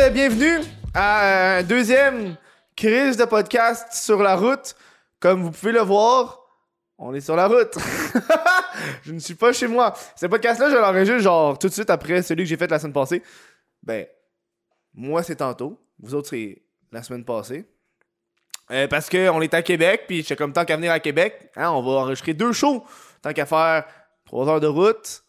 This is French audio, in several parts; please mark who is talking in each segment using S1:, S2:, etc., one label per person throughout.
S1: euh, bienvenue à euh, un deuxième crise de podcast sur la route. Comme vous pouvez le voir, on est sur la route. je ne suis pas chez moi. Ce podcast-là, je l'enregistre genre tout de suite après celui que j'ai fait la semaine passée. Ben, moi, c'est tantôt. Vous autres, c'est la semaine passée. Euh, parce qu'on est à Québec, puis j'étais comme tant qu'à venir à Québec, hein, on va enregistrer deux shows. Tant qu'à faire trois heures de route,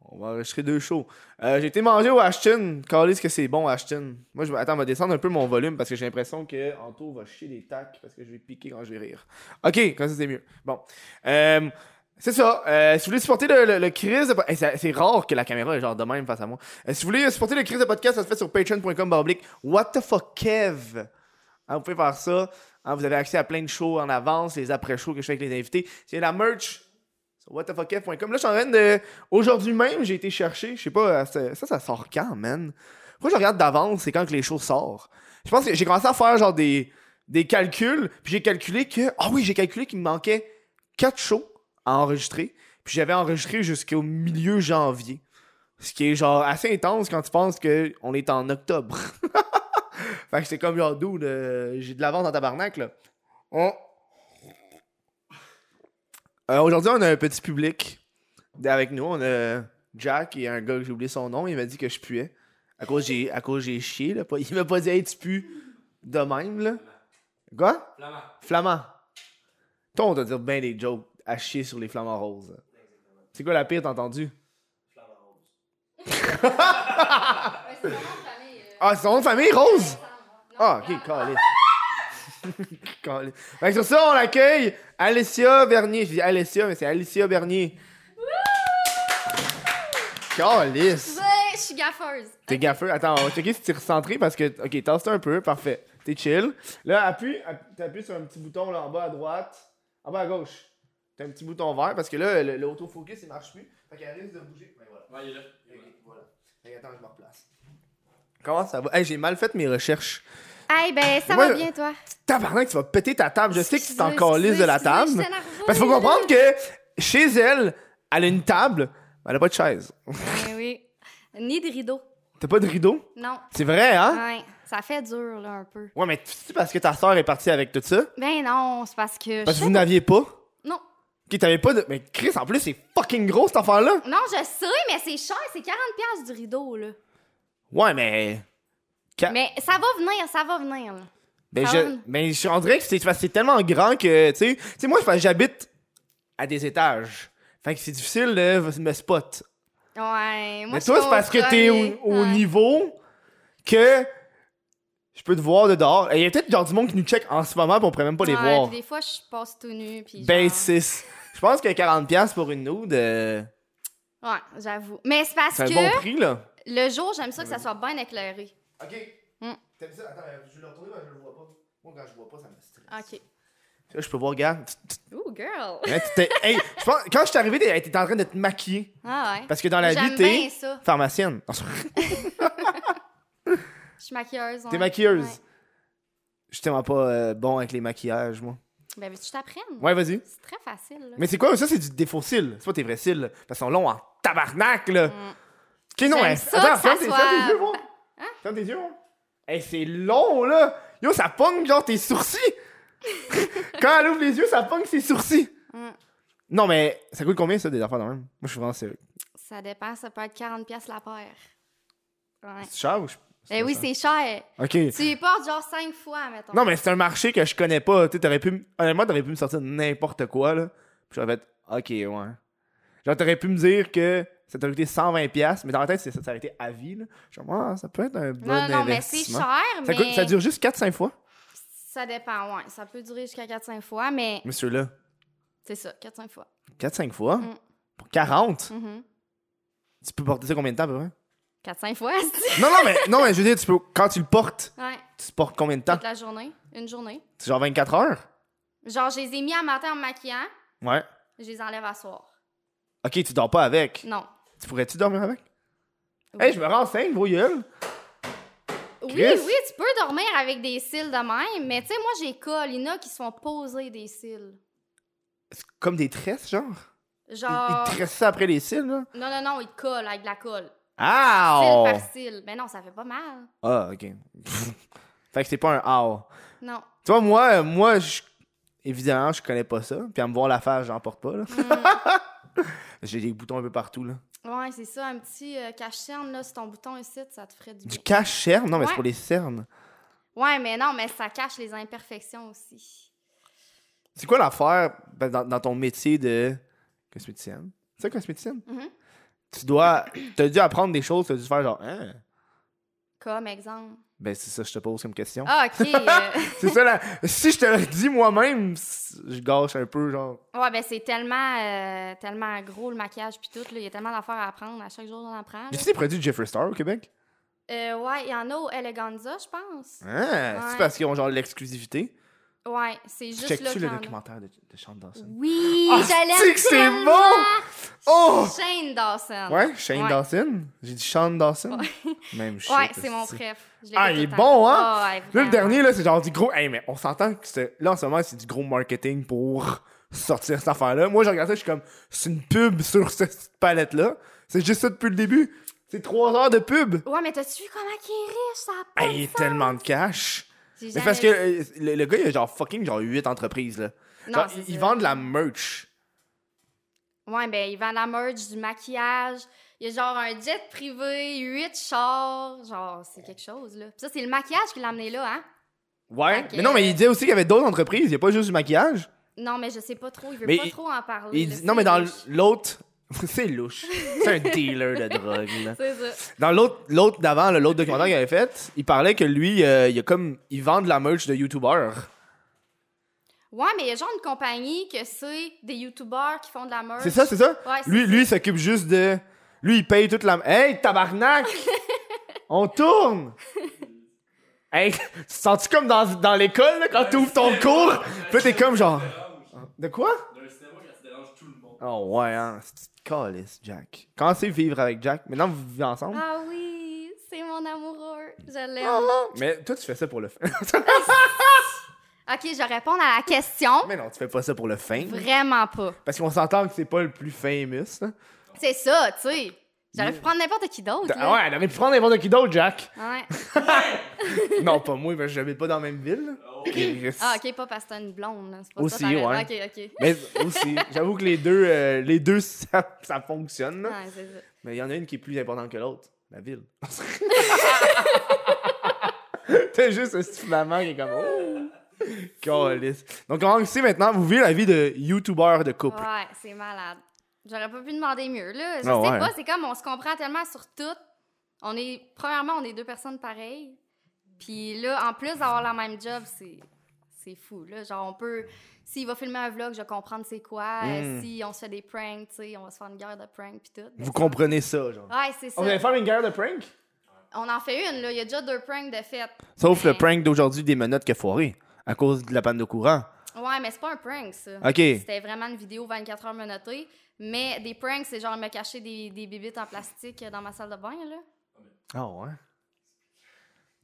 S1: on va enregistrer deux shows. Euh, j'ai été manger au Ashton. Calisse que c'est bon, Ashton. Moi, je vais... Attends, on va descendre un peu mon volume parce que j'ai l'impression que Anto va chier des tacs parce que je vais piquer quand je vais rire. Ok, comme ça, c'est mieux. Bon. Euh, c'est ça. Euh, si vous voulez supporter le, le, le Chris de po- Hey, c'est, c'est rare que la caméra est genre de même face à moi. Euh, si vous voulez supporter le Chris de podcast, ça se fait sur patreon.com. baroblique What the fuck, Kev? Hein, vous pouvez faire ça. Hein, vous avez accès à plein de shows en avance, les après-shows que je fais avec les invités. C'est la merch sur whatthefuckf.com. Là, je suis en train de. Aujourd'hui même, j'ai été chercher. Je sais pas, euh, ça, ça ça sort quand, man? Pourquoi je regarde d'avance, c'est quand que les choses sortent? Je pense que j'ai commencé à faire genre des, des calculs, puis j'ai calculé que. Ah oui, j'ai calculé qu'il me manquait 4 shows à enregistrer, puis j'avais enregistré jusqu'au milieu janvier. Ce qui est genre assez intense quand tu penses qu'on est en octobre. fait que c'est comme genre d'où j'ai de l'avance dans tabarnak, là. On- euh, Aujourd'hui, on a un petit public d- avec nous. On a Jack et un gars que j'ai oublié son nom. Il m'a dit que je puais. À cause j'ai à cause j'ai chié là. Pas- Il m'a pas dit hey, tu pues de même là. Quoi? Flamand. Toi, on t'a dit bien des jokes à chier sur les flamants roses. C'est quoi la pire t'as entendu?
S2: Ouais, c'est vraiment de famille, euh,
S1: Ah, c'est son nom de famille, Rose!
S2: non,
S1: Ah,
S2: non,
S1: ok, calé. calé. Fait que sur ça, on accueille Alessia Bernier. Je dis Alessia, mais c'est Alicia Bernier. Calisse.
S2: Ouais, je suis gaffeuse.
S1: T'es gaffeux. Attends, on va checker si t'es recentré parce que. Ok, tasse un peu, parfait. T'es chill. Là, appuie, app- t'appuies sur un petit bouton là en bas à droite. En bas à gauche. T'as un petit bouton vert parce que là, le- l'autofocus il marche plus. Fait qu'elle risque de bouger. Mais voilà.
S3: Ouais, il est là.
S1: Ok, voilà. Fait que attends, je me replace. Comment ça va? Hey, j'ai mal fait mes recherches.
S2: Hey, ben, ça
S1: Moi,
S2: va bien, toi?
S1: Tabarnak, tu vas péter ta table. Je sais que tu t'en
S2: Excusez,
S1: calisses de la
S2: excusez,
S1: table.
S2: j'étais nerveuse.
S1: Parce qu'il faut comprendre que chez elle, elle a une table, mais elle a pas de chaise.
S2: Ben oui. Ni de rideau.
S1: T'as pas de rideau?
S2: Non.
S1: C'est vrai, hein?
S2: Ouais, ça fait dur, là, un peu.
S1: Ouais, mais c'est parce que ta soeur est partie avec tout ça?
S2: Ben non, c'est parce que.
S1: Parce
S2: je
S1: que vous
S2: sais
S1: n'aviez pas?
S2: pas- Non.
S1: Qui t'avais pas de. Mais Chris, en plus, c'est fucking gros cette affaire-là!
S2: Non, je sais, mais c'est cher, c'est 40$ du rideau, là.
S1: Ouais, mais. Ah.
S2: Mais ça va venir, ça va venir, là.
S1: Ben,
S2: Ça
S1: je,
S2: va?
S1: ben, je on dirait que c'est parce que c'est tellement grand que, tu sais, tu sais, moi, c'est parce que j'habite à des étages. Fait que c'est difficile de me spot.
S2: Ouais, moi,
S1: Mais
S2: je
S1: toi,
S2: suis
S1: c'est
S2: au
S1: parce que t'es
S2: premier.
S1: au, au
S2: Ouais.
S1: niveau que je peux te voir de dehors. Et Il y a peut-être genre du monde qui nous check en ce moment, puis on pourrait même pas les
S2: Ouais,
S1: voir.
S2: puis Des fois, je passe tout nu, puis.
S1: Ben,
S2: genre-
S1: c'est... Je pense que 40$ pour une nude, euh,
S2: Ouais, j'avoue. Mais c'est parce
S1: c'est un
S2: que
S1: bon prix, là.
S2: le jour, j'aime ça que ça soit bien éclairé.
S1: OK.
S2: Hmm.
S1: T'aimes ça? Attends, euh, je vais le retourner, mais je le vois pas. Moi, quand je vois pas, ça me stresse.
S2: OK.
S1: Là, je peux voir, regarde. Tu-
S2: Ooh, girl.
S1: tu- hein, tu t'es- hey, je pense, quand je suis arrivé, t'es- t'étais en train de te maquiller.
S2: Ah ouais.
S1: Parce que dans la vie,
S2: J'aime
S1: t'es
S2: bien ça.
S1: pharmacienne. Non, c'est-
S2: Je suis maquilleuse.
S1: T'es
S2: ouais.
S1: maquilleuse.
S2: Ouais.
S1: Je suis tellement pas euh, bon avec les maquillages, moi.
S2: Ben, veux-tu que je t'apprenne?
S1: Ouais, vas-y.
S2: C'est très facile, là.
S1: Mais c'est quoi ça? C'est du défaut cils. C'est pas tes vrais cils. là. Parce qu'ils sont longs en tabarnak, là. Ok, non,
S2: Mm. J'aime
S1: hein.
S2: ça
S1: Attends,
S2: que ça
S1: ferme tes,
S2: soit- Hein?
S1: ferme tes yeux, moi. Ferme tes yeux, moi. Hey, c'est long, là. Yo, ça pogne, genre, tes sourcils. Quand elle ouvre les yeux, ça pogne ses sourcils.
S2: Mm.
S1: Non, mais ça coûte combien, ça, des affaires, quand même? Moi, je suis vraiment sérieux.
S2: Ça dépend, ça peut être 40$ piastres la paire. Ouais.
S1: C'est cher ou je.
S2: Ben oui,
S1: pas
S2: c'est cher.
S1: ça? Ok.
S2: Tu les portes genre 5 fois, mettons.
S1: Non, mais c'est un marché que je connais pas. Tu sais, t'aurais pu. m- Honnêtement, t'aurais pu me sortir n'importe quoi, là. Puis j'aurais fait, ok, ouais. Genre, t'aurais pu me dire que ça t'aurait coûté 120$, mais dans ma tête, c'est ça, ça aurait été à vie, là. Genre, ah, ça peut être un bon
S2: non, non, non, mais c'est
S1: investissement.
S2: cher,
S1: ça,
S2: mais
S1: coûte- ça dure juste 4-5 fois,
S2: ça dépend, ouais. Ça peut durer jusqu'à 4-5 fois, mais
S1: monsieur-là.
S2: c'est ça, 4-5 fois.
S1: 4-5 fois?
S2: Mm.
S1: Pour 40?
S2: Mhm.
S1: Tu peux porter ça combien de temps, à peu près?
S2: 4-5 fois, c'est-
S1: Non, non, mais, non, mais je veux dire, tu peux, quand tu le portes,
S2: Ouais,
S1: tu le portes combien de temps?
S2: toute la journée, une journée.
S1: C'est genre 24 heures?
S2: Genre, je les ai mis à matin en me maquillant,
S1: Ouais.
S2: je les enlève à soir.
S1: Ok, tu dors pas avec.
S2: Non.
S1: Tu pourrais-tu dormir avec?
S2: Mm. Oui,
S1: Hey, je me renseigne, vos gueules.
S2: oui,
S1: Chris!
S2: oui, tu peux dormir avec des cils de même, mais tu sais, moi, j'ai cas, il y en a qui se font poser des cils.
S1: C'est comme des tresses, genre? Il-
S2: Genre.
S1: Il te reste ça après les cils, là?
S2: Non, non, non, il te colle avec de la colle.
S1: Ow!
S2: Cils par cils. Mais non, ça fait pas mal.
S1: Ah, ok. fait que c'est pas un ow.
S2: Non.
S1: Tu vois, moi, euh, moi je- évidemment, je connais pas ça. Puis à me voir la faire, j'en porte pas, là.
S2: Mm.
S1: J'ai des boutons un peu partout, là.
S2: Ouais, c'est ça, un petit euh, cache-cerne, là, sur ton bouton ici, ça te ferait du
S1: Du
S2: bien.
S1: cache-cerne? Non, mais c'est
S2: Ouais.
S1: pour les cernes.
S2: Ouais, mais non, mais ça cache les imperfections aussi.
S1: C'est quoi l'affaire ben, dans, dans ton métier de cosméticienne? C'est ça, cosméticienne?
S2: Mhm.
S1: Tu dois. T'as dû apprendre des choses, t'as dû faire genre. Hein?
S2: Comme exemple.
S1: Ben, c'est ça, que je te pose comme question.
S2: Ah, OK. euh,
S1: C'est ça, la... si je te le dis moi-même, je gâche un peu, genre.
S2: ouais, ben c'est tellement, euh, tellement gros, le maquillage puis tout, là. Il y a tellement d'affaires à apprendre. À chaque jour, on en prend. là.
S1: J'ai-tu des produits de Jeffree Star au Québec?
S2: Euh, ouais, il y en a au Eleganza, je pense.
S1: Hein? C'est
S2: Ouais.
S1: parce qu'ils ont genre l'exclusivité.
S2: Ouais, c'est
S1: Tu
S2: juste là
S1: checkes-tu le
S2: qu'il y en a.
S1: documentaire de, de Sean Dawson?
S2: Oui,
S1: Ah,
S2: j'allais
S1: c'est que c'est
S2: tellement-
S1: Oh!
S2: Shane Dawson.
S1: Ouais, Shane
S2: Ouais.
S1: Dawson. J'ai dit Sean Dawson.
S2: Ouais.
S1: Même shit,
S2: Ouais, c'est mon
S1: hostie.
S2: préf. Je l'écoute
S1: Ah,
S2: tout
S1: il est
S2: le temps.
S1: bon, hein?
S2: Ah, ouais,
S1: Là,
S2: vraiment.
S1: le dernier, là, c'est genre du gros. Hey, mais on s'entend que c'est- là, en ce moment, c'est du gros marketing pour sortir cette affaire-là. Moi, je regarde ça, je suis comme, c'est une pub sur cette palette-là. C'est juste ça depuis le début. C'est trois heures de pub.
S2: Ouais, mais t'as-tu vu comment qu'il est riche, ça a pas
S1: Hey, il y a
S2: de sens.
S1: tellement de cash.
S2: J'ai
S1: Mais
S2: jamais
S1: parce que
S2: vu.
S1: euh, le, le gars, il a genre fucking genre 8 entreprises, là.
S2: Non,
S1: Genre,
S2: c'est
S1: ils, ils
S2: ça.
S1: vendent de la merch.
S2: Ouais, ben, il vend la merch, du maquillage. Il y a genre un jet privé, huit chars. Genre, c'est quelque chose, là. Puis ça, c'est le maquillage qui l'a amené là, hein?
S1: Ouais.
S2: Fait que-
S1: Mais non, mais il disait aussi qu'il y avait d'autres entreprises. Il n'y a pas juste du maquillage.
S2: Non, mais je sais pas trop. Il veut
S1: Mais
S2: pas
S1: il-
S2: trop en parler.
S1: Il
S2: là,
S1: dit-
S2: c'est
S1: non, mais dans
S2: louche.
S1: l'autre. C'est louche. C'est un dealer de drogue, là.
S2: C'est ça.
S1: Dans l'autre, l'autre d'avant, là, l'autre documentaire qu'il avait fait, il parlait que lui, euh, il a comme. Il vend de la merch de youtubeurs.
S2: Ouais, mais il y a genre une compagnie que c'est des youtubeurs qui font de la merch.
S1: C'est ça, c'est ça?
S2: Ouais, c'est
S1: Lui,
S2: ça.
S1: lui, il s'occupe juste de. Lui, il paye toute la. Hey, tabarnak! On tourne! Hey, tu te sens-tu comme dans, dans l'école, là, quand tu ouvres ton cours? Puis là, t'es comme genre. De quoi?
S3: D'un cinéma quand tu déranges tout le monde.
S1: Oh, ouais, hein. C'est calice, Jack. Comment c'est vivre avec Jack? Maintenant, vous vivez ensemble?
S2: Ah oui, c'est mon amoureux. Je l'aime.
S1: Ah. Mais toi, tu fais ça pour le fun. Ah.
S2: Ok, je réponds à la question.
S1: Mais non, tu fais pas ça pour le fame.
S2: Vraiment pas.
S1: Parce qu'on s'entend que c'est pas le plus famous, là.
S2: C'est ça, tu sais. J'aurais pu prendre n'importe qui d'autre.
S1: Ah
S2: là.
S1: ouais, elle aurait pu prendre n'importe qui d'autre, Jack.
S2: Ouais.
S1: non, pas moi, parce que j'habite pas dans la même ville. Chris.
S2: Ah, ok, pas parce que t'as une blonde. là. C'est pas
S1: Aussi,
S2: ça, t'as raison.
S1: ouais.
S2: Ok, ok.
S1: Mais aussi, j'avoue que les deux, euh, les deux ça, ça fonctionne. là.
S2: Ouais, c'est ça.
S1: Mais il y en a une qui est plus importante que l'autre. La ville. T'as juste un petit flamand qui est comme... Oh! Câlisse. Donc, on sait maintenant, vous vivez la vie de youtubeur de couple.
S2: Ouais, c'est malade. J'aurais pas pu demander mieux, là. Je
S1: Ah
S2: sais
S1: ouais.
S2: pas, c'est comme on se comprend tellement sur tout. On est, premièrement, on est deux personnes pareilles. Puis là, en plus d'avoir la même job, c'est. C'est fou, là. Genre, on peut. S'il va filmer un vlog, je vais comprendre c'est quoi. Euh,
S1: Mm.
S2: Si on se fait des pranks, tu sais, on va se faire une guerre de pranks, puis tout.
S1: Vous comprenez ça, genre.
S2: Ouais, c'est ça.
S1: On allait faire une guerre de prank?
S2: On en fait une, là. Il y a déjà deux pranks de fait.
S1: Sauf
S2: Mais-
S1: le prank d'aujourd'hui des menottes qui a foiré à cause de la panne de courant.
S2: Ouais, mais c'est pas un prank, ça.
S1: OK.
S2: C'était vraiment une vidéo 24 heures menottée. Mais des pranks, c'est genre me cacher des, des bibites en plastique dans ma salle de bain, là.
S1: Ah ouais?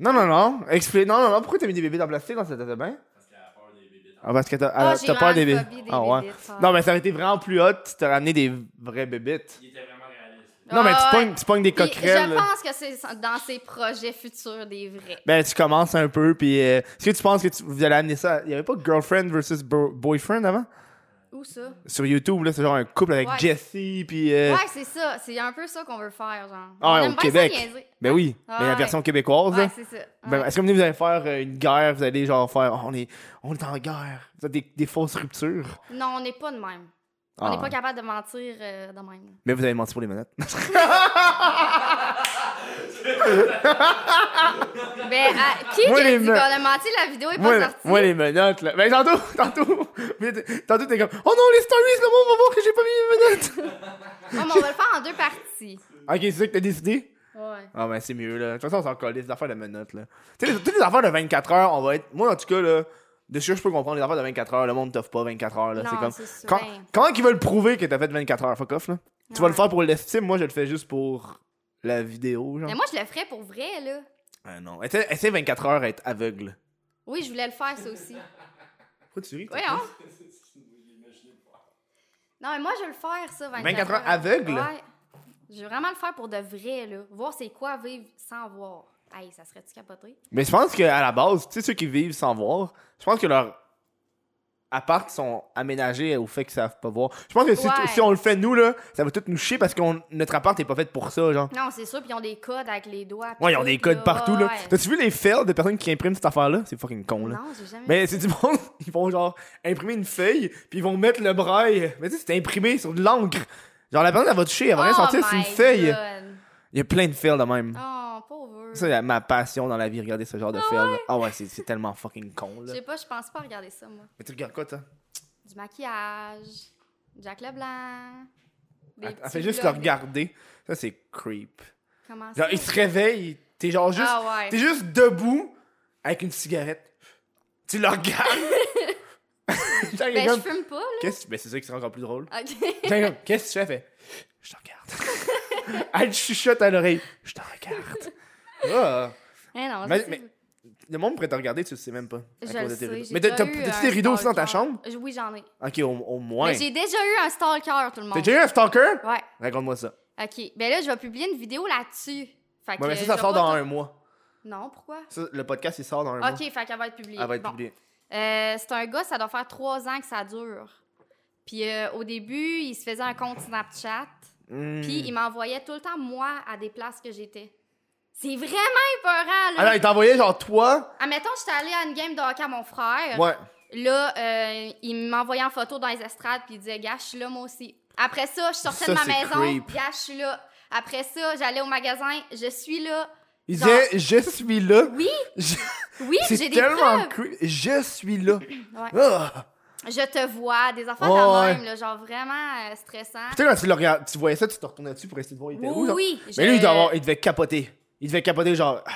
S1: Non, non, non. Explique. Non, non, non. Pourquoi t'as mis des bébés dans le plastique dans cette tête de bain?
S3: Parce qu'elle a peur des bébés.
S1: Ah, parce que t'as
S2: Ah,
S1: ah,
S2: j'ai
S1: t'as peur des bébés.
S2: vraiment une phobie des
S1: Ah ouais.
S2: bébites, hein. ouais.
S1: Non, mais ça aurait été vraiment plus hot si t'as ramené des vrais bébites.
S3: Il était vraiment réaliste. là.
S1: Non, mais tu
S2: Ah, ouais.
S1: pognes, tu pognes des
S2: Puis,
S1: coquerelles.
S2: Je pense que c'est dans ses projets futurs des vrais.
S1: Ben, tu commences un peu, puis euh, est-ce que tu penses que tu, vous allez amener ça? à- Il y avait pas Girlfriend versus Bo- Boyfriend avant?
S2: Où ça?
S1: Sur YouTube, là, c'est genre un couple avec
S2: Ouais.
S1: Jesse, puis. euh,
S2: Ouais, c'est ça. C'est un peu ça qu'on veut faire, genre.
S1: Ah ouais,
S2: On
S1: au
S2: aime bien
S1: Québec.
S2: ça niaiser.
S1: Ben oui, mais la
S2: Ouais.
S1: version québécoise. là.
S2: Ouais, c'est ça. Ouais.
S1: Ben, est-ce que vous allez faire euh, une guerre? Vous allez genre faire. oh, on, est, on est en guerre. Vous avez des, des fausses ruptures.
S2: Non, on n'est pas de même. On
S1: Ah.
S2: n'est pas capable de mentir euh, de même.
S1: Mais vous avez menti pour les menottes.
S2: Ben, à- qui
S1: Moi,
S2: qui a
S1: les
S2: dit qu'on
S1: me-
S2: a menti? La vidéo est
S1: moi,
S2: pas sortie.
S1: moi, les menottes, là. Ben, tantôt, tantôt, mais t- tantôt, t'es comme, oh non, les stories, le monde va voir que j'ai pas mis
S2: Ouais, mais on va le faire en deux parties.
S1: les menottes. ok, c'est ça que t'as décidé?
S2: Ouais.
S1: Ah, ben, c'est mieux, là. De toute façon, on s'en colle, les affaires de menottes, là. Tu sais, les- toutes les affaires de 24 heures, on va être, moi, en tout cas, là, de sûr, je peux comprendre les affaires de 24 heures, le monde t'offre pas 24 heures, là.
S2: Non,
S1: C'est comme,
S2: c'est sûr.
S1: quand,
S2: Ben.
S1: comment qu'ils veulent prouver que t'as fait 24 heures? Fuck off, là. Tu vas
S2: Ouais.
S1: le faire pour l'estime, moi, je le fais juste pour la vidéo, genre.
S2: Mais moi, je le ferais pour vrai, là.
S1: Ah, non. Essaie, essaie 24 heures à être aveugle.
S2: Oui, je voulais le faire, ça aussi.
S1: Pourquoi tu ris? toi?
S2: Voyons.
S3: Je l'imaginais pas.
S2: Non, mais moi, je vais le faire, ça, 24,
S1: 24 heures aveugle?
S2: Ouais. Je veux vraiment le faire pour de vrai, là. Voir c'est quoi vivre sans voir. Hey, ça serait-tu capoté?
S1: Mais je pense qu'à la base, tu sais, ceux qui vivent sans voir, je pense que leur appart sont aménagés au fait qu'ils savent pas voir. Je pense que si,
S2: Ouais.
S1: si on le fait nous, là, ça va tout nous chier parce que notre appart est pas fait pour ça, genre.
S2: Non, c'est sûr, puis ils ont des codes avec les doigts. puis
S1: Ouais, ils ont
S2: tout,
S1: des codes partout, là.
S2: ouais.
S1: T'as-tu vu les fails de personnes qui impriment cette affaire-là? C'est fucking con, là.
S2: Non, j'ai jamais.
S1: Mais c'est du monde, ils vont genre imprimer une feuille, puis ils vont mettre le braille. Mais tu sais, c'est imprimé sur de l'encre. Genre, la personne, elle va toucher, elle va rien
S2: Oh
S1: sentir, c'est une
S2: my
S1: feuille.
S2: God.
S1: Il y a plein de fails de même.
S2: Oh, pauvre.
S1: Ça, c'est ma passion dans la vie, regarder ce genre de fails. là. Ah ouais, c'est c'est tellement fucking con,
S2: Je
S1: là.
S2: sais pas, je pense pas regarder ça, moi.
S1: Mais tu regardes quoi, toi?
S2: Du maquillage, Jack Leblanc. des
S1: Elle, elle
S2: petits
S1: fait juste le
S2: vlogs.
S1: regarder. Ça, c'est creep.
S2: Comment
S1: Genre,
S2: ça?
S1: il se réveille, t'es genre juste.
S2: Ah ouais.
S1: T'es juste debout avec une cigarette. Tu le regardes. Genre, il est
S2: Ben, je
S1: comme,
S2: fume pas, Eh
S1: Qu'est-ce que- Ben, c'est ça qui serait encore plus drôle.
S2: là. OK.
S1: Genre, comme, Qu'est-ce que tu fais? Elle fait, Je te regarde. Elle te chuchote à l'oreille. Je te regarde. Ah.
S2: Eh non,
S1: Mais-
S2: ça, c'est-
S1: mais- Le monde pourrait te regarder, tu le sais même pas. à
S2: Je
S1: cause
S2: le
S1: de tes
S2: sais.
S1: rideaux.
S2: j'ai
S1: Mais t'as
S2: déjà
S1: t'as-
S2: eu
S1: t'as-tu
S2: un
S1: des rideaux aussi dans ta
S2: stalker.
S1: chambre?
S2: Je- Oui, j'en ai.
S1: Ok, au, au moins.
S2: Mais j'ai déjà eu un stalker, tout le monde.
S1: T'as déjà eu un stalker?
S2: Ouais.
S1: Raconte-moi ça.
S2: OK. Ben là, je vais publier une vidéo là-dessus. Fait que,
S1: Ouais, mais ça,
S2: euh,
S1: ça
S2: je
S1: sort
S2: vais
S1: dans
S2: pas
S1: un mois.
S2: tout- Non, pourquoi?
S1: Ça, le podcast, il sort dans un mois.
S2: OK, fait qu'elle va être publiée.
S1: Elle va être
S2: Bon.
S1: publiée.
S2: Euh, c'est un gars, ça doit faire trois ans que ça dure. Puis euh, au début, il se faisait un compte Snapchat.
S1: Hmm.
S2: Puis il m'envoyait tout le temps, moi, à des places que j'étais. C'est vraiment épeurant, là.
S1: Alors, Ah, il t'envoyait genre toi.
S2: Admettons, j'étais allée à une game de hockey à mon frère.
S1: Ouais.
S2: Là, euh, il m'envoyait en photo dans les estrades, puis il disait, gars, je suis là, moi aussi. Après ça, je sortais
S1: Ça,
S2: de ma
S1: c'est
S2: maison,
S1: creep.
S2: gars, je suis là. Après ça, j'allais au magasin, je suis là.
S1: Il
S2: Genre-
S1: disait Je suis là.
S2: Oui,
S1: Je-
S2: oui, j'ai
S1: C'est
S2: des
S1: tellement
S2: preuves.
S1: cru. Je suis là.
S2: Ouais.
S1: Ah.
S2: Je te vois, des affaires
S1: Oh,
S2: de
S1: ouais.
S2: même, là, genre vraiment euh, stressant.
S1: Putain, quand tu le regardes, tu voyais ça, tu te retournais dessus pour essayer de voir. Il était où,
S2: Oui,
S1: genre?
S2: oui.
S1: Mais lui, il
S2: je-
S1: devait, avoir- il devait capoter. Il devait capoter, genre, Ah,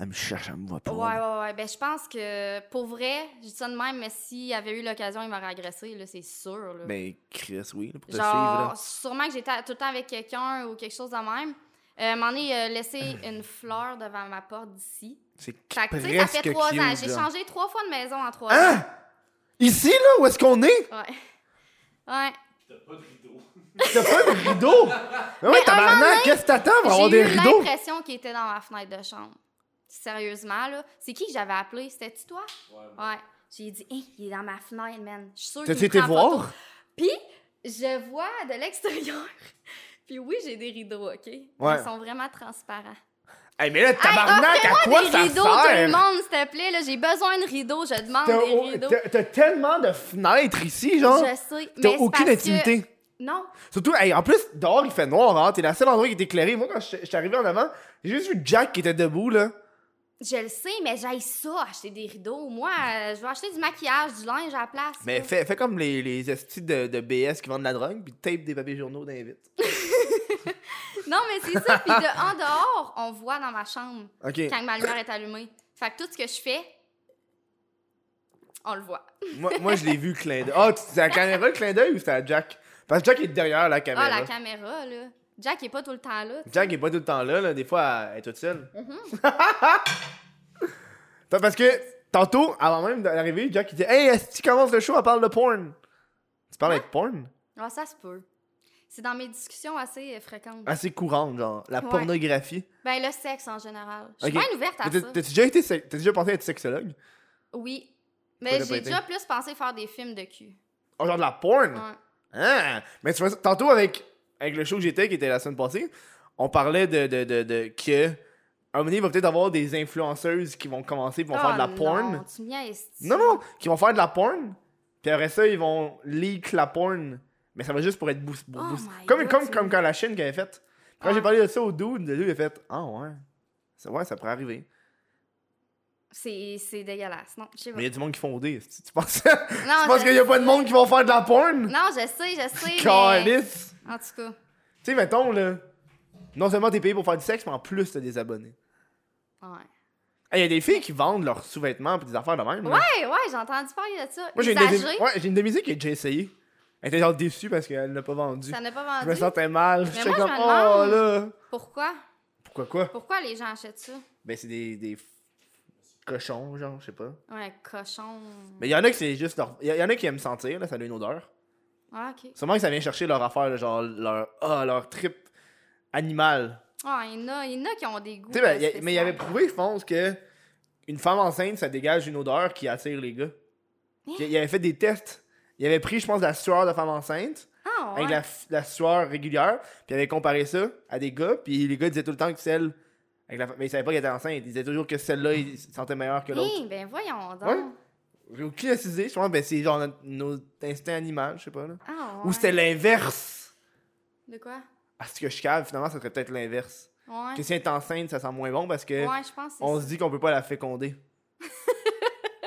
S1: elle me cherche, elle me voit pas.
S2: Ouais, ouais, ouais. Ben, je pense que pour vrai, je dis ça de même, mais s'il avait eu l'occasion, il m'aurait agressé, là, c'est sûr. Là.
S1: Ben, Chris, oui, là, pour te suivre.
S2: Genre, sûrement que j'étais tout le temps avec quelqu'un ou quelque chose de même. Euh, m'en ai euh, laissé une fleur devant ma porte d'ici.
S1: là. C'est
S2: Fait que, tu sais,
S1: presque
S2: ça fait trois
S1: cute,
S2: ans. J'ai
S1: genre.
S2: changé trois fois de maison en trois
S1: Hein? Ici, là, où est-ce qu'on est?
S2: ans. Ouais. Ouais.
S3: T'as pas de rideau.
S1: T'as pas de rideau? Mais ouais, tabarnak, qu'est-ce que t'attends pour avoir
S2: J'ai
S1: des
S2: eu
S1: rideaux?
S2: l'impression qu'il était dans ma fenêtre de chambre. Sérieusement, là. C'est qui que j'avais appelé? C'était-tu toi?
S3: Ouais, mais
S2: Ouais. J'ai dit, Hey, il est dans ma fenêtre, man. Je suis sûre qu'il
S1: T'as-tu
S2: me
S1: été
S2: prend en photo.
S1: voir?
S2: Puis, je vois de l'extérieur. Puis oui, j'ai des rideaux, OK? Ils sont vraiment transparents.
S1: Hey, mais là,
S2: Hey,
S1: tabarnak, à quoi
S2: des
S1: ça
S2: rideaux, tout le
S1: sert?
S2: monde, s'il te plaît. là, J'ai besoin de rideaux. Je demande
S1: T'as-
S2: des rideaux.
S1: t'as- T'as tellement de fenêtres ici, genre.
S2: Je sais.
S1: T'as
S2: Mais c'est
S1: aucune
S2: parce
S1: intimité.
S2: Que... Non.
S1: Surtout, hey, en plus, dehors, il fait noir, hein. T'es la seule endroit qui est éclairé. Moi, quand je je suis arrivé en avant, j'ai juste vu Jack qui était debout, là.
S2: Je le sais, mais j'aille ça, acheter des rideaux. Moi, euh, je vais acheter du maquillage, du linge à la place.
S1: Mais
S2: là.
S1: fais, fais comme les, les estis de, de BS qui vendent de la drogue, puis tape des papiers journaux d'invite.
S2: Non, mais c'est ça. Puis de, en dehors, on voit dans ma chambre
S1: OK.
S2: quand ma lumière est allumée. Fait que tout ce que je fais, on le voit.
S1: moi, moi, je l'ai vu, le clin d'œil. Ah, tu- c'est à la caméra, le clin d'œil, ou c'est à Jack? Parce que Jack est derrière la caméra.
S2: Ah, la caméra, là. Jack est pas tout le temps là.
S1: Jack est pas tout le temps là, là. Des fois, elle est toute seule. Attends, Mm-hmm. Parce que, tantôt, avant même d'arriver, Jack, il dit « Hey, esti, commence le show, on parle de porn. » Tu parles avec porn?
S2: Ah, ça se peut. C'est dans mes discussions assez euh, fréquentes.
S1: Assez courante, genre. La
S2: Ouais.
S1: pornographie.
S2: Ben, le sexe en général. Je suis
S1: Ok.
S2: bien ouverte à
S1: Mais t'as-
S2: ça.
S1: T'as-tu déjà, été sex- t'as déjà pensé être sexologue?
S2: Oui.
S1: Pourquoi
S2: Mais
S1: t'as pas
S2: j'ai
S1: été?
S2: déjà plus pensé faire des films de cul.
S1: Oh, genre de la porn?
S2: Ouais.
S1: Ah! Mais tu vois, tantôt avec, avec le show que j'étais, qui était la semaine passée, on parlait de, de, de, de- que à un moment donné, il va peut-être avoir des influenceuses qui vont commencer, qui vont faire de la
S2: Oh
S1: porn.
S2: Non, tu niaises.
S1: Non, non, qui vont faire de la porn. Puis après ça, ils vont leak la porn. Mais ça va juste pour être boost. pour
S2: Oh
S1: boost-
S2: my
S1: Comme,
S2: God,
S1: comme,
S2: c'est-
S1: comme quand la Chine qui avait fait. Quand
S2: Ah.
S1: j'ai parlé de ça au dude, le dude il a fait Ah ouais. Ça, ouais, ça pourrait arriver.
S2: C'est c'est dégueulasse. Non, je sais pas.
S1: Mais il y a du monde qui font des. Tu, tu penses, tu
S2: Non,
S1: penses
S2: Ah, je-
S1: qu'il y a pas de monde qui vont faire de la porn?
S2: Non, je sais, je sais. mais-
S1: Calice!
S2: En tout cas.
S1: Tu sais, mettons, là. Non seulement t'es payé pour faire du sexe, mais en plus t'as des abonnés.
S2: Ouais.
S1: Il y a des filles qui vendent leurs sous-vêtements pis des affaires de même. là.
S2: Ouais, ouais, j'ai entendu parler de ça.
S1: Moi, j'ai une,
S2: Usagé,
S1: demi- ouais, j'ai une demi-sœur qui a déjà essayé. Elle était genre déçue parce qu'elle l'a pas vendu.
S2: Ça n'a pas
S1: Je
S2: vendu.
S1: me sentais mal. J'étais
S2: moi, je
S1: comme,
S2: me
S1: oh
S2: demande-
S1: là.
S2: Pourquoi?
S1: Pourquoi quoi?
S2: Pourquoi les gens achètent ça?
S1: Ben, c'est des, des f- cochons, genre, je sais pas.
S2: Ouais, cochon.
S1: Mais il y en a qui c'est juste leur. Il y, en a qui aiment sentir, là, ça a une odeur.
S2: Ah, ok.
S1: Sûrement que ça vient chercher leur affaire, là, genre leur. Ah, leur trip animal.
S2: Ah, il, y en a, il y en a qui ont des goûts.
S1: Tu sais, ben,
S2: euh,
S1: y a- mais il
S2: spéciaux.
S1: avait prouvé, je pense, que une femme enceinte, ça dégage une odeur qui attire les gars.
S2: Hein?
S1: Il il avait fait des tests. Il avait pris, je pense, la sueur de femme enceinte
S2: Ah, ouais.
S1: avec la, f- la sueur régulière, puis il avait comparé ça à des gars, puis les gars disaient tout le temps que celle. avec la- mais ils savaient pas qu'elle était enceinte. Ils disaient toujours que celle-là, ils se sentaient meilleure que l'autre.
S2: Eh, ben voyons donc.
S1: Ouais. J'ai aucune idée, je pense, ben c'est genre notre, nos instincts animaux, je sais pas, là.
S2: Ah,
S1: Ou
S2: ouais.
S1: c'était l'inverse.
S2: De quoi?
S1: Ah, ce que je cave, finalement, ça serait peut-être l'inverse.
S2: Ouais.
S1: Que si elle est enceinte, ça sent moins bon parce que
S2: Ouais, je pense que c'est
S1: on se
S2: ça.
S1: dit qu'on peut pas la féconder.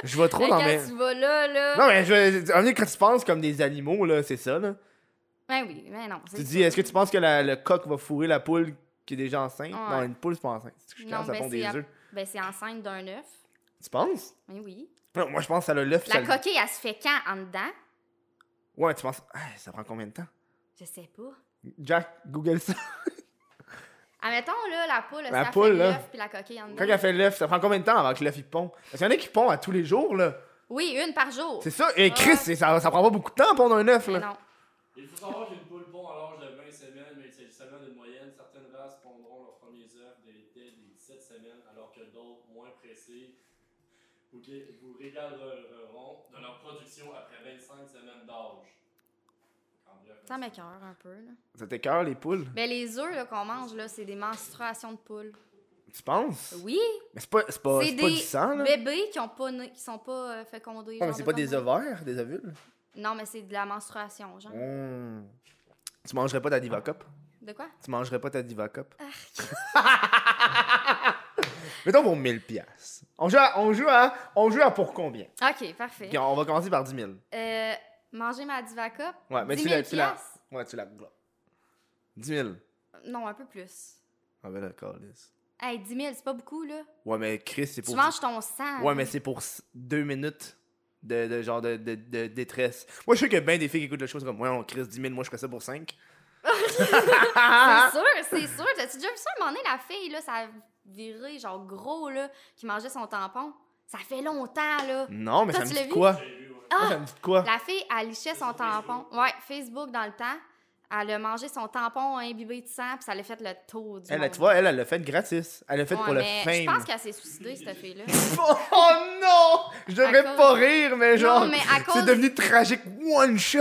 S1: je vois trop
S2: Hey,
S1: dans
S2: quand
S1: mes.
S2: tu vas là, là.
S1: Non, mais je veux- en fait, quand tu penses comme des animaux, là, c'est ça, là.
S2: Ben oui, ben non.
S1: Tu te dis, est-ce que tu penses que la- le coq va fourrer la poule qui est déjà enceinte?
S2: Ouais.
S1: Non, une poule, c'est pas enceinte. C'est que Je
S2: Non,
S1: pense que ça
S2: ben,
S1: pond
S2: c'est
S1: des
S2: à-
S1: œufs.
S2: Ben c'est enceinte d'un œuf.
S1: Tu penses?
S2: Ben oui.
S1: Non, moi, je pense que ça a l'œuf.
S2: La
S1: ça le-
S2: coquille, elle se fait quand en dedans?
S1: Ouais, tu penses. Ah, ça prend combien de temps?
S2: Je sais pas.
S1: Jack, Google ça.
S2: Admettons, là, la poule,
S1: La
S2: ça
S1: poule,
S2: fait
S1: là.
S2: l'œuf puis la coquille en
S1: Quand
S2: dedans.
S1: elle fait l'œuf, ça prend combien de temps avant que l'œuf il pond? Parce qu'il y en a qui pondent à tous les jours, là.
S2: Oui, une par jour.
S1: C'est ça. Et Chris,
S2: Ouais.
S1: c'est- ça, ça prend pas beaucoup de temps à pondre un œuf, là.
S2: Mais non.
S3: Il faut savoir qu'une poule pond à l'âge de 20 semaines, 27 semaines de moyenne. Certaines races pondront leurs premiers œufs dès dès les 17 semaines, alors que d'autres, moins pressées, vous gue- vous régaleront de leur production après 25 semaines d'âge. En bref,
S2: Ça m'écœure un peu, là.
S1: Ça t'écœure, les poules.
S2: Ben les œufs là, qu'on mange, là, c'est des menstruations de poule.
S1: Tu penses?
S2: Oui.
S1: Mais c'est pas, c'est pas,
S2: c'est
S1: c'est pas
S2: des
S1: du sang, là.
S2: bébés qui ont pas né- qui sont pas euh, fécondés.
S1: Non, mais
S2: genre
S1: c'est
S2: de
S1: pas des
S2: comme-
S1: ovaires, des ovules.
S2: Non, mais c'est de la menstruation, genre.
S1: Hmm. Tu mangerais pas ta divacop?
S2: De quoi?
S1: Tu mangerais pas ta divacop?
S2: Ah.
S1: Mettons pour 1000 piastres. On joue à, on joue à, on joue à pour combien?
S2: OK, parfait.
S1: Ok, on va commencer par 10 000.
S2: Euh, manger ma divaca.
S1: Ouais, mais
S2: 10
S1: tu
S2: 000
S1: la, tu la,
S2: piastres?
S1: ouais, tu la glopes. 10 000.
S2: Non, un peu plus.
S1: Ah ben là, câlisse.
S2: Hey, 10 000, c'est pas beaucoup, là.
S1: Ouais, mais Chris, c'est
S2: Tu
S1: pour...
S2: manges hein? ton sang.
S1: Ouais, mais c'est pour s- deux minutes de, de genre de, de- de détresse. Moi, je sais que ben des filles qui écoutent le show, c'est comme, ouais, on crisse 10 000, moi, je ferais ça pour 5. Ah.
S2: C'est sûr, c'est sûr. T'as-tu déjà vu ça? À un moment donné, la fille, là, ça a viré, genre gros, là, qui mangeait son tampon. Ça fait longtemps, là.
S1: Non, mais
S2: Toi,
S1: ça me
S2: tu l'as
S1: dit
S2: vu?
S1: quoi?
S3: j'ai vu, ouais.
S1: Moi,
S2: Ah!
S1: Ça me dit quoi?
S2: La fille, elle lichait son
S3: Sur Facebook.
S2: tampon. Ouais, Facebook dans le temps. Elle a mangé son tampon imbibé de sang, puis ça l'a fait le tour du
S1: Elle,
S2: monde.
S1: Eh, tu vois, elle, elle l'a fait gratis. Elle l'a fait
S2: Ouais,
S1: pour le
S2: mais
S1: fame.
S2: Je pense qu'elle s'est suicidée, cette fille-là.
S1: oh non! Je devrais
S2: À cause-
S1: pas rire, mais genre,
S2: mais à cause-
S1: c'est devenu tragique one shot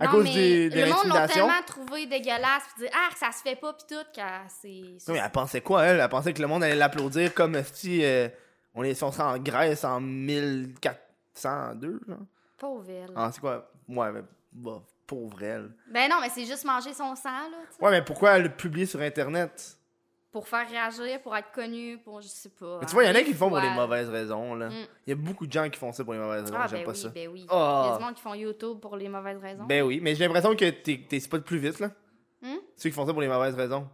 S1: à
S2: Non,
S1: cause
S2: mais
S1: des, des
S2: Le monde l'a
S1: intimidations.
S2: tellement trouvé dégueulasse, puis dit « Ah, que ça se fait pas », puis tout, qu'elle s'est...
S1: Non, mais elle pensait quoi, elle? Elle pensait que le monde allait l'applaudir comme si euh, on est censé en Grèce en 1402, genre.
S2: Pauvre elle.
S1: Ah, c'est quoi? Ouais, mais bah, pauvre elle.
S2: Ben non, mais c'est juste manger son sang, là, tu sais.
S1: Ouais, mais pourquoi elle le publie sur Internet?
S2: Pour faire réagir, pour être connu, pour je sais pas.
S1: Mais tu vois, il y en a qui le font pour
S2: Ouais.
S1: des mauvaises raisons, là. Il
S2: Mm.
S1: y a beaucoup de gens qui font ça pour les mauvaises raisons,
S2: Ah,
S1: j'aime
S2: ben
S1: pas
S2: oui,
S1: ça.
S2: ben oui. Il y a
S1: Ah.
S2: du monde qui font YouTube pour les mauvaises raisons.
S1: Ben oui, mais j'ai l'impression que t'es t'es spot plus vite, là.
S2: Hmm?
S1: Ceux qui font ça pour les mauvaises raisons.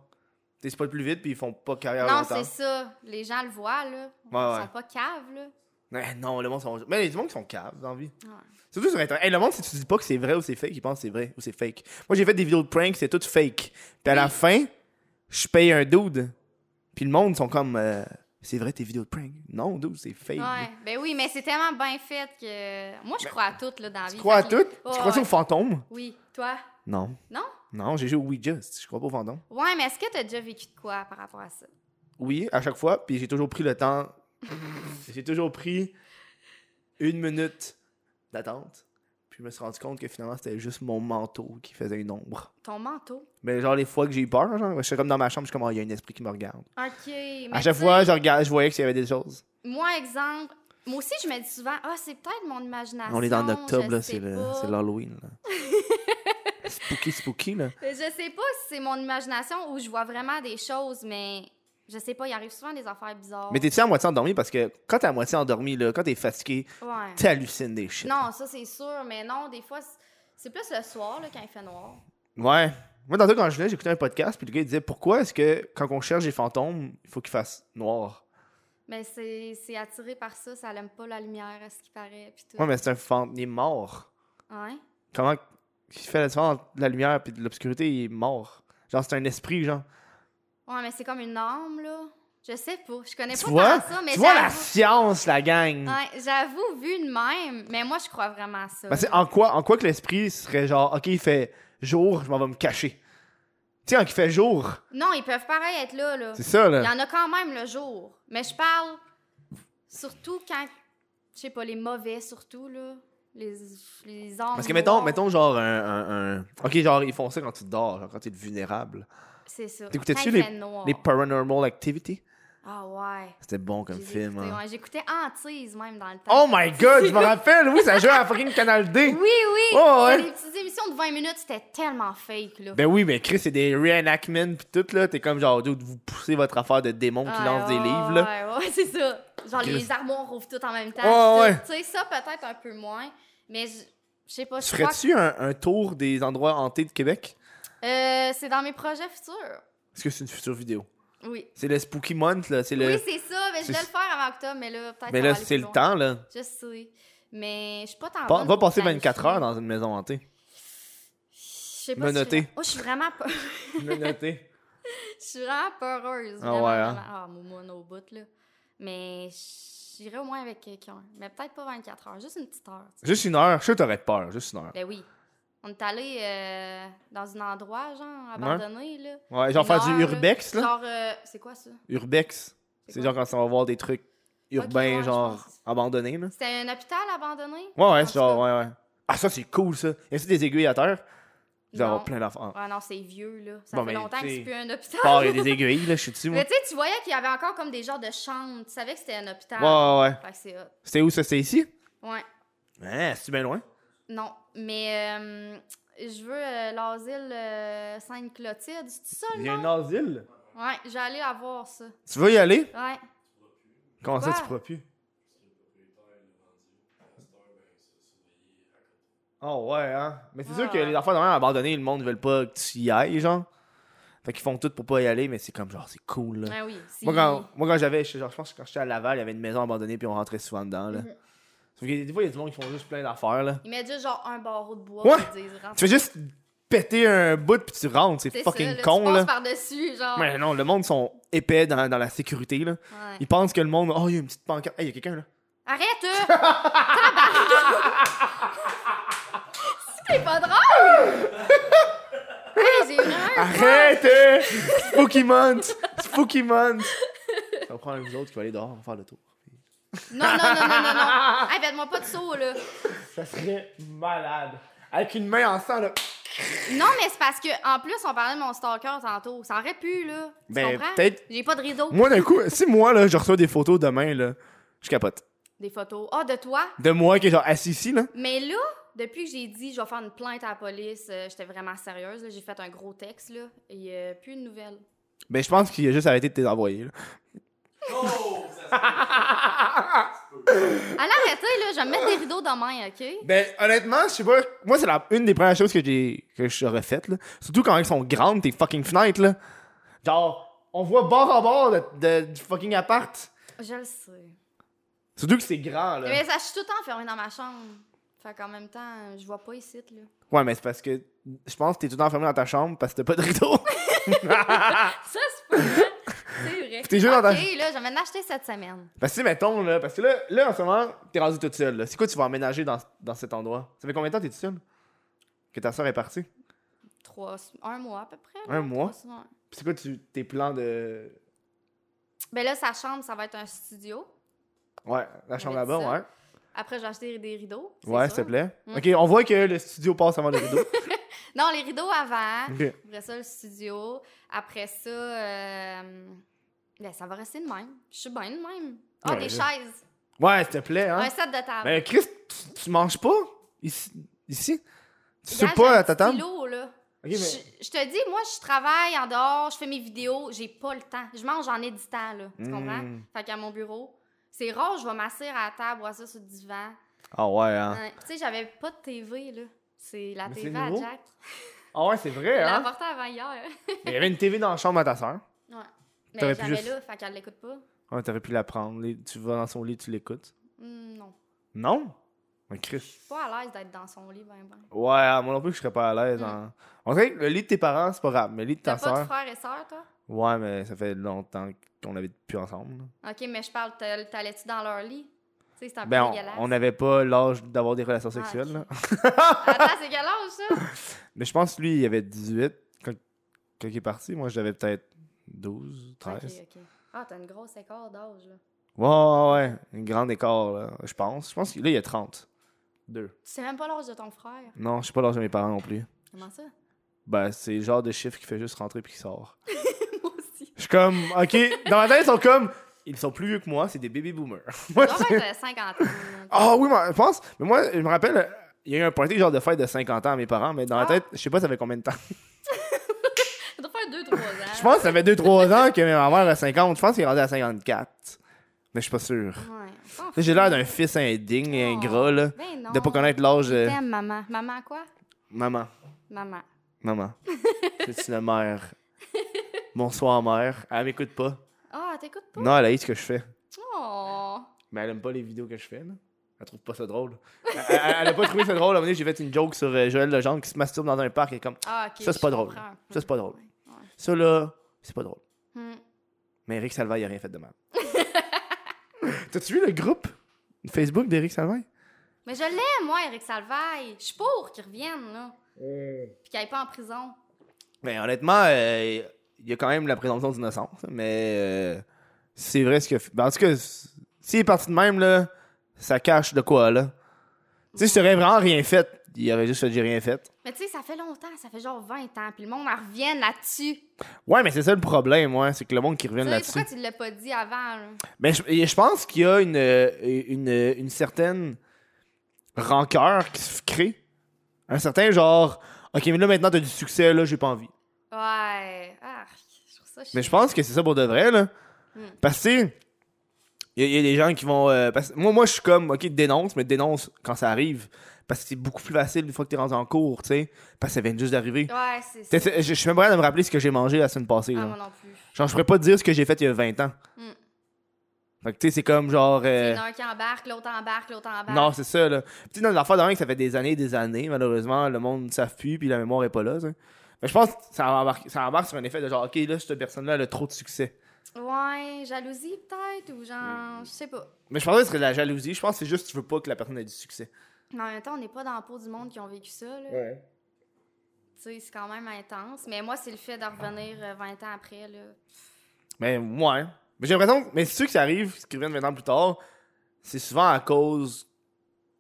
S1: T'es spot plus vite, puis ils font pas carrière
S2: non,
S1: longtemps.
S2: c'est ça. Les gens le voient, là. Ils
S1: Ouais, ouais.
S2: sont pas caves, là.
S1: Ouais, non, le monde sont. Mais les gens qui sont caves, dans la vie.
S2: Ouais.
S1: Surtout sur Internet. Hey, le monde, si tu dis pas que c'est vrai ou c'est fake, ils pensent que c'est vrai ou c'est fake. Moi, j'ai fait des vidéos de prank, c'est tout fake. Puis à la fin, je paye un dude. Puis le monde sont comme. euh, c'est vrai tes vidéos de prank? Non, dude, c'est fake.
S2: Ouais. Ben oui, mais c'est tellement bien fait que... Moi, je crois à tout, là, dans la vie.
S1: Tu crois à
S2: Ah, Fait
S1: tout?
S2: que-
S1: tu
S2: Ouais,
S1: crois ça aux
S2: ouais.
S1: fantômes?
S2: Oui. Toi?
S1: Non.
S2: Non?
S1: Non, j'ai joué au Ouija. Je crois pas aux fantômes.
S2: Ouais, mais est-ce que t'as déjà vécu de quoi par rapport à ça?
S1: Oui, à chaque fois. Puis j'ai toujours pris le temps. j'ai toujours pris une minute d'attente. Puis je me suis rendu compte que finalement, c'était juste mon manteau qui faisait une ombre.
S2: Ton manteau.
S1: Mais genre, les fois que j'ai eu peur, genre, je suis comme dans ma chambre, je suis comme, Ah, il y a un esprit qui me regarde.
S2: OK. mais
S1: à chaque
S2: tu
S1: fois,
S2: sais,
S1: je, regarde, je voyais qu'il y avait des choses.
S2: Moi, exemple... Moi aussi, je me dis souvent, ah, c'est peut-être mon imagination.
S1: On est dans octobre,
S2: je
S1: là,
S2: sais
S1: c'est le-
S2: pas.
S1: c'est l'Halloween. là. spooky, spooky, là.
S2: Je sais pas si c'est mon imagination ou je vois vraiment des choses, mais je sais pas, il arrive souvent des affaires bizarres.
S1: Mais t'es-tu à moitié endormi? Parce que quand t'es à moitié endormi, là, quand t'es fatigué,
S2: Ouais.
S1: t'hallucines des shit.
S2: Non, ça c'est sûr, mais non, des fois, c'est- c'est plus le soir là, quand il fait noir.
S1: Ouais. Moi, tantôt, quand je venais, j'écoutais un podcast, puis le gars, il disait Pourquoi est-ce que quand on cherche des fantômes, il faut qu'ils fassent noir
S2: Mais c'est c'est attiré par ça, ça l'aime pas la lumière, à ce qui paraît. Puis tout.
S1: Ouais, mais c'est un fantôme, il est mort.
S2: Ouais.
S1: Comment il fait la différence entre la lumière et de l'obscurité Il est mort. Genre, c'est un esprit, genre.
S2: Ouais, mais c'est comme une arme, là. Je sais pas, je connais
S1: Tu
S2: pas
S1: vois,
S2: tant ça, mais
S1: tu vois la
S2: j'avoue-
S1: science, la gang
S2: Ouais, j'avoue, vu de même, mais moi je crois vraiment à ça.
S1: Ben, c'est en quoi, en quoi que l'esprit serait genre Ok, il fait jour, je m'en vais me cacher. Tu Tu sais, quand il fait jour,
S2: Non, ils peuvent pareil être là, là.
S1: c'est ça,
S2: Il y
S1: là.
S2: en a quand même le jour. Mais je parle surtout quand, je sais pas, les mauvais surtout, là. Les, les hommes.
S1: Parce que, mettons,
S2: noirs.
S1: mettons genre, un, un- un- Ok, genre, ils font ça quand tu dors, genre, quand t'es vulnérable.
S2: C'est ça.
S1: T'écoutais-tu
S2: Quand il
S1: les-
S2: fait noir.
S1: Les Paranormal Activity,
S2: Ah ouais.
S1: c'était bon comme
S2: Je les
S1: film,
S2: écoutais,
S1: hein.
S2: ouais, J'écoutais Antise même dans le temps.
S1: Oh my god, je me rappelle, oui, ça joue à fucking Canal D.
S2: Oui, oui.
S1: Oh, ouais.
S2: C'était Des petites émissions de 20 minutes, c'était tellement fake, là.
S1: Ben oui, mais Chris, c'est des reenactments pis tout, là. T'es comme genre, dude, vous poussez votre affaire de démon Ben, qui
S2: Ouais,
S1: lance des
S2: ouais,
S1: livres, là.
S2: Ah, Ouais, ouais, c'est ça. Genre,
S1: Christ.
S2: les armoires ouvrent toutes en même temps.
S1: Ouais,
S2: puis tout. Tu sais, ça peut-être un peu moins, mais je je sais pas.
S1: Tu
S2: Je crois que
S1: ferais-tu un, un tour des endroits hantés de Québec?
S2: Euh, c'est dans mes projets futurs.
S1: Est-ce que c'est une future vidéo?
S2: Oui.
S1: C'est le Spooky Month, là. C'est le.
S2: Oui, c'est ça, mais je
S1: c'est-
S2: voulais le faire avant octobre, mais là, peut-être.
S1: mais
S2: ça
S1: là,
S2: va aller
S1: c'est
S2: plus
S1: le
S2: loin. Ah,
S1: temps, là.
S2: Je sais. Mais je suis pas
S1: Pa-
S2: tant. bonne
S1: va
S2: pour
S1: passer
S2: planifier.
S1: 24 heures dans une maison hantée.
S2: Je sais pas. si
S1: Menottée.
S2: je suis- Oh, je suis vraiment pas.
S1: Je noté.
S2: Je suis vraiment peureuse.
S1: Ah
S2: vraiment,
S1: ouais, hein?
S2: vraiment. Ah, moumoune au bout, là. Mais j'irai au moins avec quelqu'un. Mais peut-être pas 24 heures, juste une petite heure. tu sais.
S1: Juste une heure. Je suis sûr que t'aurais peur. Juste une heure.
S2: Ben oui. On est allé euh, dans un endroit, genre, abandonné, là.
S1: Ouais, genre
S2: Une
S1: faire du
S2: heure, là.
S1: urbex, là.
S2: Genre, euh, c'est quoi ça?
S1: Urbex.
S2: C'est
S1: C'est
S2: quoi?
S1: genre quand on va voir des trucs urbains,
S2: ouais, je
S1: genre
S2: pense.
S1: abandonnés, là.
S2: C'était un hôpital abandonné?
S1: Ouais, ouais,
S2: En
S1: c'est
S2: tout
S1: genre,
S2: cas.
S1: ouais, ouais. Ah, ça, c'est cool, ça. Y a-tu des aiguilles à terre? Genre
S2: Non.
S1: plein d'enfants.
S2: Ah non, c'est vieux, là. Ça
S1: Bon,
S2: fait
S1: mais,
S2: longtemps que
S1: tu sais,
S2: c'est plus un hôpital.
S1: Part, y a des aiguilles, là, je suis dessus, moi.
S2: Mais tu sais, tu voyais qu'il y avait encore comme des genres de chambres. Tu savais que c'était un hôpital.
S1: Ouais, ouais, ouais.
S2: Fait que c'est hot.
S1: C'était où ça? C'était ici?
S2: Ouais.
S1: Hein, c'est bien loin.
S2: Non, mais euh, je veux euh, l'asile euh, Sainte-Clotilde. C'est ça,
S1: Il
S2: le
S1: y a
S2: nom?
S1: un asile.
S2: Ouais, j'allais la voir, ça.
S1: Tu veux y aller?
S2: Ouais.
S1: Comment ça,
S2: Quoi?
S1: tu pourras plus? Oh ouais, hein. Mais c'est sûr que
S2: Ouais.
S1: les enfants, normalement, abandonnés, le monde, ils veulent pas que tu y ailles, genre. Fait qu'ils font tout pour pas y aller, mais c'est comme genre, c'est cool, là.
S2: Ah oui. si-
S1: Moi, quand, moi, quand j'avais, je genre, je pense que quand j'étais à Laval, il y avait une maison abandonnée, puis on rentrait souvent dedans, là.
S2: Mhm.
S1: Sauf que des fois, il y a du monde qui font juste plein d'affaires, là.
S2: Ils mettent juste genre un barreau de bois.
S1: Ouais.
S2: puis Ils disent, rentre.
S1: Tu fais juste péter un bout, puis tu rentres, c'est
S2: C'est
S1: fucking
S2: ça, là, tu
S1: con, là.
S2: passes par-dessus, genre.
S1: Mais non, le monde sont épais dans, dans la sécurité, là.
S2: Ouais.
S1: Ils pensent que le monde, oh, il y a une petite pancarte. Hey, il y a quelqu'un, là.
S2: Arrête! euh! Tabarnak! C'est pas drôle! hey, j'ai vraiment eu peur.
S1: Arrête! hein! Spooky Month! Spooky Month! Ça va prendre un autres qui va aller dehors, on va faire le tour.
S2: Non, non, non, non, non, non! Hey, faites-moi pas de saut, là!
S1: Ça serait malade. Avec une main en sang, là.
S2: Non, mais c'est parce que, en plus, on parlait de mon stalker tantôt. Ça aurait pu, là! Tu
S1: Ben,
S2: comprends?
S1: peut-être-
S2: J'ai pas de rideau.
S1: Moi, d'un coup, si moi, là, je reçois des photos demain, là, je capote.
S2: Des photos. Ah, de toi?
S1: De moi qui est genre assis ici, là.
S2: Mais là, depuis que j'ai dit je vais faire une plainte à la police, euh, j'étais vraiment sérieuse. là. J'ai fait un gros texte, là. Et euh, plus de nouvelles.
S1: Ben, je pense qu'il a juste arrêté de te les envoyer, là.
S3: Oh! Ça
S2: Allez, arrêtez, là. Je vais me mettre des rideaux demain, OK?
S1: Ben, honnêtement, je sais pas. Moi, c'est la, une des premières choses que j'ai, que j'aurais faites, là. Surtout quand elles sont grandes, tes fucking fenêtres, là. Genre, on voit bord en bord de, de- du fucking appart.
S2: Je le sais.
S1: Surtout que c'est grand, là.
S2: Mais ça, je suis tout le temps enfermée dans ma chambre. Fait qu'en même temps, je vois pas ici, là.
S1: Ouais, mais c'est parce que je pense que t'es tout le temps enfermé dans ta chambre parce que t'as pas de rideau.
S2: Ça, c'est pas vrai. C'est vrai.
S1: T'es juste dans ta-
S2: Ok, là, je vais m'en acheter cette semaine.
S1: parce que, mettons, là, parce que là, là en ce moment, t'es rendu toute seule. là. C'est quoi tu vas emménager dans, dans cet endroit? Ça fait combien de temps t'es toute seule? Que ta soeur est partie?
S2: Trois... Un mois, à peu près.
S1: Un
S2: là,
S1: mois?
S2: trois semaines.
S1: Puis c'est quoi tu, tes plans de.
S2: Ben là, sa chambre, ça va être un studio.
S1: Ouais, la chambre
S2: avait dit
S1: là-bas,
S2: ça.
S1: ouais.
S2: Après, j'ai acheté des rideaux. c'est
S1: Ouais,
S2: sûr.
S1: s'il te plaît.
S2: Mm.
S1: Ok, on voit que le studio passe avant le rideau.
S2: Non, les rideaux avant.
S1: Ok.
S2: Après ça, le studio. Après ça, euh, ben, ça va rester de même. Je suis bien de même. Ah,
S1: Ouais,
S2: des
S1: là.
S2: chaises.
S1: Ouais, s'il te plaît, hein.
S2: Un set de table.
S1: Mais Chris, tu, tu manges pas ici? ici? Tu
S2: Gars,
S1: sais
S2: j'ai
S1: pas
S2: un
S1: à ta table?
S2: petit lot, là.
S1: Ok, ben- mais-
S2: je, je te dis, moi, je travaille en dehors, je fais mes vidéos, j'ai pas le temps. Je mange en éditant, là. Tu
S1: Mm.
S2: comprends? Fait qu'à mon bureau, c'est rare, je vais m'asseoir à la table, voir ça sur le divan.
S1: Ah ouais, hein.
S2: Hein, tu sais, j'avais pas de TV, là. C'est la
S1: Mais c'est
S2: TV à
S1: nouveau.
S2: Jack.
S1: Ah ouais, c'est vrai,
S2: Elle l'a
S1: hein.
S2: apportée avant hier.
S1: Mais Il y avait une TV dans la chambre à ta soeur.
S2: ouais.
S1: T'aurais
S2: Mais
S1: pu
S2: j'avais
S1: juste-
S2: là, fait qu'elle l'écoute pas.
S1: Ouais, t'aurais pu la prendre. Les- Tu vas dans son lit, tu l'écoutes.
S2: Hmm, non.
S1: Non? Mais Chris.
S2: Je suis pas à l'aise d'être dans son lit, ben, ben.
S1: Ouais, hein, moi non plus, je serais pas à l'aise. hein. On dirait que le lit de tes parents, c'est pas grave, mais le lit de
S2: T'as
S1: ta
S2: pas de
S1: soeur.
S2: frères et sœurs, toi?
S1: Ouais, mais ça fait longtemps qu'on n'avait plus ensemble. là.
S2: Ok, mais je parle, t'a- t'allais-tu dans leur lit? Tu sais, c'est un peu
S1: Ben, on-
S2: dégueulasse.
S1: on n'avait pas l'âge d'avoir des relations
S2: Ah,
S1: sexuelles. là.
S2: Attends, c'est quel âge, ça?
S1: Mais je pense que lui, il avait 18 quand, quand il est parti, moi, j'avais peut-être 12, 13.
S2: Ok, ok. Ah, t'as une grosse écart d'âge, là.
S1: Ouais, ouais, ouais. Un grand écart, là, je pense. Je pense que là, il y a 30. Deux.
S2: Tu sais même pas l'âge de ton frère.
S1: Non, je sais pas l'âge de mes parents non plus.
S2: Comment ça?
S1: Ben, c'est le genre de chiffre qui fait juste rentrer puis qui sort.
S2: Moi aussi.
S1: Je suis comme, OK. Dans ma tête, ils sont comme, ils sont plus vieux que moi, c'est des baby boomers. Moi,
S2: Toi,
S1: c'est-
S2: t'as 50 euh, ans. là.
S1: Ah oui, moi, je pense. Mais moi, je me rappelle, euh, il y a eu un party genre de fête de 50 ans à mes parents, mais dans la
S2: Ah.
S1: tête, je sais pas ça fait combien de temps.
S2: Ça doit faire 2-3 ans.
S1: Je pense que ça fait 2-3 ans que ma mère a 50. Je pense qu'il est rendu à 54. Mais je suis pas sûr.
S2: Ouais. on s'en
S1: Là, J'ai l'air
S2: fout.
S1: d'un fils indigne et
S2: Oh.
S1: ingrat, là.
S2: Ben non.
S1: De pas connaître euh, l'âge de
S2: T'aimes maman. Maman quoi?
S1: maman.
S2: Maman.
S1: Maman. C'est une mère. Bonsoir, mère. Elle m'écoute pas.
S2: Ah, t'écoutes pas?
S1: Non, elle haït ce que je fais.
S2: Oh.
S1: Mais elle aime pas les vidéos que je fais, là. Elle trouve pas ça drôle. Elle, elle- elle a pas trouvé ça drôle. À un moment donné, j'ai fait une joke sur euh, Joël Legendre qui se masturbe dans un parc et comme
S2: Ah, ok.
S1: Ça, c'est pas
S2: je
S1: drôle.
S2: comprends un peu.
S1: Ça, c'est pas drôle.
S2: Ouais, ouais.
S1: ça là, c'est pas drôle.
S2: Hmm.
S1: Mais Eric Salvaille, il a rien fait de mal. T'as-tu vu le groupe Facebook d'Eric Salvaille?
S2: Mais je l'aime, moi, Eric Salvaille. Je suis pour qu'il revienne, là. Puis qu'il aille pas en prison.
S1: Mais Ben, honnêtement, euh, il y a quand même la présomption d'innocence. Mais euh, c'est vrai ce que. ben, en tout cas, s- s'il est parti de même, là, ça cache de quoi, là. Tu sais, si t'aurais vraiment rien fait, il aurait juste fait j'ai rien fait.
S2: Mais tu sais, ça fait longtemps, ça fait genre 20 ans, puis le monde en revient là-dessus.
S1: Ouais, mais c'est ça le problème, ouais. C'est que le monde qui
S2: Tu
S1: revient
S2: sais,
S1: là-dessus.
S2: pourquoi tu l'as pas dit avant, là?
S1: Mais je, et je pense qu'il y a une, euh, une, euh, une certaine rancœur qui se crée. Un certain genre, OK, mais là maintenant t'as du succès, là j'ai pas envie.
S2: Ouais. Ah, je trouve ça
S1: Mais
S2: chiant.
S1: je pense que c'est ça pour de vrai, là.
S2: Hmm.
S1: Parce que, tu sais, il y, a- il y a des gens qui vont. euh, parce- moi, moi je suis comme, OK, dénonce, mais dénonce quand ça arrive. Parce que c'est beaucoup plus facile une fois que t'es rendu en cours, tu sais. Parce que ça vient juste d'arriver.
S2: Ouais, c'est
S1: T'sais,
S2: ça.
S1: c'est- Je je suis même prêt à me rappeler ce que j'ai mangé la semaine passée.
S2: Ah,
S1: genre.
S2: moi non plus.
S1: Genre, je pourrais pas te dire ce que j'ai fait il y a 20 ans.
S2: Hmm.
S1: Fait que, tu sais, c'est comme genre.
S2: Il
S1: euh,
S2: y en a un qui embarque, l'autre embarque, l'autre embarque.
S1: Non, c'est ça, là. Puis, tu sais, dans l'affaire de même que ça fait des années et des années, malheureusement, le monde ne savent plus, puis la mémoire est pas là, tu sais. Mais je pense que ça embarque, ça embarque sur un effet de genre, OK, là, cette personne-là, elle a trop de succès.
S2: Ouais, jalousie peut-être, ou genre, je sais pas.
S1: Mais je pense que ce serait de la jalousie. Je pense que c'est juste que tu veux pas que la personne ait du succès.
S2: Mais en même temps, on n'est pas dans la peau du monde qui ont vécu ça, là. Tu sais, c'est quand même intense. Mais moi, c'est le fait de revenir euh, 20 ans après, là.
S1: Mais moi, hein. Mais j'ai l'impression. que- Mais ceux qui arrivent, qui reviennent 20 ans plus tard, c'est souvent à cause.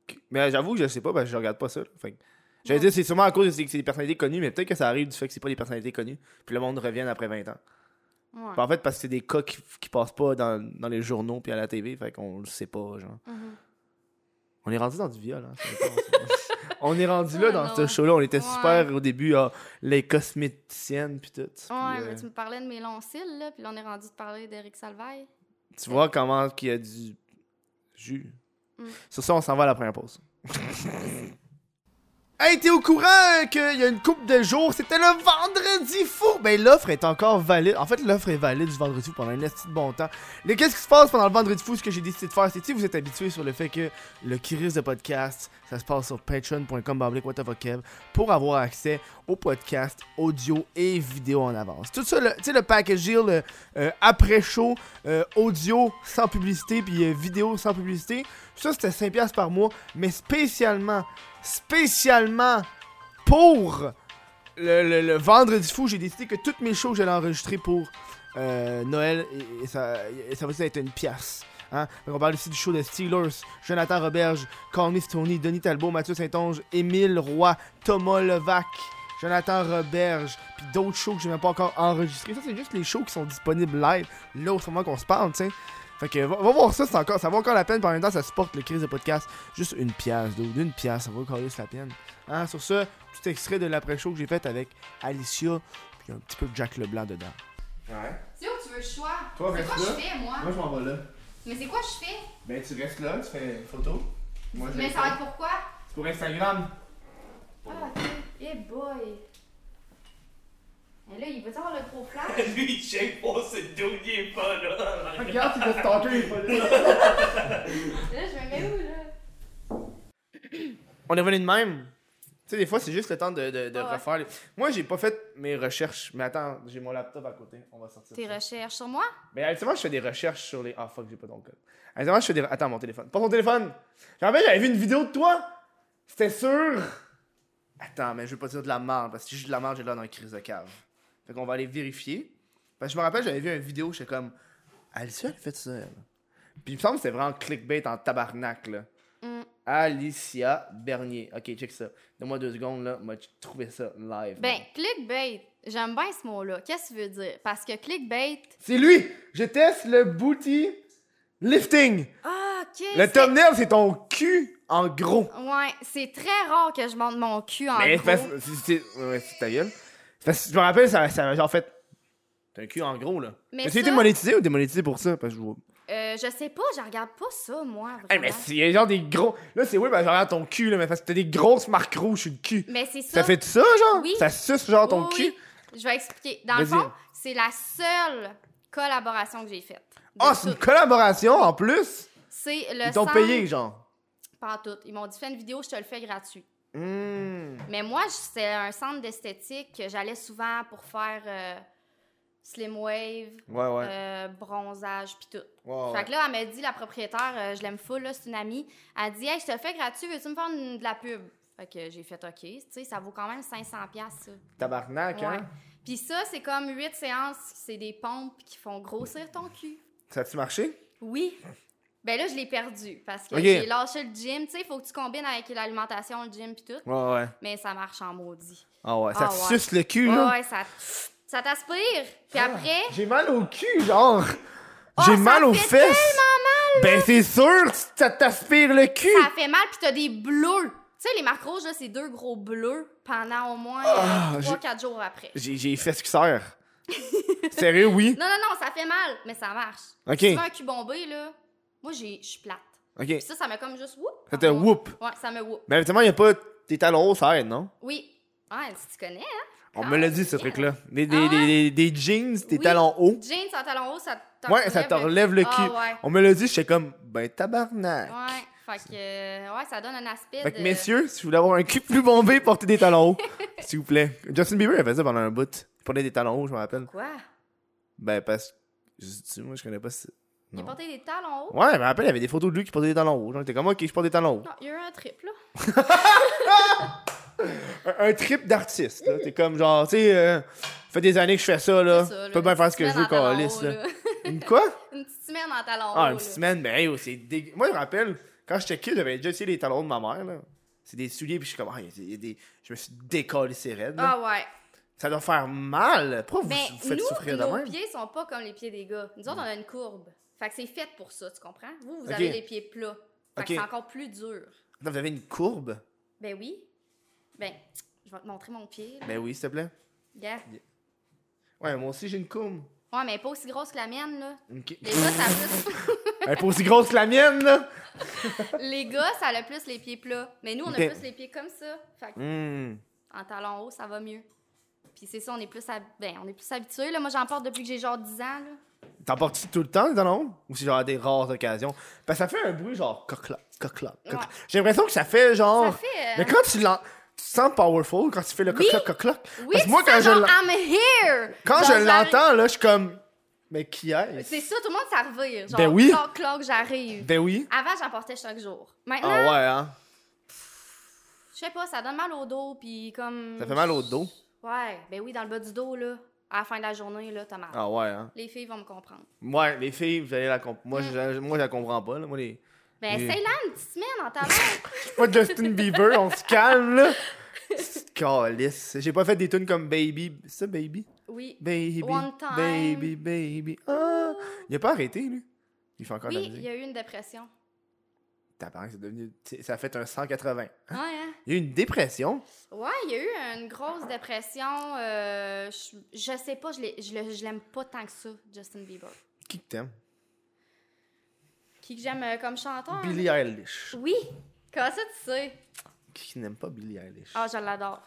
S1: que- Mais j'avoue que je sais pas, parce que je regarde pas ça. là. Fait que- J'allais
S2: Non.
S1: dire, c'est sûrement à cause que c'est que c'est des personnalités connues, mais peut-être que ça arrive du fait que c'est pas des personnalités connues, puis le monde revient après 20 ans.
S2: Ouais.
S1: Puis en fait, parce que c'est des cas qui, qui passent pas dans, dans les journaux puis à la TV, fait qu'on le sait pas, genre.
S2: Mhm.
S1: On est rendu dans du viol, hein, c'est intense, hein. on est rendu là
S2: Ah,
S1: dans
S2: non.
S1: ce show-là. On était
S2: Ouais.
S1: super au début, ah, les cosméticiennes puis tout. Puis,
S2: Ouais,
S1: euh,
S2: mais tu me parlais de mes longs cils, là, puis là, on est rendu de parler d'Éric Salvaille.
S1: Tu vois comment qu'il y a du jus.
S2: Mm.
S1: Sur ça, on s'en va à la première pause. hey, t'es au courant qu'il y a une coupe de jours, c'était le vendredi fou! Ben, l'offre est encore valide. En fait, l'offre est valide du vendredi fou pendant un petit bon temps. Mais qu'est-ce qui se passe pendant le vendredi fou? Ce que j'ai décidé de faire, c'est si vous êtes habitué sur le fait que le Kiris de podcast, ça se passe sur patreon.com bablique whatavokev pour avoir accès au podcast audio et vidéo en avance. Tout ça, le- tu sais, le package deal, le euh, après-show, euh, audio sans publicité, puis euh, vidéo sans publicité. Ça, c'était 5$ piastres par mois, mais spécialement, spécialement pour le, le- le vendredi fou, j'ai décidé que toutes mes shows, j'allais enregistrer pour euh, Noël, et, et ça, et ça va être une pièce. Hein? Donc, on parle ici du show de Steelers, Jonathan Roberge, Corny Stoney, Denis Talbot, Mathieu Saint-Onge, Émile Roy, Thomas Levac, Jonathan Roberge, puis d'autres shows que je n'ai même pas encore enregistrés. Ça, c'est juste les shows qui sont disponibles live, là, au moment qu'on se parle, tu sais. Fait que, va, va voir ça, c'est encore, ça vaut encore la peine, par en même temps, ça supporte le crise de podcast. Juste une pièce, d'eau, une pièce, ça vaut encore juste la peine. Hein, sur ce, petit extrait de l'après-show que j'ai fait avec Alicia, puis un petit peu de Jack Leblanc dedans. Ouais.
S2: C'est où tu veux le choix?
S1: Toi,
S2: c'est
S1: reste
S2: quoi
S1: là.
S2: je fais, moi?
S1: je m'en vais là.
S2: Mais c'est quoi je fais?
S1: Ben, tu restes là, tu fais une photo. Moi,
S2: Mais ça va être pourquoi?
S1: C'est pour Instagram.
S2: Ah, ok. Eh boy! Mais Eh, là, il va avoir le gros flash?
S4: Lui, il check pas, c'est dude, il est pas là.
S1: Ah, Regarde, tu vas stalker les photos.
S2: là, je me mets où, là?
S1: On est revenu de même. Tu sais, des fois, c'est juste le temps de, de, de
S2: Ah ouais.
S1: refaire. les- Moi, j'ai pas fait mes recherches. Mais attends, j'ai mon laptop à côté. On va sortir.
S2: Tes
S1: ça.
S2: recherches sur moi?
S1: Mais habituellement, je fais des recherches sur les. Ah, fuck, j'ai pas ton code. Habituellement, je fais des. Attends, mon téléphone. Pas ton téléphone. Je me rappelle, j'avais vu une vidéo de toi. C'était sûr. Attends, mais je veux pas dire de la merde. Parce que si je dis de la merde, j'ai l'air d'un crise de cave. Fait qu'on va aller vérifier. Parce que je me rappelle, j'avais vu une vidéo, j'étais comme, Alicia, elle fait ça, elle. Puis il me semble que c'était vraiment clickbait en tabarnak, là.
S2: Mm.
S1: Alicia Bernier. Ok, check ça. Donne-moi deux secondes, là. Moi, j'ai trouvé ça live.
S2: Ben,
S1: man.
S2: clickbait, j'aime bien ce mot-là. Qu'est-ce que tu veux dire? Parce que clickbait.
S1: C'est lui! Je teste le booty lifting.
S2: Ah, ok.
S1: Le
S2: c'est-
S1: thumbnail, c'est ton cul en gros.
S2: Ouais, c'est très rare que je monte mon cul en
S1: Mais
S2: gros.
S1: c'est parce- c'est. c'est- Ouais, c'est ta gueule. C'est parce que je me rappelle, ça ça m'a genre fait. T'as un cul en gros, là.
S2: Mais
S1: As-tu été
S2: ça-
S1: monétisé ou démonétisé pour ça? Parce que je vois. Ah.
S2: Euh, je sais pas, je regarde pas ça, moi. Vraiment.
S1: Hey, Eh, mais s'il y a genre des gros. Là, c'est oui, ben, genre ton cul, là. Mais parce que t'as des grosses marques rouges sur le cul.
S2: Mais c'est ça.
S1: Ça fait ça, genre?
S2: Oui.
S1: Ça suce, genre, ton
S2: Oui,
S1: cul?
S2: oui. Je vais expliquer. Dans le
S1: Vas-y.
S2: fond, c'est la seule collaboration que j'ai faite. De
S1: Ah, c'est une
S2: toutes.
S1: collaboration en plus?
S2: C'est le
S1: Ils t'ont
S2: centre-
S1: payé, genre.
S2: Pas en tout. Ils m'ont dit fais une vidéo, je te le fais gratuit.
S1: Hmm.
S2: Mais moi, je- c'est un centre d'esthétique que j'allais souvent pour faire euh, slim wave,
S1: Ouais, ouais.
S2: euh, bronzage, puis tout.
S1: Ouais, ouais.
S2: Fait que là, elle m'a dit, la propriétaire, euh, je l'aime full, là, c'est une amie. Elle dit, hey, je te fais gratuit, veux-tu me faire une- de la pub? Fait que j'ai fait OK. Tu sais, ça vaut quand même 500$, piastres, ça.
S1: Tabarnak,
S2: Ouais.
S1: hein?
S2: Puis ça, c'est comme huit séances, c'est des pompes qui font grossir ton cul.
S1: Ça a-tu marché?
S2: Oui. Ben là, je l'ai perdu parce que
S1: Ok.
S2: j'ai lâché le gym. Tu sais, il faut que tu combines avec l'alimentation, le gym, puis tout.
S1: Ouais, ouais.
S2: Mais ça marche en maudit.
S1: Ah ouais, ça
S2: Ah
S1: te
S2: ouais.
S1: suce le cul,
S2: Ouais,
S1: là. Ah.
S2: ouais, ça, ça t'aspire. Puis après,
S1: J'ai mal au cul, genre.
S2: Oh,
S1: J'ai
S2: ça
S1: mal aux
S2: fait
S1: fesses. ben, c'est sûr, tu- ça t'aspire le cul.
S2: ça fait mal, puis t'as des bleus. Tu sais, les marques rouges, là, c'est deux gros bleus pendant au moins
S1: Ah, j'ai-
S2: 3-4 jours après.
S1: J'ai j'ai les fesses qui serrent. Sérieux, oui.
S2: Non, non, non, ça fait mal, mais ça marche.
S1: Ok.
S2: Tu veux un cul bombé, là, moi, j'ai- je suis plate.
S1: Ok.
S2: Puis ça, ça m'a comme juste whoop.
S1: Ça te whoop.
S2: Ouais, ça me whoop.
S1: Mais évidemment, y a pas. Tes talons hauts, ça aide, non?
S2: Oui. Ah, si tu connais, hein?
S1: On
S2: Ah,
S1: me l'a dit, ce
S2: yeah.
S1: truc-là. Des, des,
S2: Ah ouais?
S1: des, des- des jeans, tes
S2: Oui.
S1: talons hauts.
S2: Jeans en talons hauts, ça te
S1: Ouais, ça te relève le cul.
S2: Ah, ouais.
S1: On me l'a dit, j'étais comme, ben, tabarnak.
S2: Ouais, fait que, euh, ouais, ça donne un aspect
S1: Fait que,
S2: de...
S1: messieurs, si vous voulez avoir un cul plus bombé, portez des talons hauts. S'il vous plaît. Justin Bieber, il faisait ça pendant un bout. Il portait des talons hauts, je me rappelle.
S2: Quoi?
S1: Ben, parce que. Tu moi, je connais pas ça.
S2: Il
S1: Non.
S2: portait des talons hauts?
S1: Ouais, je me rappelle, il y avait des photos de lui qui portait des talons hauts. Genre, j'étais comme, ok, je porte des talons hauts.
S2: Non, il y a eu un trip, là.
S1: Un, un trip d'artiste, là. T'es comme, genre, tu sais, euh, fait des années que je fais ça, là.
S2: C'est ça,
S1: Je peux bien
S2: une
S1: faire ce que je
S2: petite
S1: veux,
S2: semaine en talons
S1: Calis,
S2: hauts,
S1: là.
S2: là.
S1: Une quoi?
S2: Une petite semaine en talons
S1: Ah,
S2: hauts,
S1: une petite
S2: là.
S1: semaine, mais hey, oh, c'est dégueu. Moi, je me rappelle, quand j'étais kid, j'avais déjà essayé les talons de ma mère, là. C'est des souliers, puis je suis comme, ah, il y a des- il y a des. Je me suis décollé ces raides, là.
S2: Ah, ouais.
S1: Ça doit faire mal. Pourquoi vous,
S2: Mais
S1: vous faites
S2: nous,
S1: souffrir de
S2: nos
S1: même? Mm.
S2: pieds sont pas comme les pieds des gars. Nous autres, on a une courbe. Fait que c'est fait pour ça, tu comprends? Vous, vous
S1: Ok.
S2: avez les pieds plats. Fait que
S1: Ok.
S2: c'est encore plus dur.
S1: Attends, vous avez une courbe?
S2: Ben oui. Ben, je vais te montrer mon pied. là.
S1: Ben oui, s'il te plaît.
S2: Regarde.
S1: Ouais, moi aussi, j'ai une courbe.
S2: Ouais, mais pas aussi grosse que la mienne, là.
S1: Ok.
S2: Les gars, ça a plus...
S1: Elle est pas aussi grosse que la mienne, là.
S2: les gars, ça a le plus les pieds plats. Mais nous, on
S1: Ok.
S2: a plus les pieds comme ça. Fait que
S1: Hmm.
S2: en talons hauts, ça va mieux. Puis c'est ça, on est plus, hab- ben, on est plus habitués. Là. Moi, j'en porte depuis que j'ai genre 10 ans. Là.
S1: T'en portes-tu tout le temps, les talons hauts? Ou c'est genre à des rares occasions? Parce que ça fait un bruit genre cocla, cocla, cocla.
S2: Ouais.
S1: J'ai l'impression que ça fait genre.
S2: Ça fait, euh,
S1: Mais quand tu l'en. Tu te sens powerful quand tu fais le
S2: Oui.
S1: cocla, cocla.
S2: Oui,
S1: Parce que moi, quand je, l'en-
S2: I'm here!
S1: quand
S2: Genre,
S1: je l'entends, là, je suis comme. Mais qui est-ce?
S2: Euh, C'est ça, tout le monde, ça revire. Genre,
S1: Ben oui.
S2: cloc, cloc, j'arrive.
S1: Ben oui.
S2: Avant, j'en portais chaque jour.
S1: Ah
S2: Maintenant,
S1: ouais, hein.
S2: je sais pas, ça donne mal au dos, puis comme...
S1: Ça fait mal au dos.
S2: Ouais, ben oui, dans le bas du dos, là. À la fin de la journée, là, t'as mal.
S1: Ah ouais, hein.
S2: Les filles vont me comprendre.
S1: Ouais, les filles, vous allez la comprendre. Moi,
S2: Mm.
S1: je, moi, je la comprends pas, là. Moi, les.
S2: Ben,
S1: Oui.
S2: essaye là une petite semaine en talons.
S1: Pas Justin Bieber, on se calme, là. Calice. J'ai pas fait des tunes comme Baby. C'est ça, Baby?
S2: Oui.
S1: Baby.
S2: One time.
S1: Baby, baby. Ah. Il a pas arrêté, lui. Il fait encore de
S2: Oui,
S1: la
S2: il
S1: musique.
S2: y a eu une dépression.
S1: T'as parlé que c'est devenu. c'est- Ça a fait un 180.
S2: Ouais, hein?
S1: Il y a eu une dépression.
S2: Ouais, il y a eu une grosse dépression. euh, je, je sais pas, je l'ai- je le- je l'aime pas tant que ça, Justin Bieber.
S1: Qui que t'aimes?
S2: Qui que j'aime euh, comme chanteur?
S1: Billie Eilish.
S2: Oui! Comment ça, tu sais?
S1: Qui qui n'aime pas Billie Eilish?
S2: Ah, je l'adore.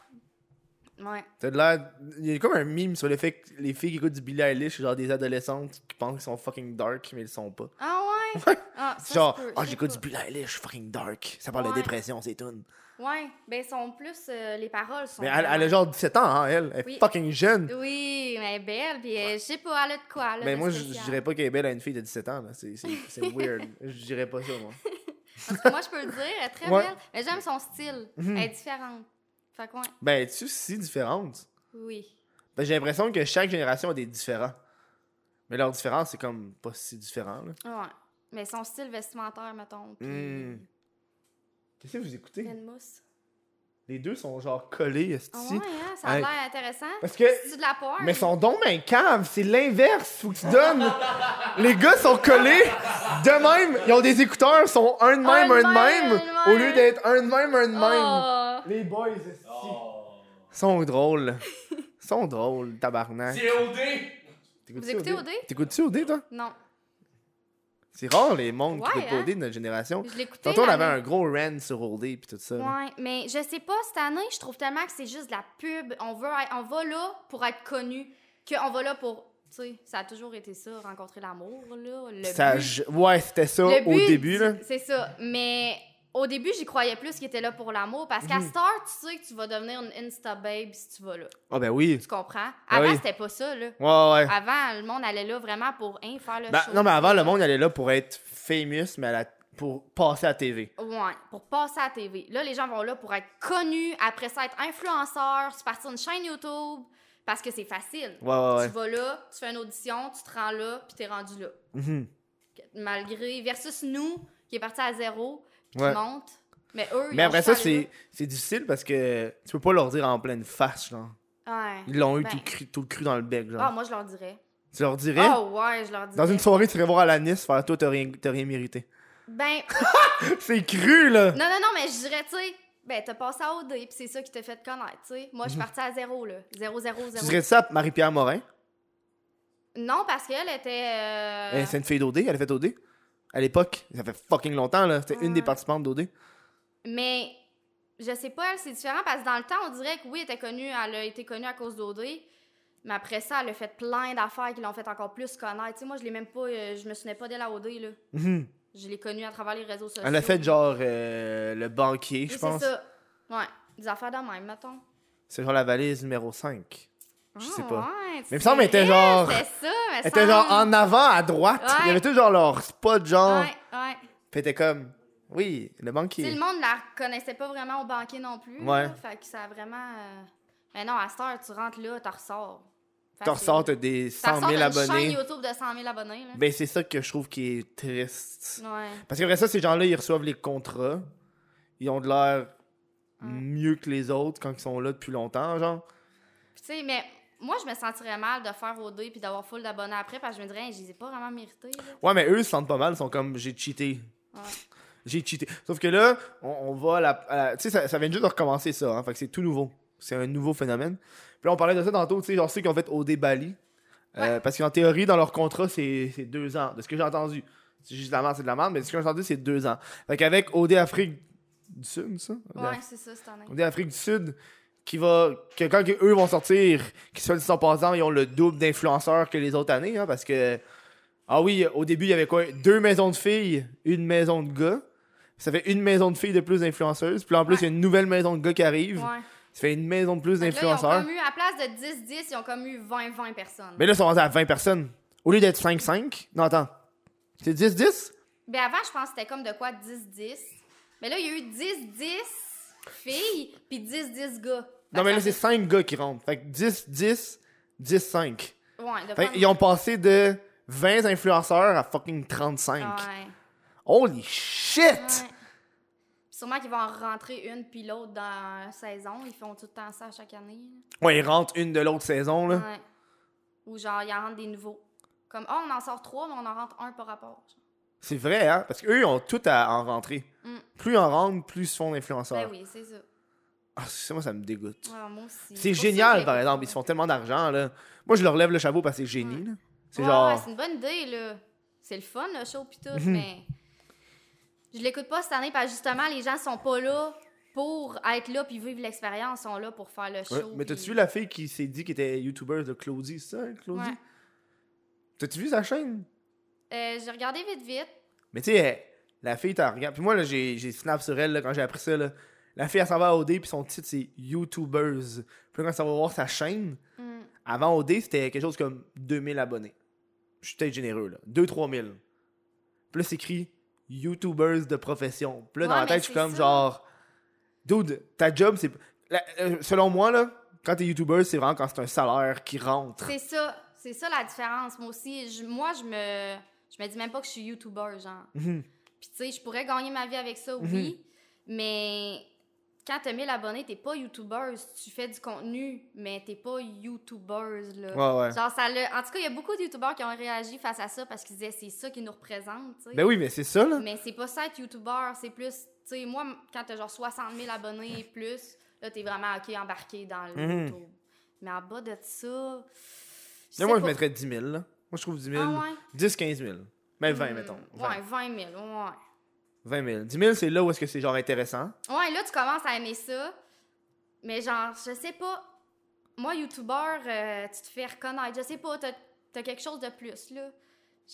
S2: Ouais.
S1: T'as de l'air. Il y a comme un mime sur le fait que les filles qui écoutent du Billie Eilish, c'est genre des adolescentes qui pensent qu'ils sont fucking dark, mais ils le sont pas.
S2: Ah ouais? Ah, ça,
S1: C'est genre,
S2: je peux-
S1: ah,
S2: je
S1: j'écoute
S2: sais
S1: du Billie Eilish, fucking dark. Ça parle de
S2: Ouais.
S1: dépression, c'est tout.
S2: pas. Ouais, ben ils sont plus... euh, les paroles sont...
S1: Mais elle, elle a genre 17 ans, hein, elle. Elle est
S2: Oui.
S1: fucking jeune.
S2: Oui, mais elle est belle, puis euh, je sais pas, elle a de quoi, là,
S1: Mais
S2: de
S1: moi, je
S2: spécial.
S1: je dirais pas qu'elle est belle à une fille de 17 ans. là. C'est c'est- c'est weird. Je dirais pas ça, moi.
S2: Parce que moi, je peux le dire, elle est très
S1: Ouais. Mhm.
S2: belle, mais j'aime son style. Elle est différente. Fait que ouais,
S1: Ben, es-tu si différente?
S2: oui.
S1: Fait que J'ai l'impression que chaque génération a des différents. Mais leur différence, c'est comme pas si différent. là.
S2: Ouais. Mais son style vestimentaire, mettons. Puis
S1: Hmm. Qu'est-ce que vous écoutez?
S2: plein de mousse.
S1: Les deux sont genre collés, esti.
S2: Ah ouais, hein? Ça a
S1: Hey.
S2: l'air intéressant.
S1: Parce que
S2: C'est de la poire.
S1: Mais son don, ben, cave, c'est l'inverse. Faut que tu donnes. Les gars sont collés de même. Ils ont des écouteurs, sont un de même,
S2: Un
S1: un
S2: de
S1: de
S2: même,
S1: même.
S2: un de
S1: Au
S2: même.
S1: lieu d'être un de même, un de même.
S2: Ah.
S1: Les boys, esti.
S3: Oh.
S1: sont drôles. sont drôles, tabarnak.
S4: C'est OD!
S1: T'écoutes-tu
S2: Vous écoutez OD?
S1: T'écoutes-tu OD, toi?
S2: Non.
S1: C'est rare les mondes qui
S2: Ouais,
S1: écoutent pas
S2: hein?
S1: OD de notre génération.
S2: Je l'écoutais.
S1: Tantôt, on avait
S2: l'année-
S1: un gros rant sur OD pis tout ça. là.
S2: Ouais, mais je sais pas, cette année, je trouve tellement que c'est juste de la pub. On, veut être- on va là pour être connu, qu'on va là pour. Tu sais, ça a toujours été ça, rencontrer l'amour, là. Le
S1: Ça,
S2: but.
S1: je- Ouais, c'était ça
S2: Le
S1: au
S2: but,
S1: début, là.
S2: C'est ça. Mais au début, j'y croyais plus qu'il était là pour l'amour. Parce
S1: Mhm.
S2: qu'à cette heure, tu sais que tu vas devenir une Insta babe si tu vas là.
S1: Ah, ben oui.
S2: Tu comprends?
S1: Ah
S2: Avant,
S1: oui.
S2: c'était pas ça, là.
S1: Ouais, ouais.
S2: Avant, le monde allait là vraiment pour hein, faire le
S1: Ben,
S2: show.
S1: non, mais avant, le monde allait là pour être famous, mais à la- pour passer à la TV.
S2: Ouais, pour passer à la TV. Là, les gens vont là pour être connus, après ça, être influenceurs, se partir une chaîne YouTube, parce que c'est facile.
S1: Ouais, ouais, ouais.
S2: Tu vas là, tu fais une audition, tu te rends là, puis t'es rendu là.
S1: Mhm.
S2: Malgré, versus nous, qui est parti à zéro, puis
S1: Ouais.
S2: qui monte. Mais eux, ils
S1: Mais
S2: ont
S1: après ça,
S2: juste à aller
S1: c'est c'est difficile parce que tu peux pas leur dire en pleine face, genre.
S2: là. Ouais.
S1: Ils l'ont eu
S2: Ben.
S1: tout, cru, tout cru dans le bec, genre.
S2: Ah, moi, je leur dirais.
S1: Tu leur dirais,
S2: Ah, ouais, je leur dirais.
S1: dans une soirée, tu irais voir à la Nice faire toi, t'as rien, t'as rien mérité.
S2: Ben,
S1: C'est cru, là!
S2: non, non, non, mais je dirais, tu sais, ben, t'as passé à OD, puis c'est ça qui t'a fait connaître, tu sais. Moi, je suis partie à zéro, là. Zéro, zéro,
S1: Mhm. Tu
S2: zéro. Euh.
S1: dirais ça à Marie-Pierre Morin?
S2: Non, parce qu'elle était. euh,
S1: Elle, C'est une fille d'OD, elle a fait OD. À l'époque, ça fait fucking longtemps, là. C'était une des
S2: Ouais.
S1: participantes d'OD.
S2: Mais je sais pas, elle, c'est différent parce que dans le temps, on dirait que oui, elle était connue, elle a été connue à cause d'Audrey. Mais après ça, elle a fait plein d'affaires qui l'ont fait encore plus connaître. Tu sais, moi, je l'ai même pas, euh, je me souvenais pas d'elle à Audrey, là.
S1: Mhm.
S2: Je l'ai connue à travers les réseaux sociaux.
S1: Elle a fait genre euh, le banquier,
S2: Oui,
S1: je pense.
S2: C'est ça. Ouais, des affaires de même, mettons.
S1: C'est genre la valise numéro 5. Je sais
S2: Ah,
S1: pas.
S2: ouais,
S1: Mais il me
S2: c'est
S1: semble qu'elle était
S2: vrai,
S1: genre-
S2: C'était ça, mais
S1: Elle était genre en avant, à droite.
S2: Ouais.
S1: Il y avait tout genre leur spot, genre.
S2: Ouais, ouais.
S1: Puis elle était comme, oui, le banquier.
S2: Tu sais, le monde la reconnaissait pas vraiment au banquier non plus.
S1: Ouais.
S2: là. fait que ça a vraiment. euh, Mais non, à cette heure, tu rentres là, t'en ressors.
S1: T'en
S2: Facile.
S1: ressors, t'as des
S2: Ça
S1: 100
S2: ressort
S1: 000
S2: d'une chaîne
S1: abonnés.
S2: YouTube de 100 000 abonnés. Là.
S1: Ben, c'est ça que je trouve qui est triste.
S2: Ouais.
S1: Parce qu'après ça, ces gens-là, ils reçoivent les contrats. Ils ont de l'air
S2: Ouais.
S1: mieux que les autres quand ils sont là depuis longtemps, genre.
S2: Puis, Tu sais, mais moi, je me sentirais mal de faire OD puis d'avoir full d'abonnés après parce que je me dirais, Hey, je les ai pas vraiment mérités. là.
S1: Ouais, mais eux, ils se sentent pas mal. Ils sont comme, j'ai cheaté.
S2: Ouais.
S1: J'ai cheaté. Sauf que là, on, on va à la. à la- tu sais, ça, ça vient juste de recommencer, ça. Hein, fait que c'est tout nouveau. C'est un nouveau phénomène. Puis là, on parlait de ça tantôt, tu sais, genre ceux qui ont fait OD Bali. Euh, Parce qu'en théorie, dans leur contrat, c'est c'est deux ans. De ce que j'ai entendu. C'est juste de la merde, c'est de la merde, mais de ce que j'ai entendu, c'est deux ans. Fait qu'avec OD Afrique du Sud, ça OD
S2: Ouais, c'est ça, cette année.
S1: on dit Afrique du Sud qui va que quand que eux vont sortir qui soit sont passant ils ont le double d'influenceurs que les autres années hein, parce que ah oui au début il y avait quoi deux maisons de filles une maison de gars ça fait une maison de filles de plus d'influenceuses puis là, en plus il y a une nouvelle maison de gars qui arrive
S2: Ouais.
S1: ça fait une maison de plus
S2: Fait que là, ils ont
S1: d'influenceurs
S2: comme eu, à place de 10-10, ils ont comme eu 20-20 personnes.
S1: mais là ils sont rendus à 20 personnes au lieu d'être 5-5 non attends c'est 10-10
S2: Mais Ben, avant, je pense que c'était comme de quoi 10-10. Mais là, il y a eu 10-10 filles puis 10-10 gars. Fait
S1: non mais là
S2: que ça
S1: c'est 5 gars qui rentrent fait que 10-10 10-5
S2: fait- Ouais, de
S1: Fait
S2: quoi-
S1: qu'ils Ben, ont passé de 20 influenceurs à fucking 35.
S2: Ouais.
S1: Holy shit!
S2: ouais. Sûrement qu'ils vont en rentrer une puis l'autre dans la saison. Ils font tout le temps ça à chaque année. là.
S1: Ouais, ils rentrent une de l'autre saison, là.
S2: Ouais. Ou genre, il en rentre des nouveaux. Comme, oh, on en sort trois, mais on en rentre un par rapport.
S1: C'est vrai, hein? Parce qu'eux, ils ont tout à en rentrer.
S2: Mm.
S1: Plus ils en rentrent, plus ils se font d'influenceurs.
S2: Ben oui, c'est ça.
S1: Ah, ça, moi, ça me dégoûte.
S2: Ouais, moi aussi.
S1: C'est
S2: Pour ça,
S1: génial,
S2: je
S1: par
S2: l'écoute.
S1: exemple. Ils se font tellement d'argent, là. Moi, je leur lève le chapeau parce que c'est génie, là. C'est
S2: Ouais, ouais,
S1: genre...
S2: c'est une bonne idée, là. C'est le fun, le show, pis tout,
S1: Mhm.
S2: mais. Je l'écoute pas cette année parce que justement, les gens sont pas là pour être là puis vivre l'expérience. Ils sont là pour faire le show.
S1: Ouais, Mais
S2: puis-
S1: t'as-tu vu la fille qui s'est dit qu'elle était youtubeuse de Claudie, c'est ça, hein, Claudie?
S2: Ouais.
S1: T'as-tu vu sa chaîne?
S2: Euh, J'ai regardé vite, vite.
S1: Mais tu sais, elle- la fille, t'en regardes. Puis moi, là, j'ai, j'ai snap sur elle là, quand j'ai appris ça. Là. La fille, elle s'en va à OD, puis son titre, c'est YouTubeuse. Puis quand ça va voir sa chaîne,
S2: Mm.
S1: avant OD, c'était quelque chose comme 2000 abonnés. Je suis peut-être généreux, là. 2-3000. Puis là, c'est écrit YouTubeuse de profession. Puis là, dans
S2: Ouais,
S1: la
S2: mais
S1: tête, je suis
S2: c'est
S1: comme
S2: ça.
S1: genre. Dude, ta job, c'est. la- euh, selon moi, là, Quand t'es YouTuber, c'est vraiment quand c'est un salaire qui rentre.
S2: C'est ça, c'est ça la différence. Moi aussi, je- moi, je me, je me dis même pas que je suis YouTuber, genre.
S1: Mhm.
S2: Puis, tu sais, je pourrais gagner ma vie avec ça, oui, mais quand t'as 1000 abonnés, t'es pas YouTuber. Tu fais du contenu, mais t'es pas YouTuber, là.
S1: Ouais, ouais.
S2: Genre, ça l'a- En tout cas, il y a beaucoup de YouTubers qui ont réagi face à ça parce qu'ils disaient c'est ça qui nous représente, tu sais.
S1: Ben oui, mais c'est ça, là.
S2: Mais c'est pas ça être YouTuber, c'est plus. Tu sais, moi, m- quand t'as genre 60 000 abonnés et plus, là, t'es vraiment OK embarqué dans le
S1: Mhm.
S2: YouTube. Mais en bas de ça.
S1: Mais moi,
S2: sais
S1: je
S2: pas.
S1: mettrais 10 000, là. Moi, je trouve 10 000.
S2: Ah ouais?
S1: 10, 15 000. Même 20,
S2: Hmm,
S1: Ben, mettons. 20.
S2: Ouais, 20 000, ouais.
S1: 20 000. 10 000, c'est là où est-ce que c'est genre intéressant.
S2: Ouais, là, tu commences à aimer ça. Mais genre, je sais pas. Moi, YouTubeur, euh, tu te fais reconnaître. Je sais pas, t'as as quelque chose de plus, là.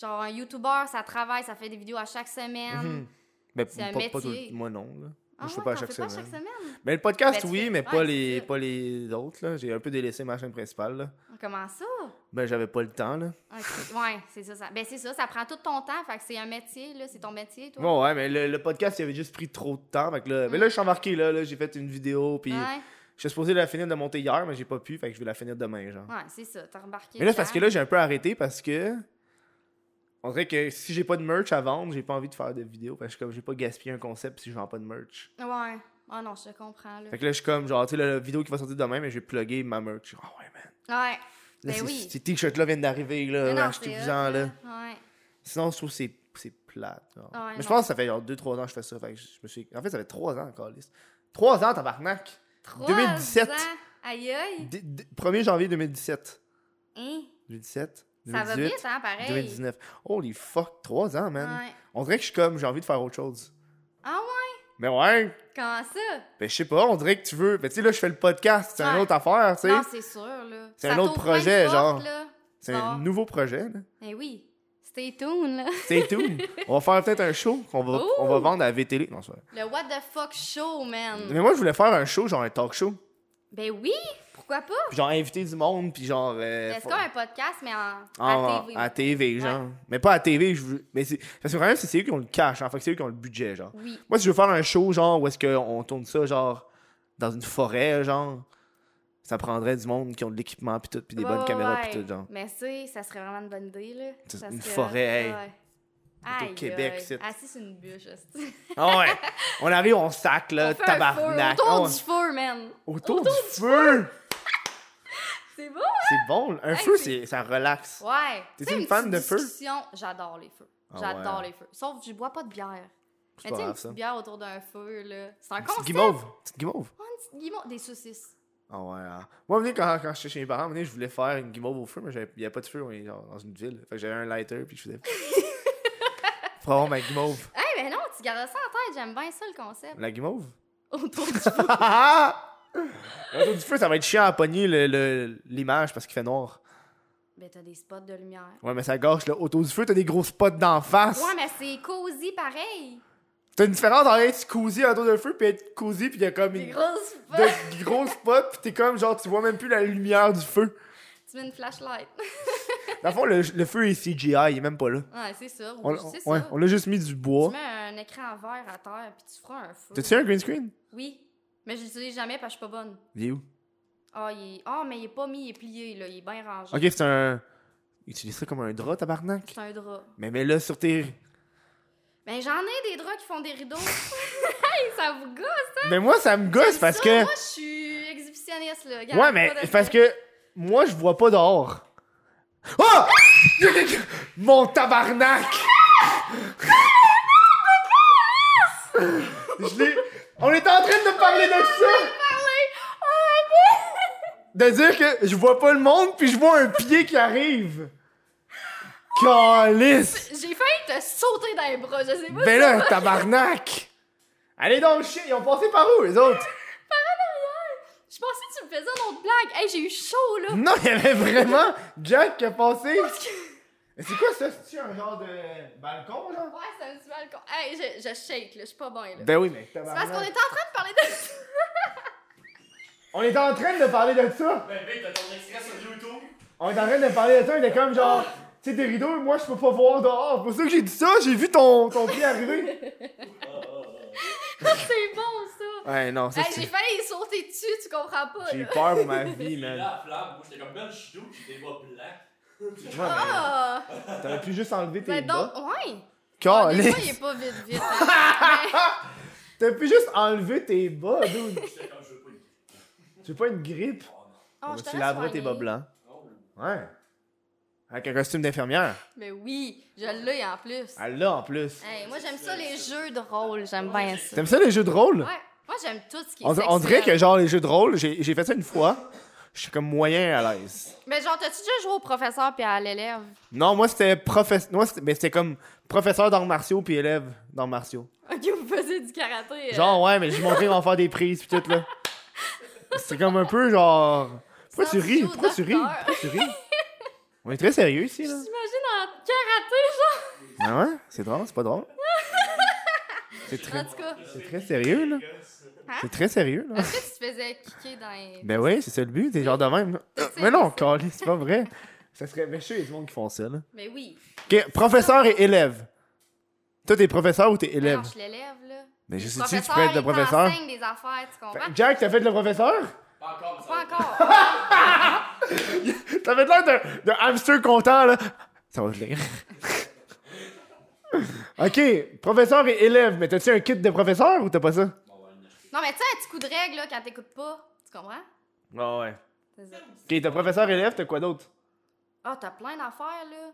S2: Genre, un YouTuber, ça travaille, ça fait des vidéos à chaque semaine.
S1: Mhm. Mais
S2: Hmm. C'est un
S1: pas, pas tout-
S2: métier.
S1: Moi, non, là.
S2: Ah
S1: je fais
S2: ouais,
S1: pas à
S2: t'en
S1: chaque
S2: fais pas
S1: semaine.
S2: semaine?
S1: Mais le podcast,
S2: Ben, tu
S1: oui,
S2: fais-
S1: mais
S2: ouais,
S1: pas,
S2: c'est
S1: les,
S2: ça.
S1: pas les autres, là. J'ai un peu délaissé ma chaîne principale, là.
S2: Comment ça?
S1: Ben, j'avais pas le temps, là.
S2: Ok, Ouais, c'est ça, ça. Ben, c'est ça, ça prend tout ton temps. Fait que c'est un métier, là. C'est ton métier, toi. Hmm.
S1: Bon, ouais, mais le, le podcast, il avait juste pris trop de temps. Fait que là, mais là, je suis embarqué, là. là j'ai fait une vidéo, puis
S2: ouais,
S1: je suis supposé la finir de monter hier, mais j'ai pas pu. Fait que je vais la finir demain, genre.
S2: ouais c'est ça. T'as remarqué.
S1: Mais là, c'est parce que là, j'ai un peu arrêté parce que. On dirait que si j'ai pas de merch à vendre, j'ai pas envie de faire de vidéo. Parce que comme j'ai pas gaspillé un concept si je vends pas de merch.
S2: Ouais. Ah non, je te comprends, là.
S1: Fait que là, je suis comme, genre, tu sais, la vidéo qui va sortir demain, mais je vais plugger ma merch. Je suis comme, Ah ouais, man.
S2: Ouais.
S1: Là,
S2: Ben
S1: ces-
S2: oui.
S1: Ces t-shirts-là viennent d'arriver,
S2: Mais
S1: là.
S2: non, c'est
S1: Achetez-vous-en,
S2: hot,
S1: là.
S2: Ouais.
S1: Sinon, je trouve que c'est, c'est plate. genre.
S2: Ah Ouais,
S1: mais je
S2: non.
S1: pense que ça fait genre 2-3 ans que je fais ça. Fait que je me suis... En fait, ça fait 3 ans encore, 3 ans, tabarnak.
S2: Trois
S1: 2017.
S2: ans. Aïe, aïe.
S1: D- d- 1er janvier 2017.
S2: Hein?
S1: 2017.
S2: Ça va
S1: 2018,
S2: vite, hein, pareil.
S1: 2019. Holy fuck, 3 ans, man.
S2: Ouais.
S1: On dirait que je suis comme, j'ai envie de faire autre chose.
S2: Ah ouais?
S1: Mais ouais,
S2: Comment ça?
S1: ben je sais pas, on dirait que tu veux. Ben tu sais, là, je fais le podcast, c'est une
S2: Ouais.
S1: autre affaire, tu sais.
S2: Non, c'est sûr, là.
S1: c'est
S2: Ça
S1: un autre
S2: t'ouvre plein de
S1: projet,
S2: portes,
S1: genre.
S2: là.
S1: C'est
S2: Bon.
S1: un nouveau projet, là.
S2: Eh oui. Stay tuned, là.
S1: C'est tout. on va faire peut-être un show qu'on va,
S2: Ouh. Mm.
S1: on va vendre à VTL. Non, c'est vrai.
S2: Le What the Fuck Show, man.
S1: Mais moi, je voulais faire un show, genre un talk show.
S2: Ben oui! Pourquoi pas?
S1: Puis genre inviter du monde, puis genre. euh,
S2: C'est
S1: faut-
S2: comme un podcast, mais en,
S1: Ah,
S2: à TV.
S1: à TV,
S2: Ouais.
S1: genre. Mais pas à TV, je veux. Mais c'est. Parce que le problème, c'est que c'est eux qui ont le cash, en fait, que c'est eux qui ont le budget, genre.
S2: Oui.
S1: Moi, si je veux faire un show, genre, où est-ce qu'on tourne ça, genre, dans une forêt, genre, ça prendrait du monde qui ont de l'équipement, puis tout, puis des
S2: Ouais,
S1: bonnes
S2: ouais,
S1: caméras,
S2: ouais.
S1: puis tout, genre.
S2: Mais c'est, ça serait vraiment une bonne idée, là.
S1: C'est
S2: Ça
S1: une
S2: serait-
S1: forêt, hey.
S2: Ouais.
S1: est au
S2: Aïe,
S1: Québec,
S2: aïe.
S1: c'est-
S2: Assis sur une bûche, hostie.
S1: Ah ouais! On arrive, on sac,
S2: On
S1: là,
S2: fait un
S1: tabarnak.
S2: feu, Autour
S1: Ah ouais.
S2: du feu, man.
S1: Autour du feu!
S2: C'est beau?
S1: C'est bon, un feu,
S2: c'est-
S1: c'est- ça relaxe.
S2: Ouais.
S1: T'es-tu
S2: Tu sais,
S1: une fan
S2: petite
S1: de feu?
S2: discussion, J'adore les feux.
S1: Ah
S2: J'adore
S1: ouais.
S2: les feux. Sauf que je bois pas de bière.
S1: C'est pas
S2: Mais tu sais, une
S1: grave,
S2: petite
S1: ça.
S2: bière autour d'un feu, là. C'est un
S1: Petite
S2: concept.
S1: guimauve! Petite guimauve!
S2: Ouais, une petite guimauve. Des saucisses.
S1: Ah ouais. ah. Moi, venez, quand, quand j'étais chez mes parents, venez, je voulais faire une guimauve au feu, mais j'avais- il n'y avait pas de feu, on est genre dans une ville. Fait que j'avais un lighter, puis je faisais. Pour avoir ma guimauve.
S2: Eh ben non, tu gardes ça en tête. J'aime bien ça, le concept.
S1: La guimauve?
S2: Autour du
S1: Autour du feu, ça va être chiant à pogner le- le- l'image parce qu'il fait noir.
S2: Ben, t'as des spots de lumière.
S1: Ouais, mais ça gâche, là. Autour du feu, t'as des gros spots d'en face.
S2: Ouais, mais c'est cosy pareil.
S1: T'as une différence entre être cozy autour du feu, puis être cozy, puis il y a comme
S2: Des
S1: une.
S2: grosses spots.
S1: De gros spots, puis t'es comme genre, tu vois même plus la lumière du feu.
S2: Tu mets une flashlight.
S1: Dans le fond, le, le feu est CGI, il est même pas là.
S2: Ouais, c'est ça.
S1: On,
S2: rouge, c'est
S1: on- ouais,
S2: ça.
S1: on l'a juste mis du
S2: Tu
S1: bois.
S2: mets un écran vert à terre puis tu feras un feu.
S1: T'as-tu un green screen?
S2: Oui, mais je l'utilise jamais parce que je suis pas bonne.
S1: Il est où?
S2: Ah, il est... ah, mais il est pas mis, il est plié, là. Il est bien rangé.
S1: Ok, c'est un. Utilise ça comme un drap, tabarnak.
S2: C'est un drap.
S1: Mais mets-le sur tes.
S2: Ben, j'en ai des draps qui font des rideaux. hey, ça vous gosse!
S1: Mais moi, ça me gosse
S2: ça,
S1: parce que.
S2: Moi, je suis exhibitionniste, là. Regarde,
S1: Ouais, mais
S2: pas de-
S1: parce que moi, je vois pas dehors. Oh! Il y a quelqu'un- Mon tabarnak! je l'ai... On était en train de parler de ça! De dire que je vois pas le monde, puis je vois un pied qui arrive. Calice!
S2: J'ai failli te sauter dans les bras, je sais pas.
S1: Ben là, tabarnak! Allez donc, shit, ils ont passé par où, les autres?
S2: Je pensais que tu me faisais une autre blague. Hey, j'ai eu chaud, là.
S1: Non, il y avait vraiment Jack qui a passé. Mais C'est quoi ça? C'est-tu un genre de balcon, là?
S2: Ouais, ça me dit mal. con- Hey, je, je shake, là. Je suis pas bien, là.
S1: Ben oui, mais
S2: C'est parce
S1: tabarnak.
S2: qu'on était en train de parler de.
S1: On est en train de parler de ça.
S4: Ben mec, t'as ton extrait sur YouTube?
S1: On est en train de parler de ça. Il est comme genre, tu sais, des rideaux, moi, je peux pas voir dehors. C'est pour ça que j'ai dit ça. J'ai vu ton, ton pied arriver.
S2: c'est bon, ça!
S1: Ouais, non, ça
S2: Hey, j'ai
S1: c'est.
S2: failli sauter dessus, tu comprends pas,
S1: J'ai
S2: là.
S1: peur pour ma vie,
S3: Puis
S1: man.
S3: là, à flamme, moi, j'étais comme ben, je suis doux, j'ai des bas blancs.
S1: Ouais,
S2: Ah!
S1: mais T'aurais pu juste enlever tes
S2: Ben
S1: bas.
S2: donc, ouais! Ah, des
S1: Calais.
S2: fois, il est pas vite, vite. hein.
S1: T'aurais pu juste enlever tes bas, dude.
S3: J'étais comme, je veux pas une.
S1: Tu veux pas une grippe?
S3: Oh non.
S2: Mais- Oh, je te
S1: tu
S2: laisse
S1: laveras tes
S2: soigner.
S1: bas blancs.
S3: Non, mais-
S1: Ouais. Avec un costume d'infirmière.
S2: Mais oui, je l'ai en plus.
S1: Elle l'a en plus.
S2: Hey, moi, j'aime ça, les jeux de rôle. J'aime bien ça.
S1: T'aimes ça les jeux de rôle?
S2: Ouais. Moi, j'aime tout ce qui est hein.
S1: On, on dirait que
S2: sexuel.
S1: genre les jeux de rôle, j'ai j'ai fait ça une fois. Je suis comme moyen à l'aise.
S2: Mais genre, t'as-tu déjà joué au professeur puis à l'élève?
S1: Non, moi c'était professeur. Moi c'était- mais c'était comme professeur d'arts martiaux puis élève d'arts martiaux.
S2: Ok, vous faisiez du karaté. euh.
S1: Genre ouais, mais je montrais comment faire des prises puis tout là. C'est comme un peu genre. Pourquoi tu ris? Pourquoi tu ris? Pourquoi tu ris? On est très sérieux ici là.
S2: J'imagine en karaté,
S1: Ah ouais? C'est drôle, c'est pas drôle. C'est
S2: genre.
S1: très,
S2: En tout cas,
S1: c'est très sérieux là.
S2: Hein?
S1: C'est très sérieux là.
S2: est-ce que tu te faisais kicker dans les...
S1: Ben oui, c'est ça le but, t'es genre de même.
S2: C'est-
S1: Mais non, calé, c'est pas vrai. Ça serait méchant, il y a du monde qui font ça, là.
S2: Mais Ben oui.
S1: Ok, professeur et élève. Toi, t'es professeur ou t'es
S2: Mais
S1: élève?
S2: Non, je l'élève, là.
S1: Mais je
S2: Le
S1: sais-tu, tu peux être le
S2: il
S1: professeur?
S2: t'enseigne des affaires, tu
S1: Fait
S2: comprends?
S1: que Ben, Jack, t'as fait le professeur?
S3: Pas encore, mais ça
S2: Pas
S1: euh,
S3: va être-
S2: encore.
S1: T'avais l'air d'un d'un hamster content, là. Ça va venir. ok, professeur et élève, mais t'as-tu un kit de professeur ou t'as pas ça?
S3: Bon, on va aller l'acheter.
S2: Non, mais tu sais, un petit coup de règle, là, quand t'écoutes pas. Tu comprends?
S1: Ah ouais.
S2: C'est ça.
S1: Ok, t'as professeur élève, t'as quoi d'autre?
S2: Ah, t'as plein d'affaires, là.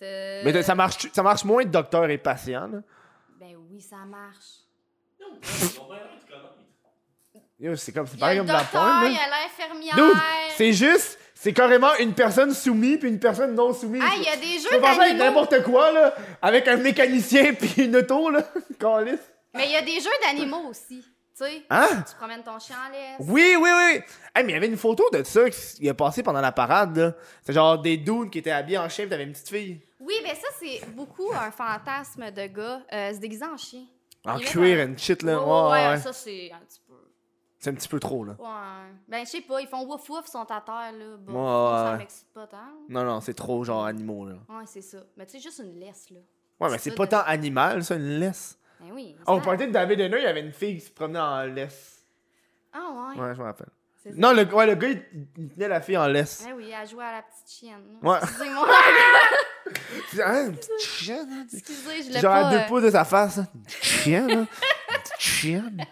S2: T'as-
S1: Mais t'as- ça marche, ça marche moins de docteur et patient, là.
S2: Ben oui, ça marche.
S3: Non, on va aller te connaître.
S1: Yo, C'est comme, c'est
S2: Il y a
S1: pareil
S2: le
S1: comme de la
S2: docteur,
S1: pointe, là.
S2: il y a l'infirmière.
S1: Dude, c'est juste, c'est carrément une personne soumise puis une personne non soumise.
S2: Ah, il y a des
S1: Je peux
S2: jeux
S1: penser avec
S2: d'animaux.
S1: n'importe quoi, là. Avec un mécanicien puis une auto, là. Câlisse.
S2: Mais il y a des jeux d'animaux aussi. Tu sais,
S1: Hein?
S2: tu promènes ton chien en laisse.
S1: Oui, oui, oui. Hey, mais il y avait une photo de ça qui a passé pendant la parade, là. C'est genre des dudes qui étaient habillés en chien pis t'avais une petite fille.
S2: Oui, mais ça, c'est beaucoup un fantasme de gars euh, se déguiser en chien.
S1: En
S2: Il y avait
S1: cuir and shit, là.
S2: Ouais,
S1: Euh, Ouais,
S2: ouais,
S1: ouais.
S2: ça, c'est un petit peu.
S1: C'est un petit peu trop, là.
S2: Ouais. Ben, je sais pas, ils font wouf wouf, ils sont à terre, là. Bon,
S1: Ouais,
S2: ça
S1: ouais.
S2: m'excite pas tant.
S1: Non, non, c'est trop, genre, animaux, là.
S2: Ouais, c'est ça. Mais tu sais, juste une laisse, là.
S1: Ouais, mais c'est pas tant animal, ça, une laisse.
S2: Ben oui.
S1: Oh, au
S2: c'est ça.
S1: party de David Deneuve, il y avait une fille qui se promenait en laisse.
S2: Ah, ouais.
S1: Ouais, je me rappelle.
S2: C'est ça.
S1: Non, le, ouais, le gars, il, il tenait la fille en laisse.
S2: Ben oui, elle jouait à la petite chienne. là.
S1: Ouais.
S2: Excusez-moi,
S1: Ah, une petite chienne, hein, tu-
S2: excusez, je l'ai
S1: Genre
S2: pas.
S1: à deux
S2: euh,
S1: pouces de sa face, là. Une petite chienne, là. Une petite chienne.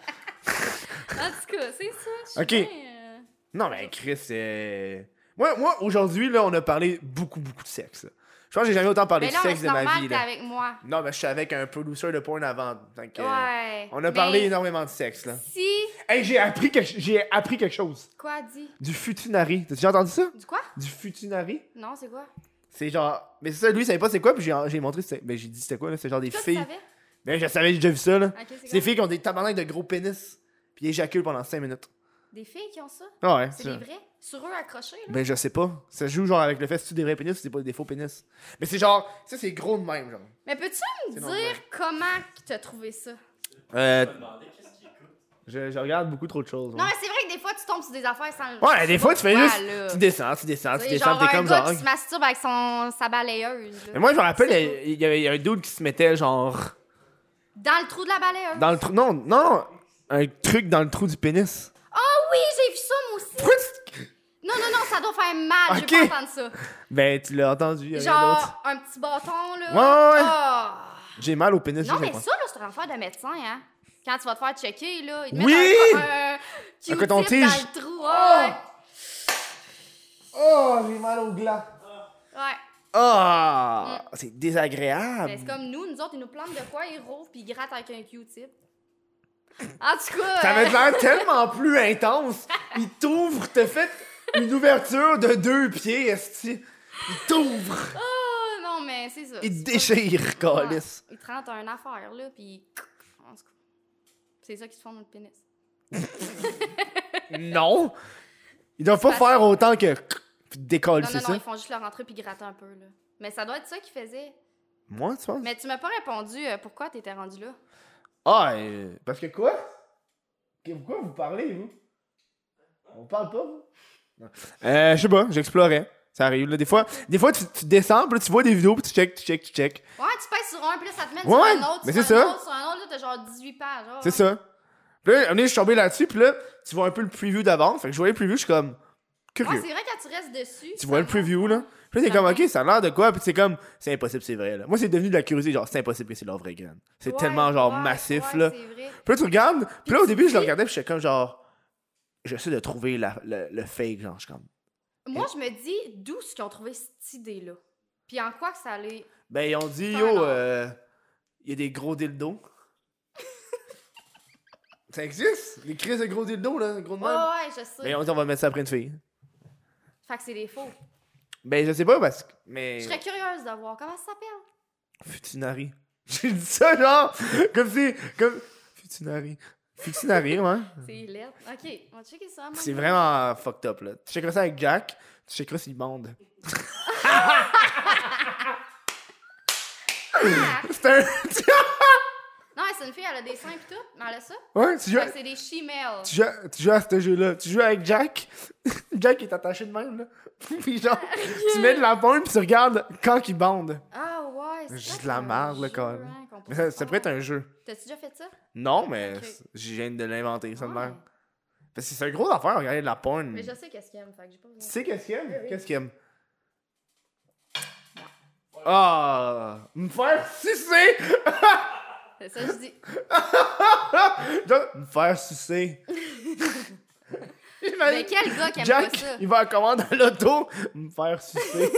S2: En tout cas, c'est ça. je suis
S1: Ok.
S2: bien, euh,
S1: Non, mais Chris, c'est. Moi, moi aujourd'hui, là, on a parlé beaucoup, beaucoup de sexe. là. Je pense que j'ai jamais autant parlé
S2: Mais
S1: de
S2: Ben non, mais
S1: sexe
S2: c'est
S1: de ma
S2: normal
S1: vie,
S2: que t'es
S1: là.
S2: avec moi.
S1: Non, mais je suis avec un producer de porn avant. donc, euh,
S2: ouais.
S1: On a
S2: Mais
S1: parlé énormément de sexe, là.
S2: Si.
S1: Hey, j'ai appris, que... j'ai appris quelque chose.
S2: Quoi, dit
S1: Du futunari. T'as déjà entendu ça?
S2: Du quoi
S1: Du futunari?
S2: Non, c'est quoi
S1: C'est genre. Mais c'est ça, lui, il savait pas c'est quoi, puis j'ai, j'ai montré. c'était- Ben, j'ai dit c'était quoi, là. C'est genre des
S2: Toi, tu
S1: filles.
S2: savais
S1: Ben, je savais, j'ai déjà vu ça, là.
S2: Ok,
S1: C'est
S2: c'est
S1: des
S2: quoi
S1: filles qui ont des tabarnak de gros pénis, puis ils éjaculent pendant 5 minutes.
S2: Des filles qui ont ça
S1: Ah ouais,
S2: C'est
S1: ça.
S2: des vrais Sur eux accrochés, là
S1: Ben, je sais pas. Ça se joue genre avec le fait si tu des vrais pénis ou c'est pas des faux pénis. Mais c'est genre, ça c'est gros de même, genre.
S2: Mais peux-tu
S1: C'est
S2: me
S1: normal.
S2: dire comment que t'as trouvé ça
S1: Euh,
S3: Je me demandais qu'est-ce qu'il écoute.
S1: je, je regarde beaucoup trop de choses.
S2: Non,
S1: ouais.
S2: mais c'est vrai que des fois, tu tombes sur des affaires sans le.
S1: Ouais, des fois tu fais
S2: Ouais,
S1: juste.
S2: là.
S1: Tu descends, tu descends, tu
S2: C'est
S1: descends,
S2: genre
S1: t'es
S2: un
S1: comme
S2: gars
S1: genre. hein.
S2: qui se masturbe avec son, sa balayeuse. là.
S1: Mais moi je me rappelle,
S2: C'est
S1: il y- il y avait il y a un dude qui se mettait genre.
S2: Dans le trou de la balayeuse.
S1: Dans le trou. Non, non, un truc dans le trou du pénis.
S2: Oui, j'ai vu ça, moi aussi.
S1: Pourquoi tu-
S2: Non, non, non, ça doit faire mal. Je
S1: Ok.
S2: veux pas entendre ça.
S1: Ben, tu l'as entendu. il y a rien d'autre.
S2: Genre, un petit bâton, là.
S1: Ouais, ouais, ouais.
S2: Ah.
S1: J'ai mal au pénis.
S2: Non,
S1: je sais
S2: mais
S1: pas.
S2: ça, là, c'est une affaire de médecin, hein. Quand tu vas te faire checker, là, ils te
S1: Oui!
S2: mettent un, un, un
S1: coton-tige.
S2: dans le trou. ouais.
S1: Oh, j'ai mal au gland. Oh!
S2: Ouais.
S1: Ah, c'est
S2: Mais
S1: désagréable.
S2: Mm. Ben, c'est comme nous, nous autres, ils nous plantent de quoi, ils rouvent puis ils grattent avec un Q-tip. En tout cas.
S1: Ça
S2: euh,
S1: avait l'air tellement plus intense. Il t'ouvre, te fait une ouverture de deux pieds, esti. Il t'ouvre,
S2: ah, non, mais c'est ça.
S1: il
S2: C'est
S1: te déchire,
S2: pas-
S1: calice.
S2: Ouais. Ils te rentrent un affaire, là, puis. En tout cas. C'est ça qu'ils se font dans le pénis.
S1: Non! Ils doivent pas
S2: C'est pas
S1: faire autant que... Puis
S2: Non,
S1: décolle,
S2: non,
S1: c'est
S2: non,
S1: ça?
S2: ils font juste le rentrer puis gratter un peu, là. Mais ça doit être ça qu'ils faisaient.
S1: Moi, tu penses?
S2: Mais tu m'as pas répondu euh, pourquoi t'étais rendu là.
S1: Ah, euh, parce que quoi? Que- Pourquoi vous parlez, vous? On parle pas, vous? Non. Euh, je sais pas, j'explorais. Ça arrive, là. Des fois, des fois tu, tu descends, puis là, tu vois des vidéos, puis tu check, tu check, tu check.
S2: Ouais, tu passes sur un, puis là, ça te mène
S1: Ouais,
S2: sur
S1: ouais,
S2: un autre,
S1: mais
S2: sur
S1: c'est
S2: un
S1: ça.
S2: autre, sur un autre, là, t'as genre 18 pages. oh,
S1: C'est ça. Puis là, un moment donné, je suis tombé là-dessus, puis là, tu vois un peu le preview d'avant. Fait que je voyais le preview, je suis comme
S2: Ouais,
S1: curieux.
S2: c'est vrai, quand tu restes dessus.
S1: tu vois le
S2: ça-
S1: preview, là. Puis là, t'es
S2: Ça
S1: comme,
S2: vient.
S1: ok, ça a l'air de quoi? Puis c'est comme, c'est impossible, c'est vrai, là. Moi, c'est devenu de la curiosité, genre, c'est impossible que c'est leur vraie graine. C'est
S2: Ouais,
S1: tellement, genre,
S2: ouais,
S1: massif,
S2: ouais,
S1: là.
S2: c'est vrai.
S1: Puis là, tu regardes. Puis là, au
S2: tu
S1: début, je
S2: dis-
S1: le regardais, puis j'étais comme genre. J'essaie de trouver la, le, le fake, genre. Je suis comme.
S2: Moi, je me dis, d'où est-ce qu'ils ont trouvé cette idée-là? Puis en quoi que ça allait.
S1: Ben, ils ont dit,
S2: Pas
S1: yo,
S2: non.
S1: euh, il y a des gros dildos. ça existe? Les crises de gros dildos, là, gros de
S2: Ouais,
S1: même.
S2: ouais, je sais.
S1: Ben, ils ont dit, on va mettre ça après une fille.
S2: Fait que c'est des faux.
S1: Ben, je sais pas, parce que. Mais.
S2: Je serais curieuse de voir comment ça s'appelle.
S1: Futinari. J'ai dit ça, genre. Comme si. Comme. Futinari. Futinari, ouais.
S2: C'est lettre. Ok, on va checker ça. moi.
S1: Ah. C'est vraiment fucked up, là. Tu checkeras ça avec Jack, tu checkeras s'il bande.
S2: Ah!
S1: C'est un.
S2: Non, c'est une fille, elle a des seins pis tout, mais elle a ça.
S1: ouais, tu joues.
S2: Fait que c'est des chimelles.
S1: Tu joues, à- tu joues à ce jeu-là. Tu joues avec Jack. Jack est attaché de même, là. puis genre, tu mets de la pointe puis tu regardes quand il bande.
S2: Ah ouais, c'est
S1: Juste
S2: ça,
S1: de la
S2: c'est un
S1: merde, là,
S2: jeu,
S1: quand même.
S2: hein, qu'on peut
S1: Mais ça, ça
S2: faire.
S1: pourrait être un Hmm. jeu.
S2: T'as-tu déjà fait ça?
S1: Non, mais
S2: Ok.
S1: c'est- je viens de l'inventer, ça de
S2: Ouais.
S1: même. Parce que c'est une grosse affaire, regarder de la porn.
S2: Mais je
S1: Tu
S2: sais qu'est-ce qu'il aime, fait que j'ai pas besoin.
S1: sais qu'est-ce qu'il aime?
S2: oui.
S1: Qu'est-ce qu'il aime? Ah! Me faire sucer!
S2: C'est ça, que je dis.
S1: Genre, Me faire sucer.
S2: Mais
S1: J'imagine-
S2: quel gars qui aime
S1: Jack,
S2: pas ça?
S1: il va en commande à l'auto, me faire sucer.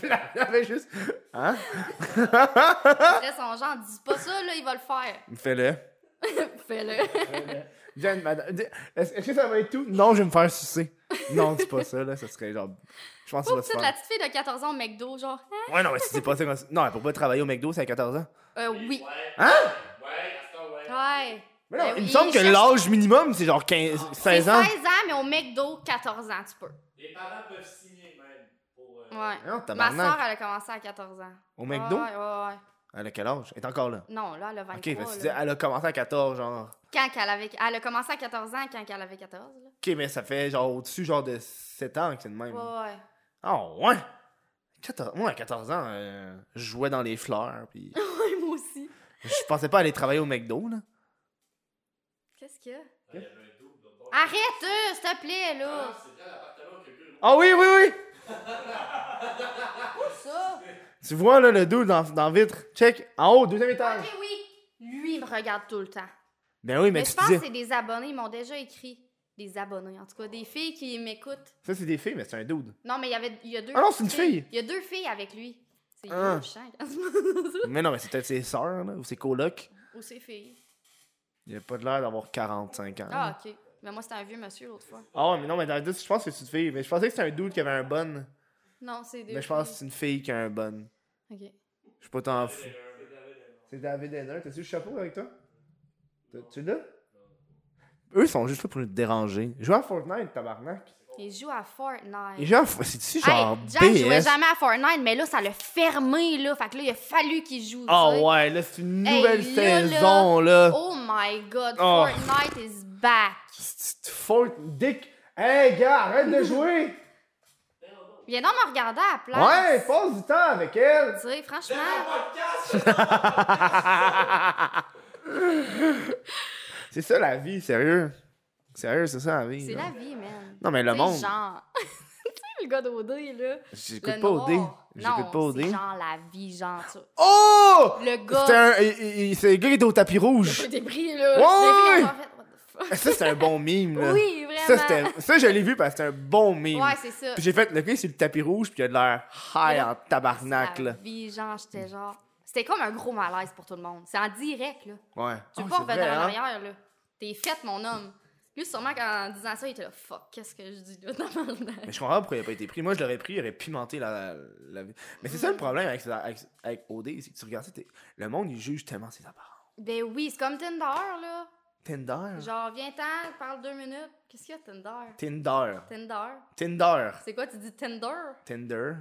S1: Puis là, il avait juste. Hein? Ah!
S2: Après, son genre, dis pas ça, là, il va le faire.
S1: Fais-le.
S2: Fais-le.
S1: Jeanne, madame. dis- Est-ce est-ce que ça va être tout? Non, je vais me faire sucer. Non, dis pas ça, là. Ça serait genre. Je pense que
S2: Pour
S1: tu
S2: petite,
S1: vas
S2: la
S1: te
S2: petite fille de 14 ans au McDo, genre. hein?
S1: faire. Ouais, non, mais si c'est pas ça. comme ça- Non, elle peut pas travailler au McDo, c'est à 14 ans.
S2: Euh, oui.
S3: Ouais.
S1: Hein?
S3: Ouais, à ce temps, ouais.
S2: Ouais.
S1: Mais non,
S2: Ben
S1: il me
S2: oui,
S1: semble que
S2: cherche-
S1: l'âge minimum, c'est genre 15,
S2: C'est
S1: 16 ans.
S2: 16 ans, mais au McDo, 14 ans, tu peux.
S3: Les parents peuvent signer même. Pour, euh,
S2: Ouais.
S1: Non,
S2: Ma
S1: Ah, tabarnak.
S2: soeur, elle a commencé à 14 ans.
S1: Au McDo?
S2: Ouais, ouais, ouais.
S1: Elle a quel âge? Elle est encore là.
S2: Non, là, elle a 23.
S1: Ok, parce que tu dis,
S2: là.
S1: elle a commencé à 14, genre.
S2: Quand qu'elle avait... Elle a commencé à 14 ans quand elle avait 14, là.
S1: Ok, mais ça fait genre au-dessus, genre de 7 ans que c'est de même.
S2: Ouais, ouais.
S1: Oh, ouais! 14 Moi, à 14 ans, euh, je jouais dans les fleurs, puis
S2: Ouais, moi aussi.
S1: je pensais pas aller travailler au McDo, là.
S2: Qu'est-ce qu'il y a?
S3: Il y avait un double. donc-
S2: Arrête, euh, s'il te plaît, là.
S3: Ah, C'était l'appartement que le gars-
S1: Ah oui, oui, oui!
S2: Ça.
S1: Tu vois, là, le dos dans, dans vitre. Check, en haut, deuxième étage.
S3: Ah,
S2: Ok, oui. Lui, il me regarde tout le temps.
S1: Ben oui, mais,
S2: Mais,
S1: tu
S2: je
S1: te
S2: pense
S1: dis...
S2: que c'est des abonnés. Ils m'ont déjà écrit. Des abonnés, en tout cas. Des filles qui m'écoutent.
S1: Ça, c'est des filles, mais c'est un dude.
S2: Non, mais il y avait... Il y a deux
S1: Ah non, c'est une fille!
S2: Il y a deux filles avec lui. C'est
S1: Ah.
S2: louche, hein, quand tu-
S1: Mais non, mais c'est peut-être ses sœurs, là, ou ses colocs.
S2: Ou ses filles.
S1: Il a pas de l'air d'avoir 45 ans.
S2: Ah, ok. Mais moi, c'était un vieux monsieur l'autre fois.
S1: Ah ouais, mais non, mais dans le doute, je pense que c'est une fille. Mais je pensais que c'était un dude qui avait un bon.
S2: Non, c'est deux.
S1: Mais je pense que
S2: filles.
S1: c'est une fille qui a un bon.
S2: Ok.
S1: Je suis pas t'en fou.
S3: Euh,
S1: C'est David Henner. T'as-tu le chapeau avec toi? T'as- Tu l'as? Eux sont juste là pour nous déranger. Jouer à Fortnite, tabarnak.
S2: Il joue à Fortnite.
S1: Et genre, c'est-tu genre
S2: hey, Jack jouait
S1: BS?
S2: jamais à Fortnite, mais là, ça l'a fermé, là. Fait que là, il a fallu qu'il joue. tu
S1: Ah
S2: sais.
S1: ouais, là, c'est une
S2: Hey,
S1: nouvelle
S2: là, là.
S1: saison, là.
S2: Oh my god,
S1: Oh.
S2: Fortnite is back.
S1: C'est Fort Dick. Hey, gars, arrête de jouer!
S2: Viens donc me regarder à la place.
S1: Ouais, passe du temps avec elle!
S2: Tu sais, franchement.
S3: Ah,
S1: C'est ça la vie, sérieux. Sérieux, c'est ça la vie.
S2: C'est
S1: là.
S2: la vie, man.
S1: Non, mais le
S2: C'est
S1: monde.
S2: genre. tu sais, le gars d'OD, là.
S1: J'écoute
S2: le
S1: pas au dé.
S2: noir.
S1: J'écoute
S2: Non,
S1: pas au
S2: C'est
S1: dé.
S2: genre la vie, genre, ça.
S1: Oh!
S2: Le gars.
S1: C'était un. il- il- il- C'est le gars qui était au tapis rouge.
S2: J'ai des bris, là.
S1: Ouais,
S2: J'ai des bris, en fait, what the fuck.
S1: ça, c'était un bon mime, là.
S2: Oui, vraiment.
S1: Ça, c'était- ça, je l'ai vu parce que c'était un bon mime.
S2: Ouais, c'est ça.
S1: Puis j'ai fait, le gars, c'est le tapis rouge, puis il a de l'air high en tabarnak,
S2: La
S1: là.
S2: vie, genre, j'étais genre. C'était comme un gros malaise pour tout le monde. C'est en direct, là.
S1: Ouais. Ah,
S2: Tu peux pas
S1: c'est
S2: revenir
S1: vrai,
S2: en
S1: hein?
S2: arrière, là. T'es faite, mon homme. Lui, sûrement, qu'en disant ça, il était là, fuck, qu'est-ce que je dis là, tabarnak.
S1: Mais je comprends pas pourquoi il a pas été pris. Moi, je l'aurais pris, il aurait pimenté la, la vie. Mais c'est ça le problème avec, avec, avec OD, c'est que tu regardes ça, t'es- le monde, il juge tellement ses apparences.
S2: Ben oui, c'est comme Tinder, là.
S1: Tinder.
S2: Genre, viens-t'en, parle deux minutes. Qu'est-ce qu'il y a, Tinder?
S1: Tinder.
S2: Tinder.
S1: Tinder.
S2: C'est quoi, tu dis Tinder?
S1: Tinder.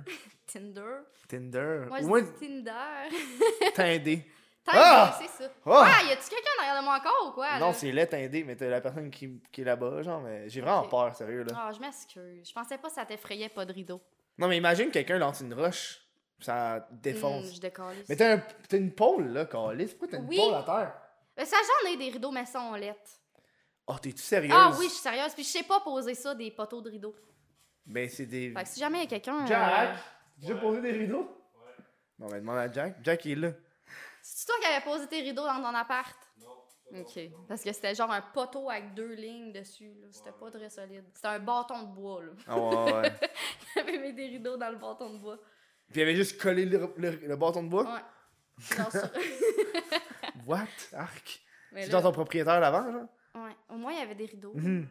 S2: Tinder.
S1: Tinder.
S2: Moi, je
S1: Au moins,
S2: dis Tinder.
S1: Tindé.
S2: Tinder,
S1: Ah!
S2: c'est ça.
S1: Ah!
S2: Ah, y a-tu quelqu'un derrière de moi encore ou quoi?
S1: Non,
S2: là?
S1: c'est laid Tindé, mais t'as la personne qui, qui est là-bas, genre, mais j'ai vraiment
S2: Ok.
S1: peur, sérieux, là.
S2: Ah, je m'excuse. Je pensais pas que ça t'effrayait pas de rideau.
S1: Non, mais imagine quelqu'un lance une roche. Ça défonce.
S2: Hum, je décalisse.
S1: Mais t'as, un- t'as une pole, là, Calice. Pourquoi t'as une
S2: Oui.
S1: pole à terre?
S2: Mais Ben, ça, j'en ai des rideaux maçons en lettres.
S1: Oh, t'es-tu sérieuse?
S2: Ah oui, je suis sérieuse. Puis je sais pas poser ça, des poteaux de rideaux.
S1: Ben, c'est des.
S2: Fait que si jamais il y a quelqu'un.
S1: Jack!
S2: euh,
S1: J'ai déjà posé des rideaux?
S3: Ouais.
S1: Bon, ben, demande à Jack. Jack, il est là.
S2: C'est toi qui avais posé tes rideaux dans ton appart?
S3: Non.
S2: Ok. Parce que c'était genre un poteau avec deux lignes dessus. là. C'était pas très solide. C'était un bâton de bois. là.
S1: Ah ouais, ouais.
S2: J'avais mis des rideaux dans le bâton de bois.
S1: Puis il avait juste collé le, le, le bâton de bois.
S2: Ouais. Non, ça-
S1: What? Arc.
S2: Mais
S1: C'est
S2: là-
S1: dans ton propriétaire d'avant, genre?
S2: Ouais. Au moins, il y avait des rideaux.
S1: Mhm.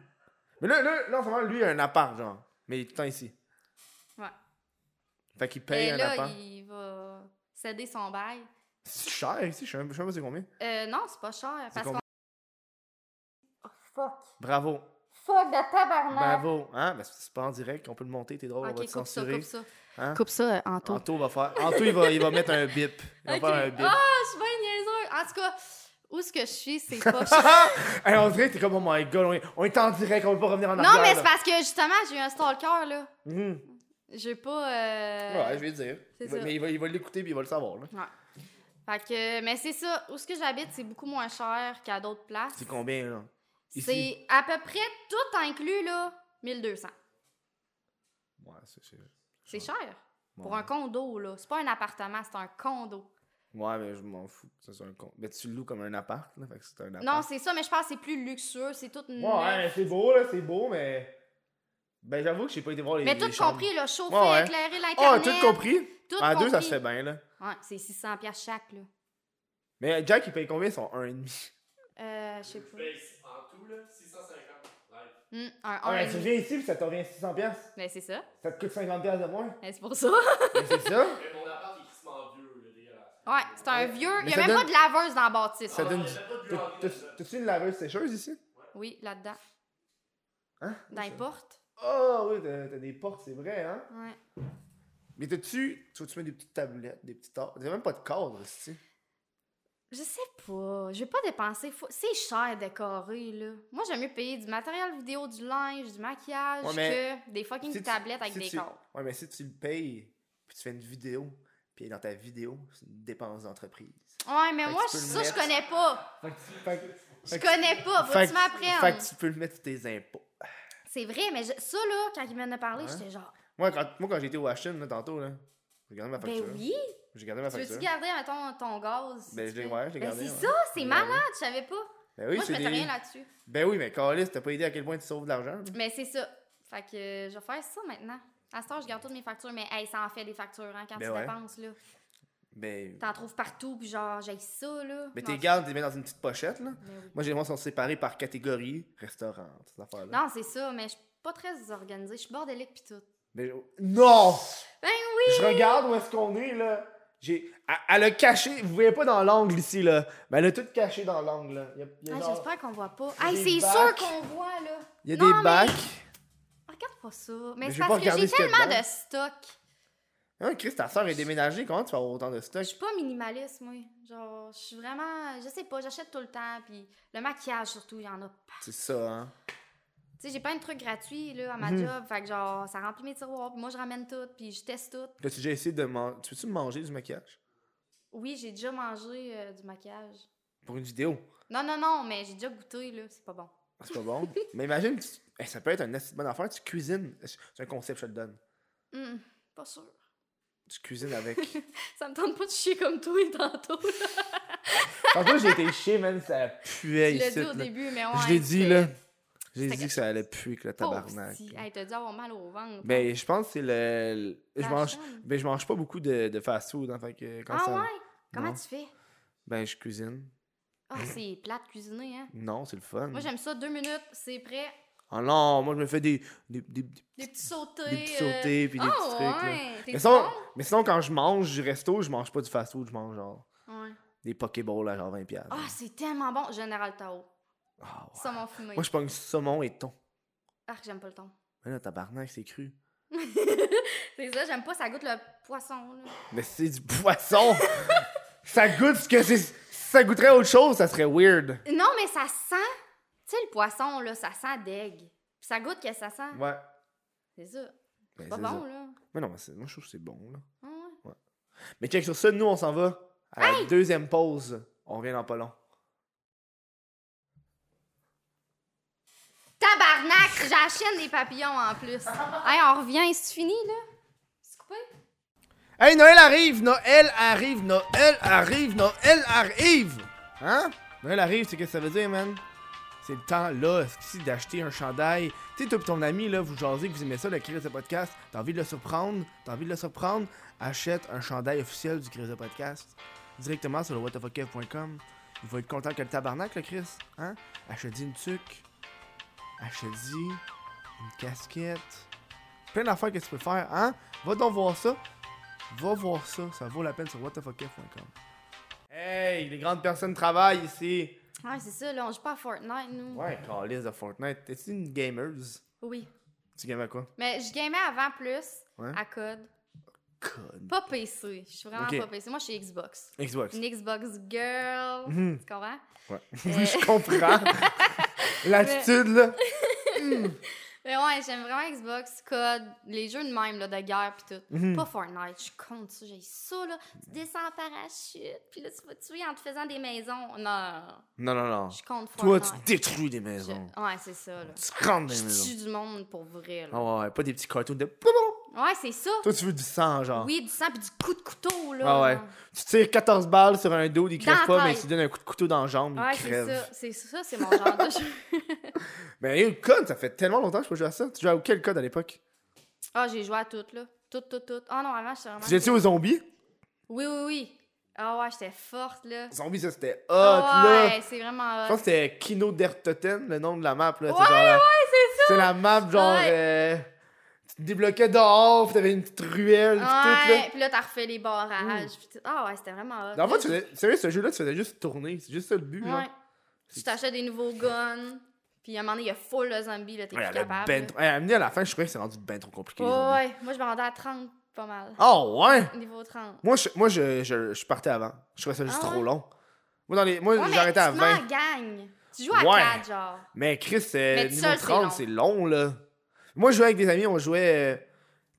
S1: Mais là, là, là, en ce moment, lui, il a un appart, genre. Mais il est tout le temps ici.
S2: Ouais.
S1: Fait qu'il paye
S2: Et
S1: un
S2: là,
S1: appart.
S2: il va céder son bail.
S1: C'est cher ici, je sais même je sais même pas c'est combien.
S2: Euh, non, c'est pas cher. Parce
S1: combien?
S2: qu'on. Oh, fuck.
S1: Bravo.
S2: Fuck de tabarnak.
S1: Bravo. Hein? Ben, c'est pas en direct, on peut le monter, t'es drôle, on va
S2: ok,
S1: te
S2: coupe ça,
S1: censurer.
S2: coupe ça.
S1: Hein?
S2: Coupe ça, euh, Anto.
S1: Anto va faire. Anto, il va, il va mettre un bip. Il va
S2: Ok.
S1: faire un bip.
S2: Ah, je suis bien niaiseuse. En tout cas, où ce que je suis, c'est pas cher.
S1: Hey, on dirait que t'es comme, oh my god, on est, on est en direct, on peut pas revenir en arrière.
S2: Non, mais
S1: là.
S2: c'est parce que justement, j'ai eu un stalker, là.
S1: Mhm.
S2: J'ai pas. euh,
S1: Ouais, je vais le dire.
S2: c'est
S1: Il va-
S2: ça.
S1: mais il va, il va l'écouter puis il va le savoir. Là.
S2: Fait que, mais c'est ça. Où ce que j'habite, c'est beaucoup moins cher qu'à d'autres places.
S1: C'est combien, là? Ici?
S2: C'est à peu près tout inclus, là, 1200.
S1: Ouais, c'est cher.
S2: C'est cher.
S1: Ouais.
S2: Pour un condo, là. C'est pas un appartement, c'est un condo.
S1: Ouais, mais je m'en fous. que Ça, c'est un con. Mais tu le loues comme un appart, là. Fait que c'est un appart.
S2: Non, c'est ça, mais je pense que c'est plus luxueux. C'est tout.
S1: Ouais,
S2: neuf.
S1: ouais, mais c'est beau, là, c'est beau, mais. Ben, j'avoue que j'ai pas été voir les.
S2: mais
S1: les
S2: tout
S1: chambres.
S2: compris, là. Chauffer,
S1: Ouais, ouais.
S2: éclairer,
S1: Ah,
S2: l'internet.
S1: tout compris?
S2: tout
S1: en deux, ça
S2: compris.
S1: se fait bien, là.
S2: Ouais, c'est 600$ piastres chaque, là.
S1: Mais Jack, il paye combien son 1,5?
S2: Euh, je sais pas.
S3: Face Ben, en tout, là, 650. Live.
S2: Hum, un
S1: Ah, mais
S2: 1,5.
S1: tu viens ici, puis ça te revient 600$. piastres.
S2: Mais c'est ça.
S1: Ça te coûte 50$ piastres de moins.
S2: Mais C'est pour ça.
S1: Mais c'est ça?
S3: Mais mon appart est crissement vieux, il est dégueulasse.
S2: Ouais, c'est un vieux. Il
S1: Mais
S2: y a
S1: ça
S2: même pas
S1: donne-
S2: de laveuse dans la bâtisse.
S1: Ça
S2: là.
S3: Ah,
S1: donne-
S3: il y avait pas de vieux
S1: T'as-
S3: en ville,
S1: t'as-
S3: là.
S1: T'as-tu une laveuse sécheuse ici?
S2: Oui, là-dedans.
S1: Hein?
S2: Dans les portes.
S1: Ah oui, t'as t'as des portes, c'est vrai, hein?
S2: Ouais.
S1: Mais t'as-tu. Tu vois, tu mets des petites tablettes, des petites tables. T'as même pas de cadre, ici.
S2: Je sais pas. Je vais pas dépenser. fou- C'est cher décorer, là. Moi, j'aime mieux payer du matériel vidéo, du linge, du maquillage
S1: Ouais, mais-
S2: que des fucking
S1: Si tu-
S2: tablettes avec
S1: si
S2: des
S1: tu-
S2: cordes.
S1: Ouais, mais si tu le payes, puis tu fais une vidéo, puis dans ta vidéo, c'est une dépense d'entreprise.
S2: Ouais, mais
S1: que
S2: moi,
S1: tu peux le
S2: ça, je
S1: mettre-
S2: connais pas.
S1: Fait que tu- fait que-
S2: Je
S1: fait que-
S2: connais pas. Ah, Faut
S1: fait
S2: que
S1: que-
S2: tu
S1: Fait
S2: m'apprennes.
S1: que tu peux le mettre sur tes impôts.
S2: C'est vrai, mais je- ça, là, quand il m'en a parlé,
S1: Ouais.
S2: j'étais genre,
S1: Moi, quand, moi, quand j'étais au Ashton, là, tantôt, là, j'ai gardé ma
S2: ben
S1: facture.
S2: oui.
S1: J'ai gardé ma
S2: Tu veux-tu
S1: facture.
S2: garder, mettons, ton gaz? si
S1: Ben,
S2: tu
S1: je l'ai-
S2: fais?
S1: ouais, je l'ai
S2: Ben,
S1: gardé, ouais.
S2: C'est ça,
S1: Je
S2: c'est
S1: l'ai
S2: malade, je savais pas.
S1: Ben oui,
S2: Moi, je
S1: c'est
S2: mettais
S1: des-
S2: rien là-dessus.
S1: Ben oui, mais Carlis, t'as pas idée à quel point tu sauves de l'argent. là.
S2: Mais c'est ça. Fait que euh, je vais faire ça maintenant. À ce temps, je garde toutes mes factures, mais hey, ça en fait des factures hein, quand
S1: Ben
S2: tu
S1: ouais.
S2: dépenses. là.
S1: Ben.
S2: T'en trouves partout, puis genre, j'ai ça, là.
S1: Mais
S2: Non,
S1: tes
S2: c'est-
S1: gardes, t'es mis dans une petite pochette, là.
S2: Ben oui.
S1: Moi, j'ai moi, sont séparés par catégorie, restaurant, ces affaires-là.
S2: Non, c'est ça, mais je suis pas très organisée. Je suis bordélique, puis tout.
S1: Mais je- non!
S2: Ben oui!
S1: Je regarde où est-ce qu'on est, là. J'ai... elle- Elle a caché, vous voyez pas dans l'angle ici, là, mais elle a tout caché dans l'angle, là. Il y a, il y a
S2: Ah,
S1: genre-
S2: J'espère qu'on voit pas.
S1: il y a
S2: Hey,
S1: des
S2: c'est
S1: bacs.
S2: sûr qu'on voit, là.
S1: il y a
S2: Non,
S1: des
S2: mais-
S1: bacs.
S2: Regarde pas ça. Mais,
S1: Mais
S2: c'est
S1: j'ai pas
S2: parce que
S1: regardé
S2: j'ai
S1: ce qu'il y a
S2: tellement
S1: dedans.
S2: de stock.
S1: Hein, Chris, ta soeur est déménagée, comment tu vas avoir autant de
S2: Je
S1: stock?
S2: suis pas minimaliste, moi. Genre, je suis vraiment. Je sais pas, j'achète tout le temps, puis le maquillage surtout, il y en a
S1: C'est ça, hein.
S2: Tu sais, j'ai plein de trucs gratuits là, à ma
S1: Mhm.
S2: job. Fait que genre, ça remplit mes tiroirs. Puis moi, je ramène tout. Puis je teste tout.
S1: Là, tu as déjà essayé de manger. Tu veux-tu manger du maquillage?
S2: Oui, j'ai déjà mangé euh, du maquillage.
S1: Pour une vidéo. Ah,
S2: Non, non, non, mais j'ai déjà goûté, là. C'est pas bon.
S1: C'est pas bon. mais imagine, tu- eh, ça peut être une assez bonne affaire. Tu cuisines. C'est un concept, je te le donne.
S2: Hum, pas sûr.
S1: Tu cuisines avec.
S2: Ça me tente pas de chier comme toi et tantôt. là.
S1: Tantôt, j'ai été chier, man, ça puait
S2: Tu l'as
S1: ici.
S2: dit
S1: là.
S2: au début, mais ouais.
S1: Je l'ai dit,
S2: c'était
S1: là. J'ai
S2: c'était
S1: dit
S2: quelque
S1: que ça allait puer, que le
S2: pas
S1: tabarnak.
S2: aussi. Hey, t'as dû avoir mal au ventre.
S1: Ben, je pense que c'est le. le- Je
S2: La
S1: mange.
S2: chaîne.
S1: Ben, je mange pas beaucoup de, de fast-food, hein, fait que quand
S2: Ah
S1: ça-
S2: ouais? Comment
S1: Non.
S2: tu fais?
S1: Ben, je cuisine.
S2: Ah, c'est plate cuisiner, hein?
S1: Non, c'est le fun.
S2: Moi, j'aime ça. Deux minutes, c'est prêt.
S1: Ah non, moi, je me fais des, des, des, des
S2: Des petits sautés.
S1: petits
S2: euh,
S1: sautés puis des
S2: ah
S1: petits trucs, là.
S2: ouais! T'es
S1: Mais sinon,
S2: bon?
S1: mais sinon, quand je mange du resto, je mange pas du fast-food, je mange genre
S2: Ouais.
S1: des Pokéballs à genre 20$. piastres.
S2: Ah, c'est tellement bon. Général Tao.
S1: Ah, ouais.
S2: Saumon fumé.
S1: Moi, je pogne saumon et thon.
S2: Ah, j'aime pas le thon.
S1: Mais là, tabarnak, c'est cru.
S2: C'est ça, j'aime pas, ça goûte le poisson. Là.
S1: Mais c'est du poisson! ça goûte ce que c'est. Si ça goûterait autre chose, ça serait weird.
S2: Non, mais ça sent. Tu sais, le poisson, là, ça sent d'aigle. Puis ça goûte que ça sent.
S1: Ouais.
S2: C'est ça.
S1: Ben,
S2: Ah. C'est pas
S1: Mm. c'est
S2: bon,
S1: ça.
S2: là.
S1: Mais non, mais c'est- moi, je trouve que c'est bon, là.
S2: Ah ouais.
S1: Mais check sur ça, nous, on s'en va à la deuxième pause. On revient dans pas long.
S2: Tabarnak! J'achète des papillons en plus. hey, on revient. C'est fini, là? C'est coupé?
S1: Hey, Noël arrive! Noël arrive! Noël arrive! Noël arrive! Hein? Noël arrive, c'est qu'est-ce que ça veut dire, man? C'est le temps, là, esti, d'acheter un chandail. Tu sais, toi pis ton ami, là, vous jasez, que vous aimez ça, le Crise de Podcast, t'as envie de le surprendre, t'as envie de le surprendre, achète un chandail officiel du Crise de Podcast directement sur le whatthefuckev.com. Il va être content que le tabarnak, le Chris, hein? Achète-y une tuque, achète-y une casquette, plein d'affaires que tu peux faire, hein? Va donc voir ça, Va voir ça, ça vaut la peine sur whatthefuckf.com. Hey, les grandes personnes travaillent ici.
S2: Ah, c'est ça, là. On joue pas à Fortnite, nous.
S1: Ouais, calice de Fortnite. T'es-tu une gamers?
S2: Oui.
S1: Tu games à quoi?
S2: Mais je gamais avant plus
S1: Ouais.
S2: à code.
S1: Code.
S2: Pas PC. Je suis vraiment
S1: Ok.
S2: pas PC. Moi, je suis Xbox.
S1: Xbox.
S2: Une Xbox girl.
S1: Mhm.
S2: Tu comprends?
S1: Ouais.
S2: Euh.
S1: oui, je comprends. L'attitude, là.
S2: Mais ouais, j'aime vraiment Xbox, Code, les jeux de même, là, de guerre pis tout.
S1: Mhm.
S2: Pas Fortnite, je suis contre ça, j'ai ça, là. Tu descends en parachute, puis là, tu vas tuer en te faisant des maisons. Non,
S1: Non, non, non.
S2: je suis contre
S1: Toi,
S2: Fortnite.
S1: tu détruis des
S2: Je-
S1: maisons.
S2: Ouais, c'est ça, là.
S1: Tu crames des
S2: Je
S1: maisons.
S2: tue du monde pour vrai, là.
S1: Ah ouais, ouais, pas des petits cartoons de... Ah.
S2: Ouais, c'est ça.
S1: Toi, tu veux du sang, genre.
S2: Oui, du sang pis du coup de couteau, là.
S1: Ah ouais.
S2: genre.
S1: Tu tires 14 balles sur un dos, il
S2: Dans
S1: crève
S2: la
S1: pas, mais
S2: tête.
S1: tu lui donnes un coup de couteau dans la jambe,
S2: Ouais,
S1: il
S2: c'est
S1: crève. Ben,
S2: ça. C'est ça, c'est mon genre de jeu.
S1: Mais hey, le code, ça fait tellement longtemps que je peux jouer à ça. Tu jouais à quel code à l'époque?
S2: Ah, j'ai joué à toutes, là. Toutes, toutes, toutes. Ah non, avant, j'étais vraiment.
S1: Tu jouais-tu aux zombies?
S2: Oui, oui, oui. Ah ouais, j'étais forte, là.
S1: Zombie, ça c'était hot,
S2: Ah
S1: là.
S2: ouais, c'est vraiment
S1: Je
S2: hot.
S1: pense que c'était Kino der Totten, le nom de la map, là.
S2: Ouais,
S1: c'est genre, ouais, c'est ça. C'est la map, genre,
S2: Ouais.
S1: euh, tu te débloquais dehors, pis t'avais une petite ruelle, pis tout,
S2: Ouais,
S1: là. Hmm.
S2: puis là, t'as refait les barrages. puis tout. Ah ouais, c'était vraiment hot.
S1: Dans le fond,
S2: là.
S1: tu faisais, sérieux, ce jeu-là, tu faisais juste tourner. C'est juste ça le but, genre.
S2: Ouais. Tu t'achètes des nouveaux guns. Puis à un moment donné, il y a full de zombies, là, t'es
S1: Ouais,
S2: plus
S1: elle a
S2: capable.
S1: ben
S2: là.
S1: trop- ouais, amené à la fin, je croyais que c'est rendu ben trop compliqué. les
S2: Ouais,
S1: zombies.
S2: ouais, moi je me rendais à 30 pas mal.
S1: Oh, ouais!
S2: Niveau 30.
S1: Moi, je, moi je, je, je partais avant. Je trouvais ça juste
S2: Ah
S1: trop
S2: ouais?
S1: long. Moi, dans les, moi
S2: Ouais, mais
S1: j'arrêtais à
S2: tu
S1: 20.
S2: te mets en gang. Tu joues à
S1: Ouais.
S2: 4, genre.
S1: Mais Chris, euh,
S2: Mais tout
S1: niveau
S2: seul, c'est
S1: 30,
S2: long.
S1: c'est long. là. Moi, je jouais avec des amis, on jouait. euh,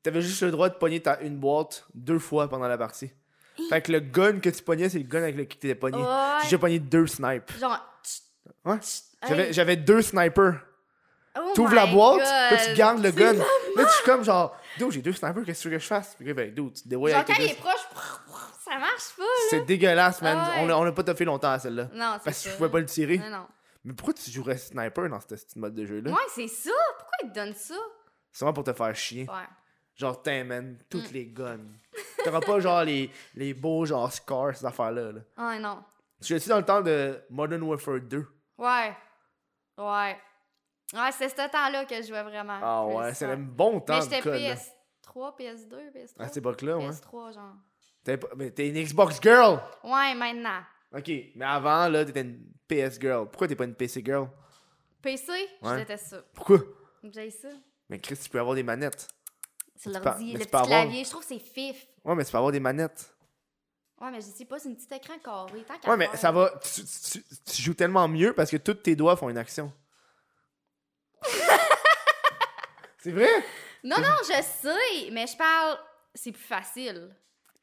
S1: T'avais juste le droit de pogner ta une boîte deux fois pendant la partie. Fait que le gun que tu pognais, c'est le gun avec lequel tu t'es pogné. J'ai
S2: Oh, Ouais.
S1: pogné deux snipes.
S2: Genre. tch,
S1: Ouais.
S2: tch,
S1: J'avais
S2: hey.
S1: j'avais deux snipers.
S2: Oh
S1: T'ouvres
S2: my
S1: la boîte,
S2: God.
S1: là, tu gardes le
S2: C'est-
S1: gun. Là, tu suis comme genre, Dude, j'ai deux snipers, qu'est-ce que tu veux que je fasse? Puis, ben, dude, tu te débrouilles
S2: Genre
S1: avec
S2: quand il
S1: les
S2: est
S1: deux.
S2: proche, prrr, prrr, ça marche pas.
S1: C'est dégueulasse, man.
S2: Ah ouais.
S1: On l'a- On n'a pas toffé longtemps à celle-là.
S2: Non,
S1: Parce
S2: c'est
S1: que
S2: ça.
S1: je pouvais pas le tirer.
S2: Non, non.
S1: Mais pourquoi tu jouerais sniper dans ce petit mode de jeu-là?
S2: Ouais, c'est ça. Pourquoi ils te donnent ça?
S1: C'est vraiment pour te faire chier.
S2: Ouais.
S1: Genre, t'es, man, toutes
S2: Mm.
S1: les guns. T'auras pas, genre, les, les beaux, genre, scars, ces affaires-là. Là.
S2: Ouais, non.
S1: Tu es-tu dans le temps de Modern Warfare 2?
S2: Ouais. Ouais. Ouais, c'est ce temps-là que je jouais vraiment.
S1: Ah
S2: plus,
S1: ouais, c'est le bon temps
S2: Mais
S1: de
S2: j'étais
S1: code. là. Ah,
S2: PS3, PS2, PS3.
S1: À cette époque-là, ouais.
S2: PS3, genre.
S1: T'avais pas- Mais t'es une Xbox girl!
S2: Ouais, maintenant.
S1: Ok, mais avant, là, t'étais une PS girl. Pourquoi t'es pas une PC girl?
S2: PC,
S1: Ouais.
S2: je déteste ça.
S1: Pourquoi?
S2: J'ai ça.
S1: Mais Chris, tu peux avoir des manettes.
S2: C'est
S1: peux-
S2: l'ordi,
S1: mais
S2: le
S1: tu
S2: petit
S1: peux avoir-
S2: clavier. Je trouve que c'est fif.
S1: Ouais, mais tu peux avoir des manettes.
S2: Ouais, mais je sais pas, c'est un petit écran carré. Tant qu'à
S1: Ouais, mais
S2: faire.
S1: ça va. Tu, tu- tu- tu joues tellement mieux parce que tous tes doigts font une action. c'est vrai?
S2: Non, non, je sais, mais je parle. C'est plus facile.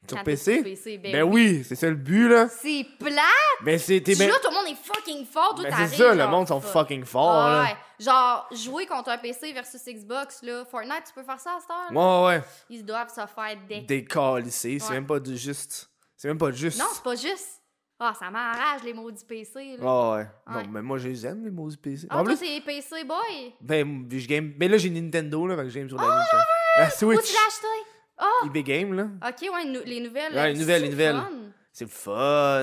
S1: Sur
S2: quand t'es
S1: PC?
S2: sur PC, ben.
S1: Ben oui, c'est ça le but, là.
S2: C'est plat.
S1: Mais c'est. t'es
S2: Tu
S1: ben-
S2: joues, tout le monde est fucking fort. Tout
S1: Mais
S2: t'arrives,
S1: c'est ça, le
S2: genre,
S1: monde sont
S2: fuck.
S1: fucking forts, là.
S2: Ouais. Genre, jouer contre un PC versus Xbox, là. Fortnite, tu peux faire ça à cette heure? là?
S1: Ouais, ouais.
S2: Ils doivent se faire des.
S1: Des calissés, c'est
S2: Ouais.
S1: même pas du juste. C'est même pas juste.
S2: Non, c'est pas juste. Ah, ça m'enrage, les maudits PC, là.
S1: Ah ouais. Non,
S2: Ouais.
S1: mais moi, je les aime, les mots PC.
S2: Ah,
S1: en
S2: toi,
S1: plus,
S2: c'est PC boy?
S1: ben, je game. Ben là, j'ai Nintendo, là, fait que je game sur la Nintendo. La
S2: Où
S1: Switch,
S2: Ah, tu l'as acheté? Ah!
S1: eBay Game, là.
S2: Ok, ouais, nou- les nouvelles.
S1: Ouais, les
S2: euh,
S1: nouvelles, les
S2: c'est
S1: nouvelles.
S2: fun.
S1: C'est le fun.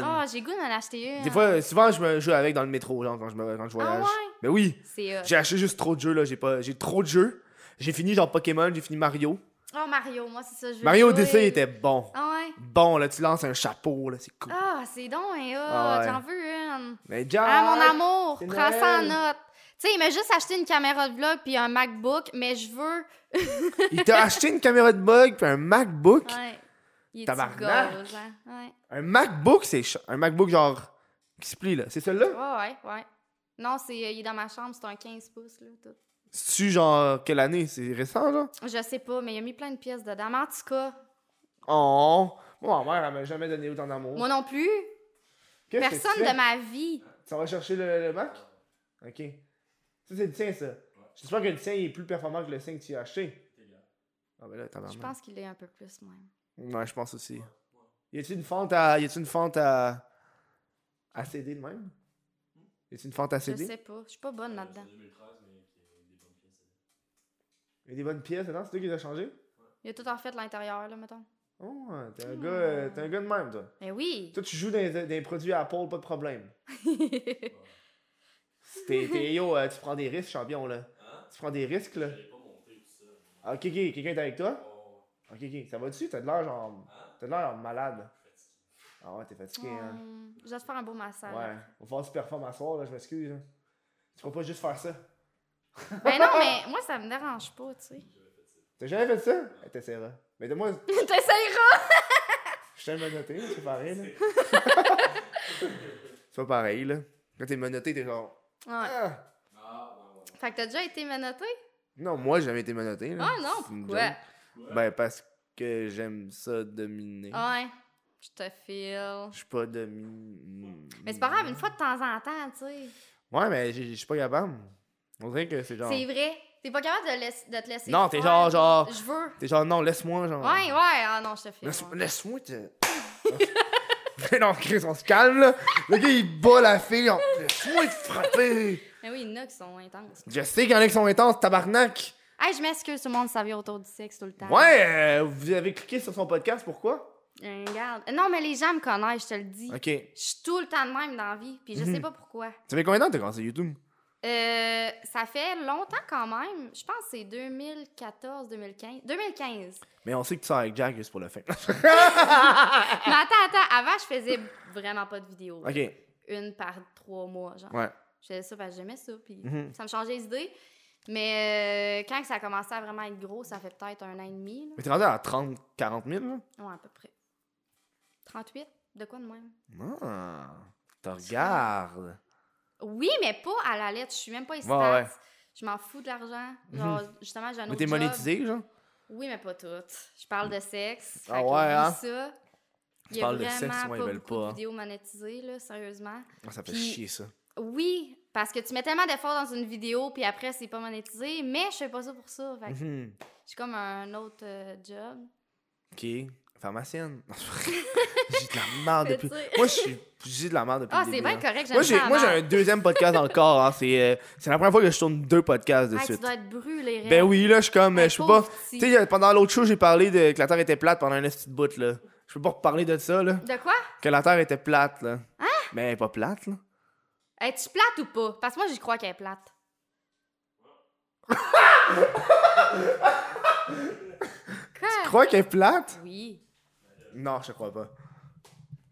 S2: Ah, j'ai goût d'en acheter une.
S1: Des fois, euh, souvent, je me joue avec dans le métro, genre, quand je, me, quand je voyage.
S2: Ah, ouais?
S1: Ben oui.
S2: C'est. euh,
S1: J'ai acheté juste trop de jeux, là. J'ai pas... j'ai trop de jeux. J'ai fini, genre, Pokémon, j'ai fini Mario.
S2: Oh, Mario, moi, c'est ça, je veux.
S1: Mario
S2: jouer.
S1: Odyssey était bon.
S2: Ah, ouais.
S1: Bon, là, tu lances un chapeau, là, c'est cool.
S2: Ah, c'est donc, hein, ah,
S1: Ah ouais.
S2: j'en veux une.
S1: Mais Jack!
S2: Ah, mon amour,
S1: c'est
S2: prends ça en
S1: Noël.
S2: note. Tu sais, il m'a juste acheté une caméra de vlog puis un MacBook, mais je veux.
S1: Il t'a acheté une caméra de bug puis un MacBook.
S2: Ouais. Il est
S1: Tabarnak.
S2: gauche, hein? Ouais.
S1: Un MacBook, c'est ch- un MacBook genre qui se plie là. C'est celui-là?
S2: Ouais, ouais, ouais. Non, c'est, euh, il est dans ma chambre, c'est un 15 pouces, là, tout.
S1: C'est-tu genre quelle année? C'est récent, là?
S2: Je sais pas, mais il a mis plein de pièces dedans. Mais en tout cas,
S1: Oh! Moi, ma mère, elle m'a jamais donné autant d'amour.
S2: moi non plus,
S1: Qu'est-ce que
S2: personne
S1: tu fais?
S2: de ma vie.
S1: Tu vas chercher le, le Mac? Ok. Ça, c'est le tien, ça. J'espère que le tien il est plus performant que le tien que tu as acheté. Ah, ben là, t'as
S2: Je pense qu'il est un peu plus, moi.
S1: Ouais, je pense aussi. Y a-t-il une fente à. Y a-t-il une fente à. à CD de même? Y a-t-il une fente à
S2: Je
S1: CD?
S2: sais pas, je suis pas bonne là-dedans.
S1: Y
S3: C'est 2013, mais qui est des bonnes pièces.
S1: a des bonnes pièces dedans, c'est toi qui les as changées?
S2: Il a tout en fait l'intérieur, là, mettons.
S1: Oh, ouais, t'es un,
S2: Hmm.
S1: gars, euh, t'es un gars de même, toi.
S2: Mais oui!
S1: Toi, tu joues dans des, des produits Apple, pas de problème. T'es, t'es- yo, euh, tu prends des risques, champion, là.
S3: Hein?
S1: Tu prends des risques, là.
S3: J'allais pas monter tout ça.
S1: Ah, Ok, ok, quelqu'un est avec toi?
S3: Oh,
S1: Ok, ok, ça va dessus? T'as de l'air genre.
S3: hein?
S1: T'as de l'air genre malade.
S3: Fatigué.
S1: Ah ouais, t'es fatigué, hein.
S2: Hum, Je vais te faire un beau massage.
S1: Ouais. On va faire du perform à soir, là, je m'excuse. hein. Tu pourras pas juste faire ça.
S2: Ben non, mais moi, ça me dérange pas, tu sais.
S1: T'as jamais fait ça? Eh, T'essaieras. Mais de moi,
S2: T'essayeras!
S1: je t'aime menotté, c'est pareil, là. c'est pas pareil, là. Quand t'es menotté, t'es genre.
S2: Ouais.
S1: Ah!
S3: Ah, ouais, ouais.
S2: Fait que t'as déjà été menottée?
S1: Non, moi, j'ai jamais été menotté, là.
S2: Ah non,
S1: C'est une
S2: pourquoi?
S1: joke. Ben, parce que j'aime ça dominer.
S2: Ouais. Je te file.
S1: Je suis pas dominé.
S2: Mais c'est pas grave, une fois de temps en temps, tu sais.
S1: Ouais, mais j'ai- je suis pas capable. On dirait que c'est genre.
S2: C'est vrai. T'es pas capable de, laisser- de te laisser.
S1: Non, t'es
S2: faire.
S1: genre, genre.
S2: Je veux.
S1: T'es genre, non, laisse-moi, genre.
S2: Ouais, ouais, ah non, je te file.
S1: Laisse-
S2: ouais.
S1: Laisse-moi, te- Mais non, Chris, on se calme, là. Le gars, il bat la fille. on- Laisse-moi te frapper.
S2: Mais oui, il y en a qui sont intenses.
S1: Je sais qu'il y en a qui sont intenses, tabarnak.
S2: Hey, je m'excuse, tout le monde savait autour du sexe tout le temps.
S1: Ouais, euh, vous avez cliqué sur son podcast, pourquoi?
S2: Euh, Regarde. Non, mais les gens me connaissent, je te le dis.
S1: Ok. Tu
S2: Je suis tout le temps de même dans la vie, puis je sais
S1: Mhm.
S2: pas pourquoi.
S1: savais combien de temps que t'as commencé YouTube?
S2: Euh, ça fait longtemps quand même. Je pense que c'est 2014, 2015. 2015.
S1: Mais on sait que tu sors avec Jack juste pour le fin.
S2: Mais attends, attends. Avant, je faisais vraiment pas de vidéos.
S1: Ah, ok, ouais.
S2: Une par trois mois, genre. Je faisais ça parce que j'aimais ça, puis
S1: Mhm.
S2: ça me changeait les idées. Mais euh, quand ça a commencé à vraiment être gros, ça fait peut-être un an et demi,
S1: Mais t'es rendu à 30, 40 000, là?
S2: là. Ouais, à peu près. 38? De quoi de même?
S1: Ah, te regarde.
S2: Oui, mais pas à la lettre. Je suis même pas ici.
S1: Ouais, ouais.
S2: Je m'en fous de l'argent. Genre, justement, j'ai un
S1: Mais
S2: autre
S1: t'es
S2: job.
S1: monétisé, genre?
S2: Oui, mais pas toutes. Je parle de sexe.
S1: Ah
S2: Fait que
S1: ouais,
S2: oublie
S1: hein?
S2: ça.
S1: Tu
S2: Il y a
S1: parles de
S2: vraiment
S1: sexe, ouais, ils
S2: pas
S1: veulent
S2: beaucoup
S1: pas, hein.
S2: de vidéos monétisées, là, sérieusement.
S1: Ah, ça fait
S2: Puis-
S1: chier, ça.
S2: Oui, parce que tu mets tellement d'efforts dans une vidéo, puis après, c'est pas monétisé, mais je fais pas ça pour ça. Fait que
S1: Mhm.
S2: j'ai comme un autre euh, job.
S1: Ok, pharmacienne. Non, c'est vrai. j'ai de la merde
S2: Mais
S1: depuis.
S2: tu sais.
S1: Moi, je suis- j'ai de la merde depuis.
S2: Ah,
S1: le
S2: c'est
S1: début,
S2: bien
S1: hein.
S2: correct, j'aime
S1: Moi, j'ai
S2: ça.
S1: moi, j'ai un
S2: Amanda.
S1: deuxième podcast dans le corps. Hein. C'est euh, c'est la première fois que je tourne deux podcasts de
S2: Hey,
S1: suite.
S2: Ah, Tu dois être brûlé,
S1: Ben oui, là, je suis comme. euh, Je peux pas. Tu sais,
S2: sais...
S1: euh, pendant l'autre show, j'ai parlé de que la Terre était plate pendant un petit bout, là. Je peux pas reparler de ça, là.
S2: De quoi?
S1: Que la Terre était plate, là.
S2: Hein?
S1: Mais elle est pas plate, là.
S2: Es-tu plate ou pas? Parce que moi, j'y crois qu'elle est plate.
S1: Tu
S2: quoi?
S1: crois qu'elle est plate?
S2: Oui.
S1: Non, je te crois pas.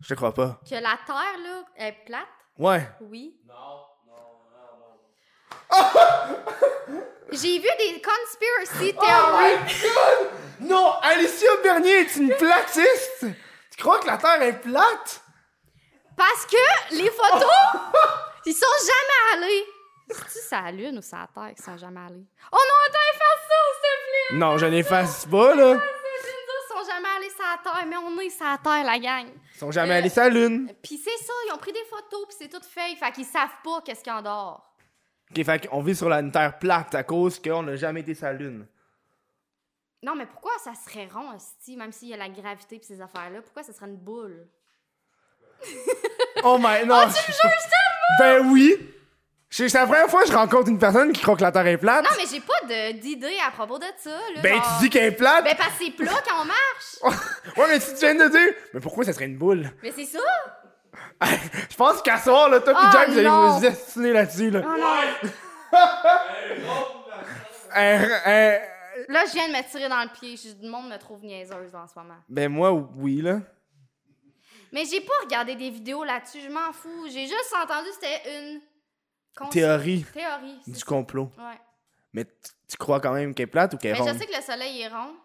S1: Je te crois pas.
S2: Que la Terre, là, est plate?
S1: Ouais.
S2: Oui.
S3: Non, non, non, non.
S2: J'ai vu des conspiracy
S3: Oh
S2: theories.
S1: Non, Alicia Bernier est une platiste! Tu crois que la Terre est plate?
S2: Parce que les photos, ils sont jamais allés. C'est-tu sa lune ou sa terre qui sont jamais allés? Oh non, attends, faire ça, s'il te plaît!
S1: Non, je n'efface pas, là.
S2: Les Ils sont jamais allés sa terre, mais on est sa terre, la gang.
S1: Ils sont jamais
S2: Euh,
S1: allés sur la Lune.
S2: Puis c'est ça, ils ont pris des photos, puis c'est tout fake. Fait qu'ils savent pas qu'est-ce qu'il y a en dehors.
S1: Ok, fait qu'on vit sur la une Terre plate à cause qu'on n'a jamais été sur la Lune.
S2: Non, mais pourquoi ça serait rond, hostie, même s'il y a la gravité pis ces affaires-là? Pourquoi ça serait une boule?
S1: Oh my, non! tu me Ben oui! C'est c'est la première fois que je rencontre une personne qui croit que la Terre est plate.
S2: Non, mais j'ai pas de- d'idée à propos de ça, là.
S1: ben,
S2: Ah, genre-
S1: tu dis qu'elle est plate!
S2: Ben, parce que c'est plat quand on marche!
S1: Ouais, mais si tu viens de dire... Mais pourquoi ça serait une boule?
S2: Mais c'est ça!
S1: je pense qu'à ce soir, là, toi pis
S2: Oh,
S1: Jack, vous allez
S2: non.
S1: vous assassiner là-dessus, là.
S2: Oh non!
S1: Euh, euh,
S2: Là, je viens de me tirer dans le pied. Je- Le monde me trouve niaiseuse en ce moment.
S1: ben moi, oui, là.
S2: Mais j'ai pas regardé des vidéos là-dessus, je m'en fous. J'ai juste entendu que c'était une cons-
S1: Théorie
S2: Théorie. c'est
S1: du
S2: ça.
S1: complot.
S2: Ouais.
S1: Mais tu tu crois quand même qu'elle est plate ou qu'elle
S2: Mais
S1: est ronde?
S2: Ben, je sais que le soleil est rond.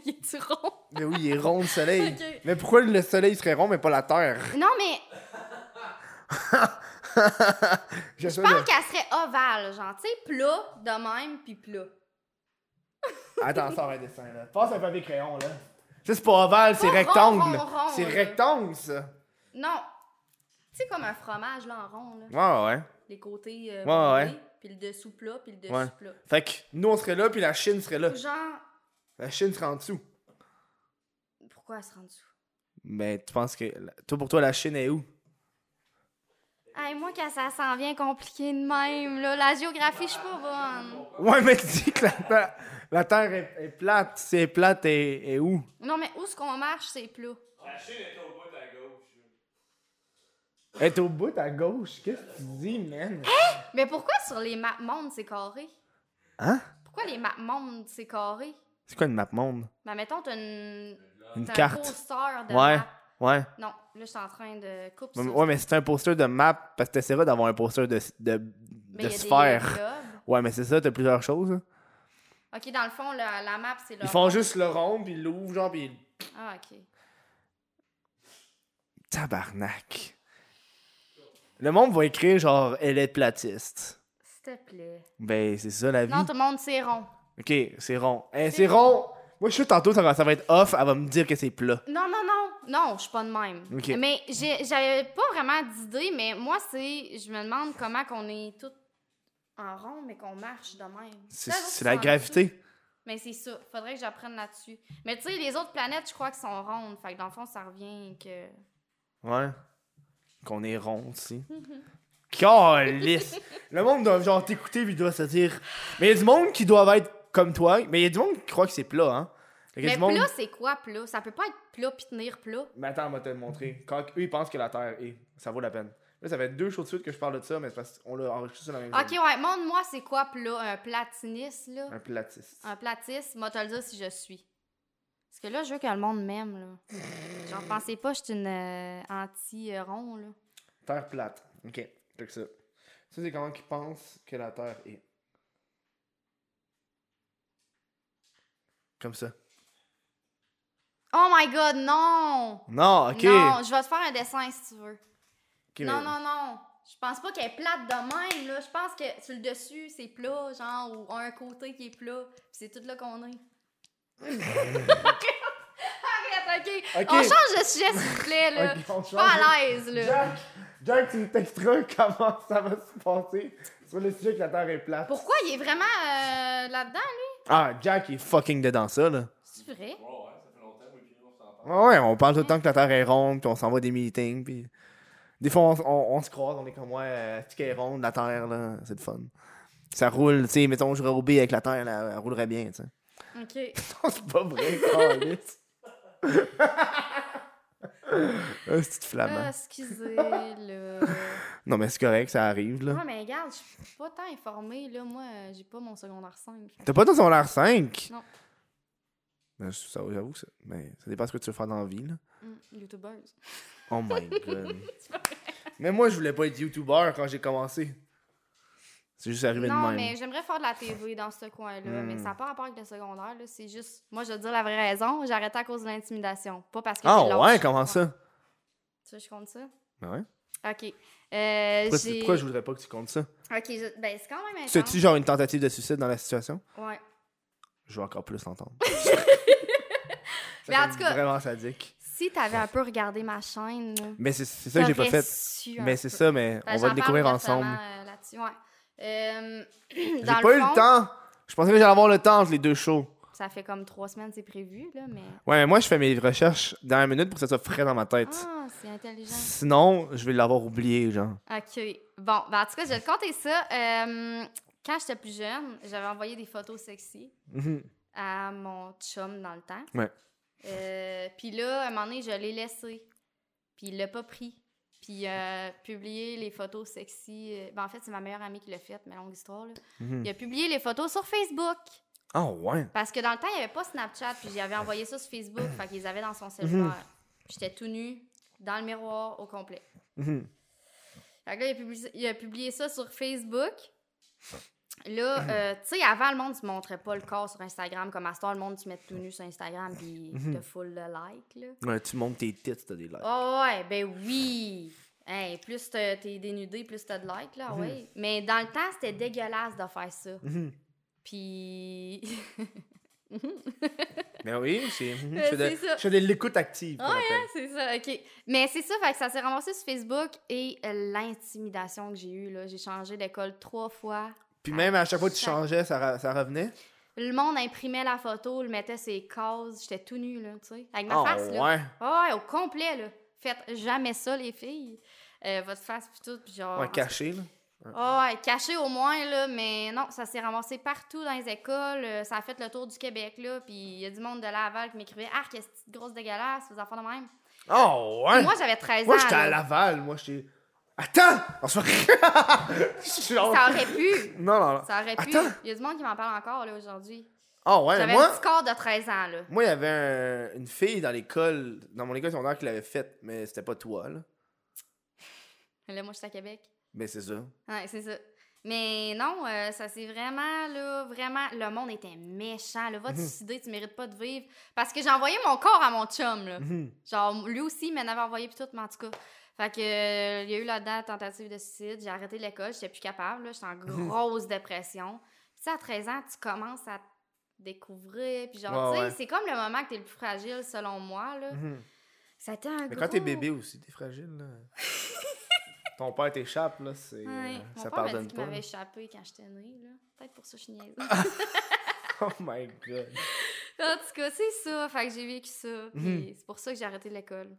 S2: Il est-tu rond?
S1: Mais Ben oui, il est rond le soleil.
S2: Ok.
S1: Mais pourquoi le soleil serait rond mais pas la Terre?
S2: Non, mais. Je
S1: J'essaie
S2: pense
S1: de...
S2: qu'elle serait ovale, genre, tu sais, plat de même, puis plat.
S1: Attends, sors un dessin, là. Passe un papier crayon, là. Ça, c'est pas ovale, c'est
S2: Pas rond,
S1: rectangle.
S2: rond, rond,
S1: C'est
S2: là.
S1: rectangle, ça.
S2: Non. Tu sais, comme un fromage, là, en rond, là.
S1: Ouais, ouais.
S2: Les côtés euh,
S1: Ouais, ouais.
S2: bondés, puis le dessous plat, puis le dessus
S1: Ouais.
S2: plat.
S1: Fait que nous, on serait là, puis la Chine serait là.
S2: Ou Genre,
S1: La Chine serait en dessous.
S2: pourquoi elle se rend dessous?
S1: Mais Ben, tu penses que. Toi, pour toi, la Chine est où?
S2: Hey, moi, quand ça s'en vient compliqué de même, là, la géographie, je suis pas bonne.
S1: Ouais, mais dis que la Terre, la terre est, est plate. Si elle est plate, elle elle est où?
S2: Non, mais où est-ce qu'on marche, c'est plat.
S3: La Chine était au bout de la gauche.
S1: Elle est au bout, à gauche. Qu'est-ce que tu dis, man?
S2: Mais pourquoi sur les maps mondes, c'est carré?
S1: Hein?
S2: Pourquoi les maps mondes, c'est carré?
S1: C'est quoi une map monde?
S2: Ben, mettons, t'as une...
S1: Une
S2: t'as un
S1: carte.
S2: poster de
S1: Ouais,
S2: map.
S1: ouais.
S2: Non, là, je suis en train de couper
S1: Ouais, mais-
S2: ça.
S1: ouais, mais c'est un poster de map parce que t'essaieras d'avoir un poster de, de,
S2: Mais
S1: de
S2: il y a des
S1: sphère.
S2: globes.
S1: Ouais, mais c'est ça, t'as plusieurs choses. hein. là.
S2: OK, dans le fond, la, la map, c'est le...
S1: Ils font juste le rond, puis ils l'ouvrent, genre, puis ils-
S2: Ah, OK.
S1: Tabarnak. Le monde va écrire, genre, elle est platiste.
S2: S'il te plaît.
S1: Ben, c'est ça la vie.
S2: Non, tout le monde, c'est rond.
S1: Ok, c'est rond. Hein, c'est rond! Moi, je suis sûr, tantôt, ça va, ça va être off, elle va me dire que c'est plat.
S2: Non, non, non. Non, je suis pas de même.
S1: Ok.
S2: Mais j'ai- j'avais pas vraiment d'idée, mais moi, c'est. Je me demande comment qu'on est toutes en rond, mais qu'on marche de même.
S1: C'est
S2: Les autres
S1: c'est
S2: sont
S1: la
S2: en dessous.
S1: gravité.
S2: Mais c'est ça. Faudrait que j'apprenne là-dessus. Mais tu sais, les autres planètes, je crois qu'elles sont rondes. Fait que dans le fond, ça revient que.
S1: Ouais. Qu'on est rond aussi. Calisse! Le monde doit genre t'écouter puis doit se dire. Mais il y a du monde qui doivent être comme toi, mais il y a du monde qui croit que c'est plat, hein. Fait qu'il y a
S2: Mais
S1: du monde-
S2: plat, c'est quoi plat? Ça peut pas être plat puis tenir plat.
S1: Mais attends, on va te le montrer. Quand eux, ils pensent que la Terre est, ça vaut la peine. Là, ça fait deux shows de suite que je parle de ça, mais c'est parce qu'on l'a enregistré sur la même
S2: Ok,
S1: journée.
S2: ouais. Montre-moi, c'est quoi plat? Un platiniste, là?
S1: Un platiste.
S2: Un platiste, moi te le dire si je suis. Parce que là, je veux que le monde m'aime, là. J'en pensais pas, je suis une anti-ron, là.
S1: Terre plate. Ok, fait que ça. Ça, c'est comment qu'ils pensent que la Terre est. Comme ça.
S2: Oh my god, non!
S1: Non, ok.
S2: Non, je vais te faire un dessin si tu veux.
S1: Ok, mais-
S2: Non, non, non. Je pense pas qu'elle est plate de même, là. Je pense que sur le dessus, c'est plat, genre, ou un côté qui est plat. Puis c'est tout là qu'on est. Arrête, ok.
S1: Ok.
S2: On change de sujet, s'il vous plaît, là.
S1: Ok,
S2: Je
S1: on
S2: suis pas
S1: change.
S2: à l'aise, là.
S1: Jack, Jack, tu me texteras comment ça va se passer sur le sujet que la Terre est plate.
S2: Pourquoi il est vraiment euh, là-dedans, lui?
S1: Ah, Jack il est fucking dedans ça, là.
S2: C'est vrai?
S3: Ouais, ouais, ça fait longtemps, oui, puis on s'en parle.
S1: Ah Ouais, ouais, on parle
S2: Mm.
S1: tout le temps que la Terre est ronde, puis on s'en va des meetings, puis... Des fois, on, on- on se croise, on est comme, ouais, euh, est-ce qu'elle est ronde, la Terre, là? C'est le fun. Ça roule, tu sais, mettons, je au B avec la Terre, là, elle roulerait bien, tu sais.
S2: Ok.
S1: Non, c'est pas vrai, câlisse. Un petit
S2: Ah,
S1: flamand.
S2: excusez, là.
S1: hein. Non, mais c'est correct, ça arrive, là.
S2: Non, euh. mais regarde, je suis pas tant informée, là. Moi, euh, j'ai pas mon secondaire 5.
S1: T'as pas ton secondaire 5?
S2: Non.
S1: Ben, ça, j'avoue, ça, mais ça dépend ce que tu veux faire dans la vie, là.
S2: Hum, Youtubeuse.
S1: Oh my god. mais moi, je voulais pas être YouTuber quand j'ai commencé. C'est juste arrivé de
S2: Non,
S1: même.
S2: mais j'aimerais faire de la TV dans ce coin-là,
S1: Hmm.
S2: mais ça n'a pas rapport avec le secondaire, là. C'est juste, moi, je vais te dire la vraie raison, j'ai arrêté à cause de l'intimidation. Pas parce que
S1: Ah
S2: j'ai lâche.
S1: ouais, comment ça?
S2: Tu veux que je compte ça?
S1: Ben ouais.
S2: OK. Euh,
S1: Pourquoi,
S2: j'ai-
S1: pourquoi je voudrais pas que tu comptes ça?
S2: OK, je- ben, c'est quand même intense.
S1: C'est-tu genre une tentative de suicide dans la situation?
S2: Ouais.
S1: Je veux encore plus l'entendre.
S2: Mais en tout cas-
S1: Vraiment sadique.
S2: Si t'avais un peu regardé ma chaîne, là,
S1: Mais c'est c'est ça que j'ai pas
S2: t'aurais
S1: fait.
S2: su un
S1: Mais c'est
S2: peu.
S1: ça, mais
S2: Ben,
S1: on va
S2: j'en
S1: le découvrir
S2: parle
S1: ensemble.
S2: récemment, euh, là-dessus, ouais. Euh,
S1: J'ai
S2: dans
S1: pas eu
S2: fond,
S1: le temps. Je pensais que j'allais avoir le temps entre les deux shows.
S2: Ça fait comme trois semaines, c'est prévu, là, mais.
S1: Ouais, mais moi, je fais mes recherches dans la minute pour que ça soit frais dans ma tête.
S2: Ah, c'est intelligent.
S1: Sinon, je vais l'avoir oublié, genre.
S2: OK. Bon, ben, en tout cas, je vais te compter ça. Euh, quand j'étais plus jeune, j'avais envoyé des photos sexy
S1: Mhm.
S2: à mon chum dans le temps.
S1: Ouais.
S2: Euh, Puis là, à un moment donné, je l'ai laissé. Puis il l'a pas pris. Puis euh, publié les photos sexy. euh, Ben, en fait, c'est ma meilleure amie qui l'a fait, ma longue histoire. Là.
S1: Mhm.
S2: Il a publié les photos sur Facebook.
S1: Ah ouais.
S2: Parce que dans le temps, il n'y avait pas Snapchat, puis j'avais envoyé ça sur Facebook, fait qu'ils avaient dans
S1: Mhm.
S2: son cellulaire. Puis J'étais tout nu, dans le miroir, au complet.
S1: Mhm.
S2: Fait que là, il a publié, il a publié ça sur Facebook. Là,
S1: Mhm.
S2: euh, tu sais, avant, le monde ne se montrait pas le corps sur Instagram. Comme à ce temps, le monde se met tout nu sur Instagram, puis
S1: Mhm.
S2: te full le like, là.
S1: Ouais, tu montes tes tits, t'as des likes.
S2: Oh ouais, ben oui! Hey, plus t'as- t'es dénudé, plus t'as de likes, là,
S1: Mhm.
S2: ouais. Mais dans le temps, c'était dégueulasse de faire ça.
S1: Mhm.
S2: Puis.
S1: Ben oui, c'est.
S2: Euh,
S1: Je fais de,
S2: c'est ça.
S1: je fais de l'écoute active. qu'on
S2: Ouais,
S1: appelle.
S2: Ah, hein, c'est ça, OK. Mais c'est ça, fait que ça s'est ramassé sur Facebook et euh, l'intimidation que j'ai eue, là. J'ai changé d'école trois fois.
S1: Puis même à chaque fois que tu
S2: Chaque-
S1: changeais, ça, ra- ça revenait.
S2: Le monde imprimait la photo, le mettait ses cases. J'étais tout nu, là, tu sais. Avec ma
S1: Ah,
S2: face, là.
S1: ouais.
S2: Ah ouais, au complet, là. Faites jamais ça, les filles. Euh, votre face, puis tout, puis genre...
S1: Ouais, caché, là.
S2: Ah ouais, caché au moins, là, mais non, ça s'est ramassé partout dans les écoles. euh, Ça a fait le tour du Québec, là, puis il y a du monde de Laval qui m'écrivait « Ah, qu'est-ce que c'est grosse dégueulasse, vous enfants de même!
S1: Oh, ouais.
S2: Moi, j'avais 13
S1: Moi,
S2: ans.
S1: j'étais à
S2: là.
S1: Laval. Moi, j'étais. Attends! On se fait. Je suis genre-
S2: Ça aurait pu!
S1: Non, non, non.
S2: Ça aurait pu.
S1: Attends.
S2: Il y a du monde qui m'en parle encore, là, aujourd'hui.
S1: Ah, ouais,
S2: J'avais
S1: moi.
S2: un petit corps de 13 ans, là.
S1: Moi, il y avait un- une fille dans l'école, dans mon école secondaire, qui l'avait faite, mais c'était pas toi, là.
S2: Là, moi, je suis à Québec.
S1: Mais c'est ça.
S2: Ouais, c'est ça. Mais non, euh, ça c'est vraiment, là, vraiment... Le monde était méchant,
S1: Mhm.
S2: là. Va te suicider, tu mérites pas de vivre. Parce que j'ai envoyé mon corps à mon chum, là.
S1: Mhm.
S2: Genre, lui aussi, il m'en avait envoyé pis tout, mais en tout cas. Fait que, euh, il y a eu là-dedans tentative de suicide. J'ai arrêté l'école, j'étais plus capable, là. J'étais en
S1: Mhm.
S2: grosse dépression. Puis, tu sais, à 13 ans, tu commences à te découvrir. Puis, genre,
S1: Ouais,
S2: tu sais,
S1: ouais.
S2: c'est comme le moment que t'es le plus fragile, selon moi, là.
S1: Mhm.
S2: Ça a été un
S1: Mais
S2: gros-
S1: quand t'es bébé aussi, t'es fragile, là. Ton père t'échappe, là, c'est.
S2: Ouais.
S1: euh,
S2: Mon
S1: ça
S2: père m'a
S1: pardonne
S2: dit qu'il
S1: pas.
S2: m'avait échappé quand j'étais née, là. Peut-être pour ça, que je suis niaise.
S1: Oh my god.
S2: en tout cas, c'est ça. Fait que j'ai vécu ça. Puis,
S1: Mhm.
S2: c'est pour ça que j'ai arrêté l'école.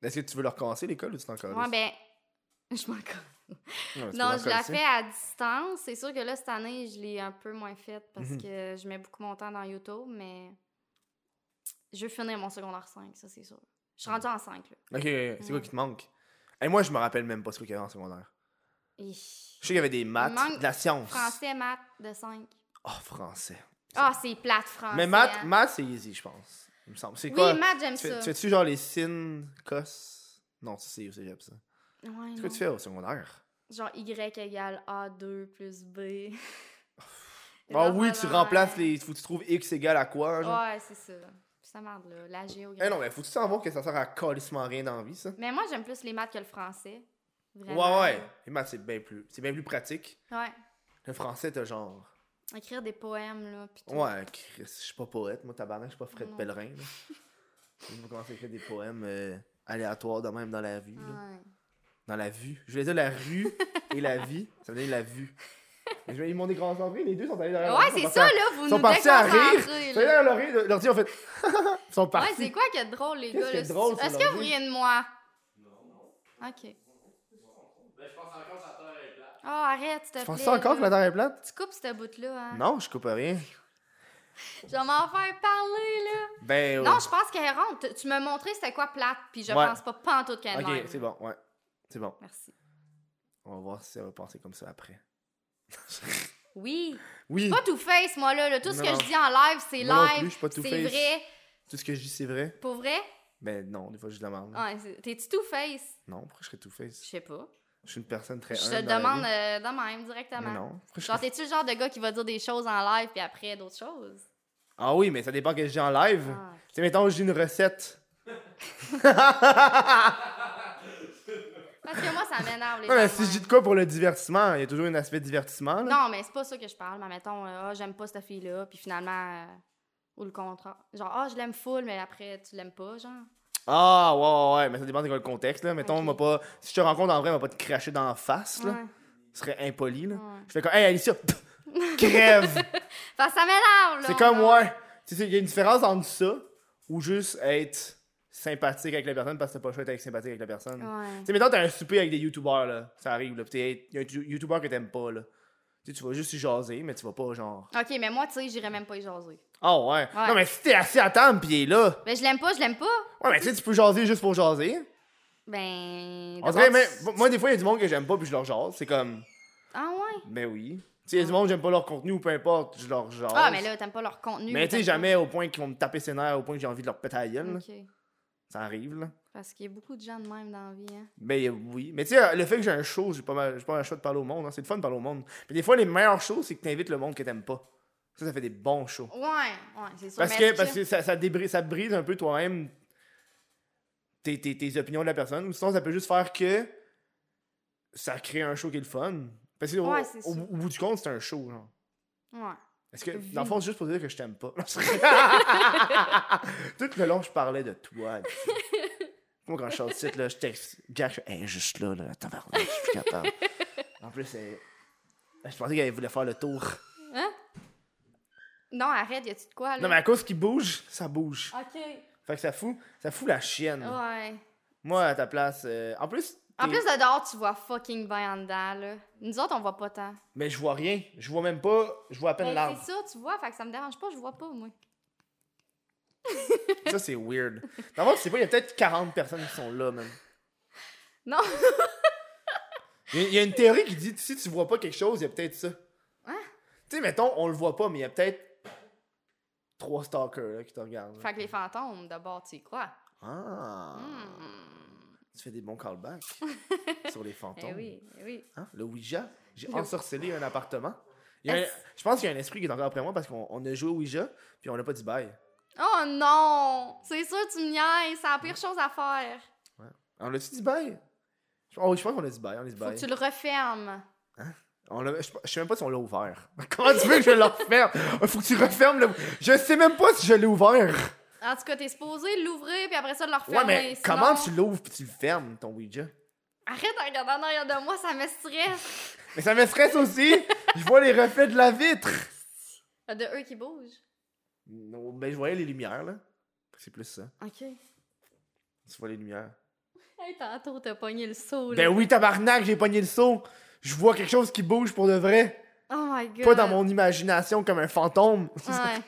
S1: Est-ce que tu veux leur recommencer l'école ou tu t'en colles?
S2: Moi, ben, je m'en casse.
S1: Non, tu
S2: Non,
S1: peux
S2: je
S1: leur
S2: la
S1: coller,
S2: fais à distance. C'est sûr que là, cette année, je l'ai un peu moins faite parce
S1: Mhm.
S2: que je mets beaucoup mon temps dans YouTube, mais je veux finir mon secondaire 5, ça, c'est sûr. Je
S1: Mhm.
S2: suis rendue en 5, là.
S1: ça. Ok, c'est
S2: Mm.
S1: quoi qui te manque? Et moi, je me rappelle même pas ce qu'il y avait en secondaire.
S2: Et...
S1: Je sais qu'il y avait des maths,
S2: Il manque
S1: de la science.
S2: Français, maths de 5.
S1: Oh, français.
S2: Ah, c'est plate, français.
S1: Mais maths,
S2: hein.
S1: maths c'est easy, je pense. Il me semble. C'est
S2: Oui,
S1: quoi?
S2: maths, j'aime
S1: tu fais-
S2: ça.
S1: tu fais-tu genre les signes, cos? Non, ça, c'est au cégep, ça.
S2: Ouais,
S1: Qu'est-ce
S2: non.
S1: que tu fais au secondaire?
S2: Genre Y égale A2 plus B.
S1: Ah
S2: Là,
S1: Bah oui, tu
S2: vraiment,
S1: remplaces
S2: hein.
S1: les. Faut que tu trouves X égale à quoi, genre?
S2: Ouais, c'est ça. Ça merde, là. La géographie.
S1: Eh non, mais faut-tu savoir que ça sert à calissement rien dans la vie, ça?
S2: Mais moi, j'aime plus les maths que le français.
S1: Ouais,
S2: Vraiment.
S1: ouais. Les maths, c'est bien plus, c'est bien plus pratique.
S2: Ouais.
S1: Le français, t'as genre.
S2: Écrire des poèmes, là. pis tout.
S1: Ouais, Chris, je suis pas poète, moi, tabarnak, je suis pas Fred
S2: Non.
S1: Pellerin. là. Je vais commencer à écrire des poèmes euh, aléatoires de même dans la vue. là.
S2: Ouais.
S1: Dans la vue. Je voulais dire la rue et la vie. Ça veut dire la vue. Mais je vais- ils m'ont déconcentré, les deux sont allés dans la
S2: Ouais, c'est ça, là, vous
S1: Ils
S2: nous
S1: sont partis à rire.
S2: déconcentrez,
S1: Ils sont allés
S2: là.
S1: dans leur oreille, leur dire, en fait. Ils sont
S2: Ouais,
S1: partis.
S2: c'est quoi qui est drôle, les
S1: Qu'est-ce
S2: gars,
S1: qui
S2: là?
S1: est drôle,
S2: Est-ce
S1: sur
S2: que
S1: leur
S2: vous
S1: vie?
S2: riez de moi?
S3: Non, non.
S2: OK.
S3: Ben, je pense encore que la terre est plate.
S2: Oh, arrête, s'il te plaît.
S1: tu penses ça encore que la
S2: là.
S1: terre est plate?
S2: Tu coupes ce bout-là, hein?
S1: Non, je coupe rien.
S2: Je vais m'en faire parler, là.
S1: Ben.
S2: Non,
S1: ouais.
S2: je pense qu'elle est ronde. Tu- Tu me montrais c'était quoi plate, puis je
S1: Ouais.
S2: pense pas pantoute qu'elle est de
S1: Ok,
S2: même.
S1: c'est bon, ouais. C'est bon.
S2: Merci.
S1: On va voir si ça va passer comme ça après.
S2: Oui.
S1: Oui!
S2: Pas tout face, moi, là. là. Tout ce
S1: Non.
S2: que je dis en live, c'est
S1: Moi non plus, je
S2: live.
S1: suis pas
S2: C'est
S1: two-face.
S2: vrai.
S1: Tout ce que je dis, c'est vrai?
S2: Pour vrai?
S1: Ben non, des fois, je dis de la merde.
S2: Ouais, c'est- T'es-tu tout face?
S1: Non, pourquoi je serais tout fait?
S2: Je sais pas.
S1: Je suis une personne très
S2: Je te
S1: humble
S2: le
S1: dans la
S2: demande
S1: vie.
S2: euh, de même,
S1: Mais
S2: directement.
S1: non. Pourquoi je
S2: Genre,
S1: serais-
S2: t'es-tu le genre de gars qui va dire des choses en live, puis après d'autres choses?
S1: Ah oui, mais ça dépend que je dis en live.
S2: Ah,
S1: Tu sais, mettons, je dis une recette.
S2: Parce que moi, ça m'énerve. les
S1: Non, mais
S2: gens
S1: si
S2: de
S1: je dis
S2: même.
S1: de quoi pour le divertissement, il y a toujours un aspect divertissement. Là.
S2: Non, mais c'est pas ça que je parle. Mais mettons, euh, ah, j'aime pas cette fille-là, puis finalement, euh, ou le contraire. Genre, ah, je l'aime full, mais après, tu l'aimes pas, genre.
S1: Ah, ouais, ouais, ouais, mais ça dépend de quoi le contexte. Là. Mettons,
S2: Ok.
S1: on m'a pas... si je te rencontre en vrai, on va pas te cracher dans la face. Là.
S2: Ouais,
S1: Ce serait impoli. Là.
S2: ouais.
S1: Je fais comme, hey, Alicia, crève!
S2: Parce que ça m'énerve, là.
S1: C'est
S2: on-
S1: comme, ouais. Tu sais, il y a une différence entre ça ou juste être sympathique avec la personne parce que t'as pas le choix d'être sympathique avec la personne.
S2: Ouais.
S1: Tu sais, mettons, t'as un souper avec des youtubeurs, là. Ça arrive, là. Pis t'es- y a un tu- youtubeur que t'aimes pas, là. Tu sais, tu vas juste y jaser, mais tu vas pas, genre.
S2: Ok, mais moi, tu sais, j'irais même pas y jaser.
S1: Ah ouais.
S2: Ouais.
S1: Non, mais si t'es assis à table pis il est là.
S2: Ben, je l'aime pas, je l'aime pas.
S1: Ouais, mais tu sais, tu peux jaser juste pour jaser.
S2: Ben.
S1: On dirait,
S2: d'abord,
S1: mais.
S2: tu-
S1: Moi, des fois, il y a du monde que j'aime pas pis je leur jase. C'est comme,
S2: Ah, ouais.
S1: ben oui. Tu sais, il y a du monde, j'aime pas leur contenu ou peu importe, je leur jase.
S2: Ah, mais là, t'aimes pas leur contenu.
S1: Mais tu sais,
S2: t'aimes
S1: jamais au point qu'ils vont me taper ses nerfs, au point que j'ai envie de leur péter à la
S2: pas.
S1: gueule, là.
S2: Ok.
S1: Ça arrive, là.
S2: Parce qu'il y a beaucoup de gens de même dans la vie, hein.
S1: Ben euh, oui. Mais tu sais, le fait que j'ai un show, j'ai pas mal, j'ai pas mal le choix de parler au monde. hein. C'est le fun de parler au monde. Puis des fois, les meilleurs shows, c'est que t'invites le monde que t'aimes pas. Ça, ça fait des bons shows.
S2: Ouais, ouais, c'est sûr.
S1: Parce
S2: mais
S1: que,
S2: est-ce
S1: parce que ça, ça, débri- ça te brise un peu toi-même tes, tes- tes opinions de la personne. Ou sinon, ça peut juste faire que ça crée un show qui est le fun. Parce que au-
S2: Ouais, c'est
S1: au,
S2: sûr.
S1: au bout du compte, c'est un show, genre.
S2: Ouais.
S1: Est-ce que,
S2: Vu.
S1: dans le fond, c'est juste pour dire que je t'aime pas. Tout le long, je parlais de toi. tu sais. Moi, quand je sors de site, là, je texte. Jack, je fais, Hey, juste là, là, tabarnak, je suis plus capable. En plus, elle- je pensais qu'elle voulait faire le tour.
S2: Non, arrête, y a-tu de quoi, là?
S1: Non, mais à cause qu'il bouge, ça bouge.
S2: OK.
S1: Fait que ça fout, ça fout la chienne.
S2: Ouais.
S1: Moi, à ta place, euh, en plus.
S2: En
S1: t'es-
S2: plus de dehors, tu vois fucking bien en dedans, là. Nous autres, on voit pas tant.
S1: Mais je vois rien. Je vois même pas. Je vois à peine
S2: Ben,
S1: l'arbre.
S2: c'est ça, tu vois, fait que ça me dérange pas, je vois pas, moi.
S1: Ça, c'est weird. Dans le fond, tu sais pas, il y a peut-être 40 personnes qui sont là, même.
S2: Non.
S1: Il y a- il y, a une théorie qui dit si tu vois pas quelque chose, il y a peut-être ça.
S2: Hein?
S1: Tu sais, mettons, on le voit pas, mais il y a peut-être trois stalkers là, qui te regardent. là.
S2: Fait que les fantômes, d'abord, tu y crois.
S1: Ah!
S2: Hmm.
S1: Tu fais des bons callbacks sur les fantômes.
S2: Eh oui, eh oui.
S1: Hein? Le Ouija. J'ai
S2: Le-
S1: ensorcelé un appartement. Il y a un-
S2: Est-ce-
S1: je pense qu'il y a un esprit qui est encore après moi parce qu'on on a joué au Ouija, puis on n'a pas dit bye.
S2: Oh non! C'est sûr, tu me niaises, c'est la pire chose à faire.
S1: On l'a-tu dit bye? Je- Oh, je pense qu'on a dit bye, on a dit
S2: Faut
S1: bye.
S2: que tu le refermes.
S1: On l'a- je, je sais même pas si on l'a ouvert. Comment tu veux que je le referme? Faut que tu refermes le. Je sais même pas si je l'ai ouvert.
S2: En tout cas, t'es supposé l'ouvrir puis après ça de le refermer.
S1: Ouais, mais
S2: sinon-
S1: comment tu l'ouvres puis tu le fermes, ton Ouija?
S2: Arrête de regarder en arrière de moi, ça me stresse.
S1: Mais ça me stresse aussi! je vois les reflets de la vitre!
S2: Y a Ah, De eux qui bougent.
S1: Non, ben, je voyais les lumières, là. C'est plus ça.
S2: Ok.
S1: Tu vois les lumières.
S2: Hey, tantôt, t'as pogné le saut, là.
S1: Ben oui, tabarnak, j'ai pogné le saut! Je vois quelque chose qui bouge pour de vrai!
S2: Oh my god.
S1: Pas dans mon imagination comme un fantôme!
S2: Ouais.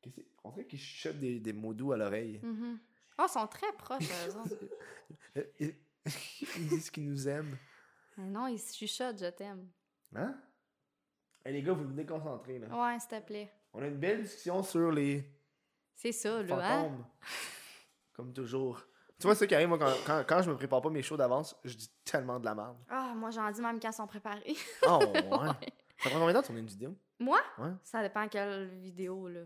S1: Qu'est-ce que c'est? On dirait qu'il chuchote des, des mots doux à l'oreille.
S2: Mhm. Oh, ils sont très proches, eux autres.
S1: Euh, Ils ils disent qu'ils nous aiment.
S2: Mais non, ils se chuchotent, je t'aime.
S1: Hein? Hey, les gars, vous me déconcentrez, là.
S2: Ouais, s'il te plaît.
S1: On a une belle discussion sur les
S2: C'est ça, là, hein?
S1: fantômes. Comme toujours. Tu vois, ce qui arrive, moi, quand, quand, quand je me prépare pas mes shows d'avance, je dis tellement de la merde.
S2: Ah, moi, j'en dis même quand ils sont préparés.
S1: Oh, ouais. Ça prend combien de temps de tourner une vidéo?
S2: moi?
S1: Ouais.
S2: Ça dépend quelle vidéo, là.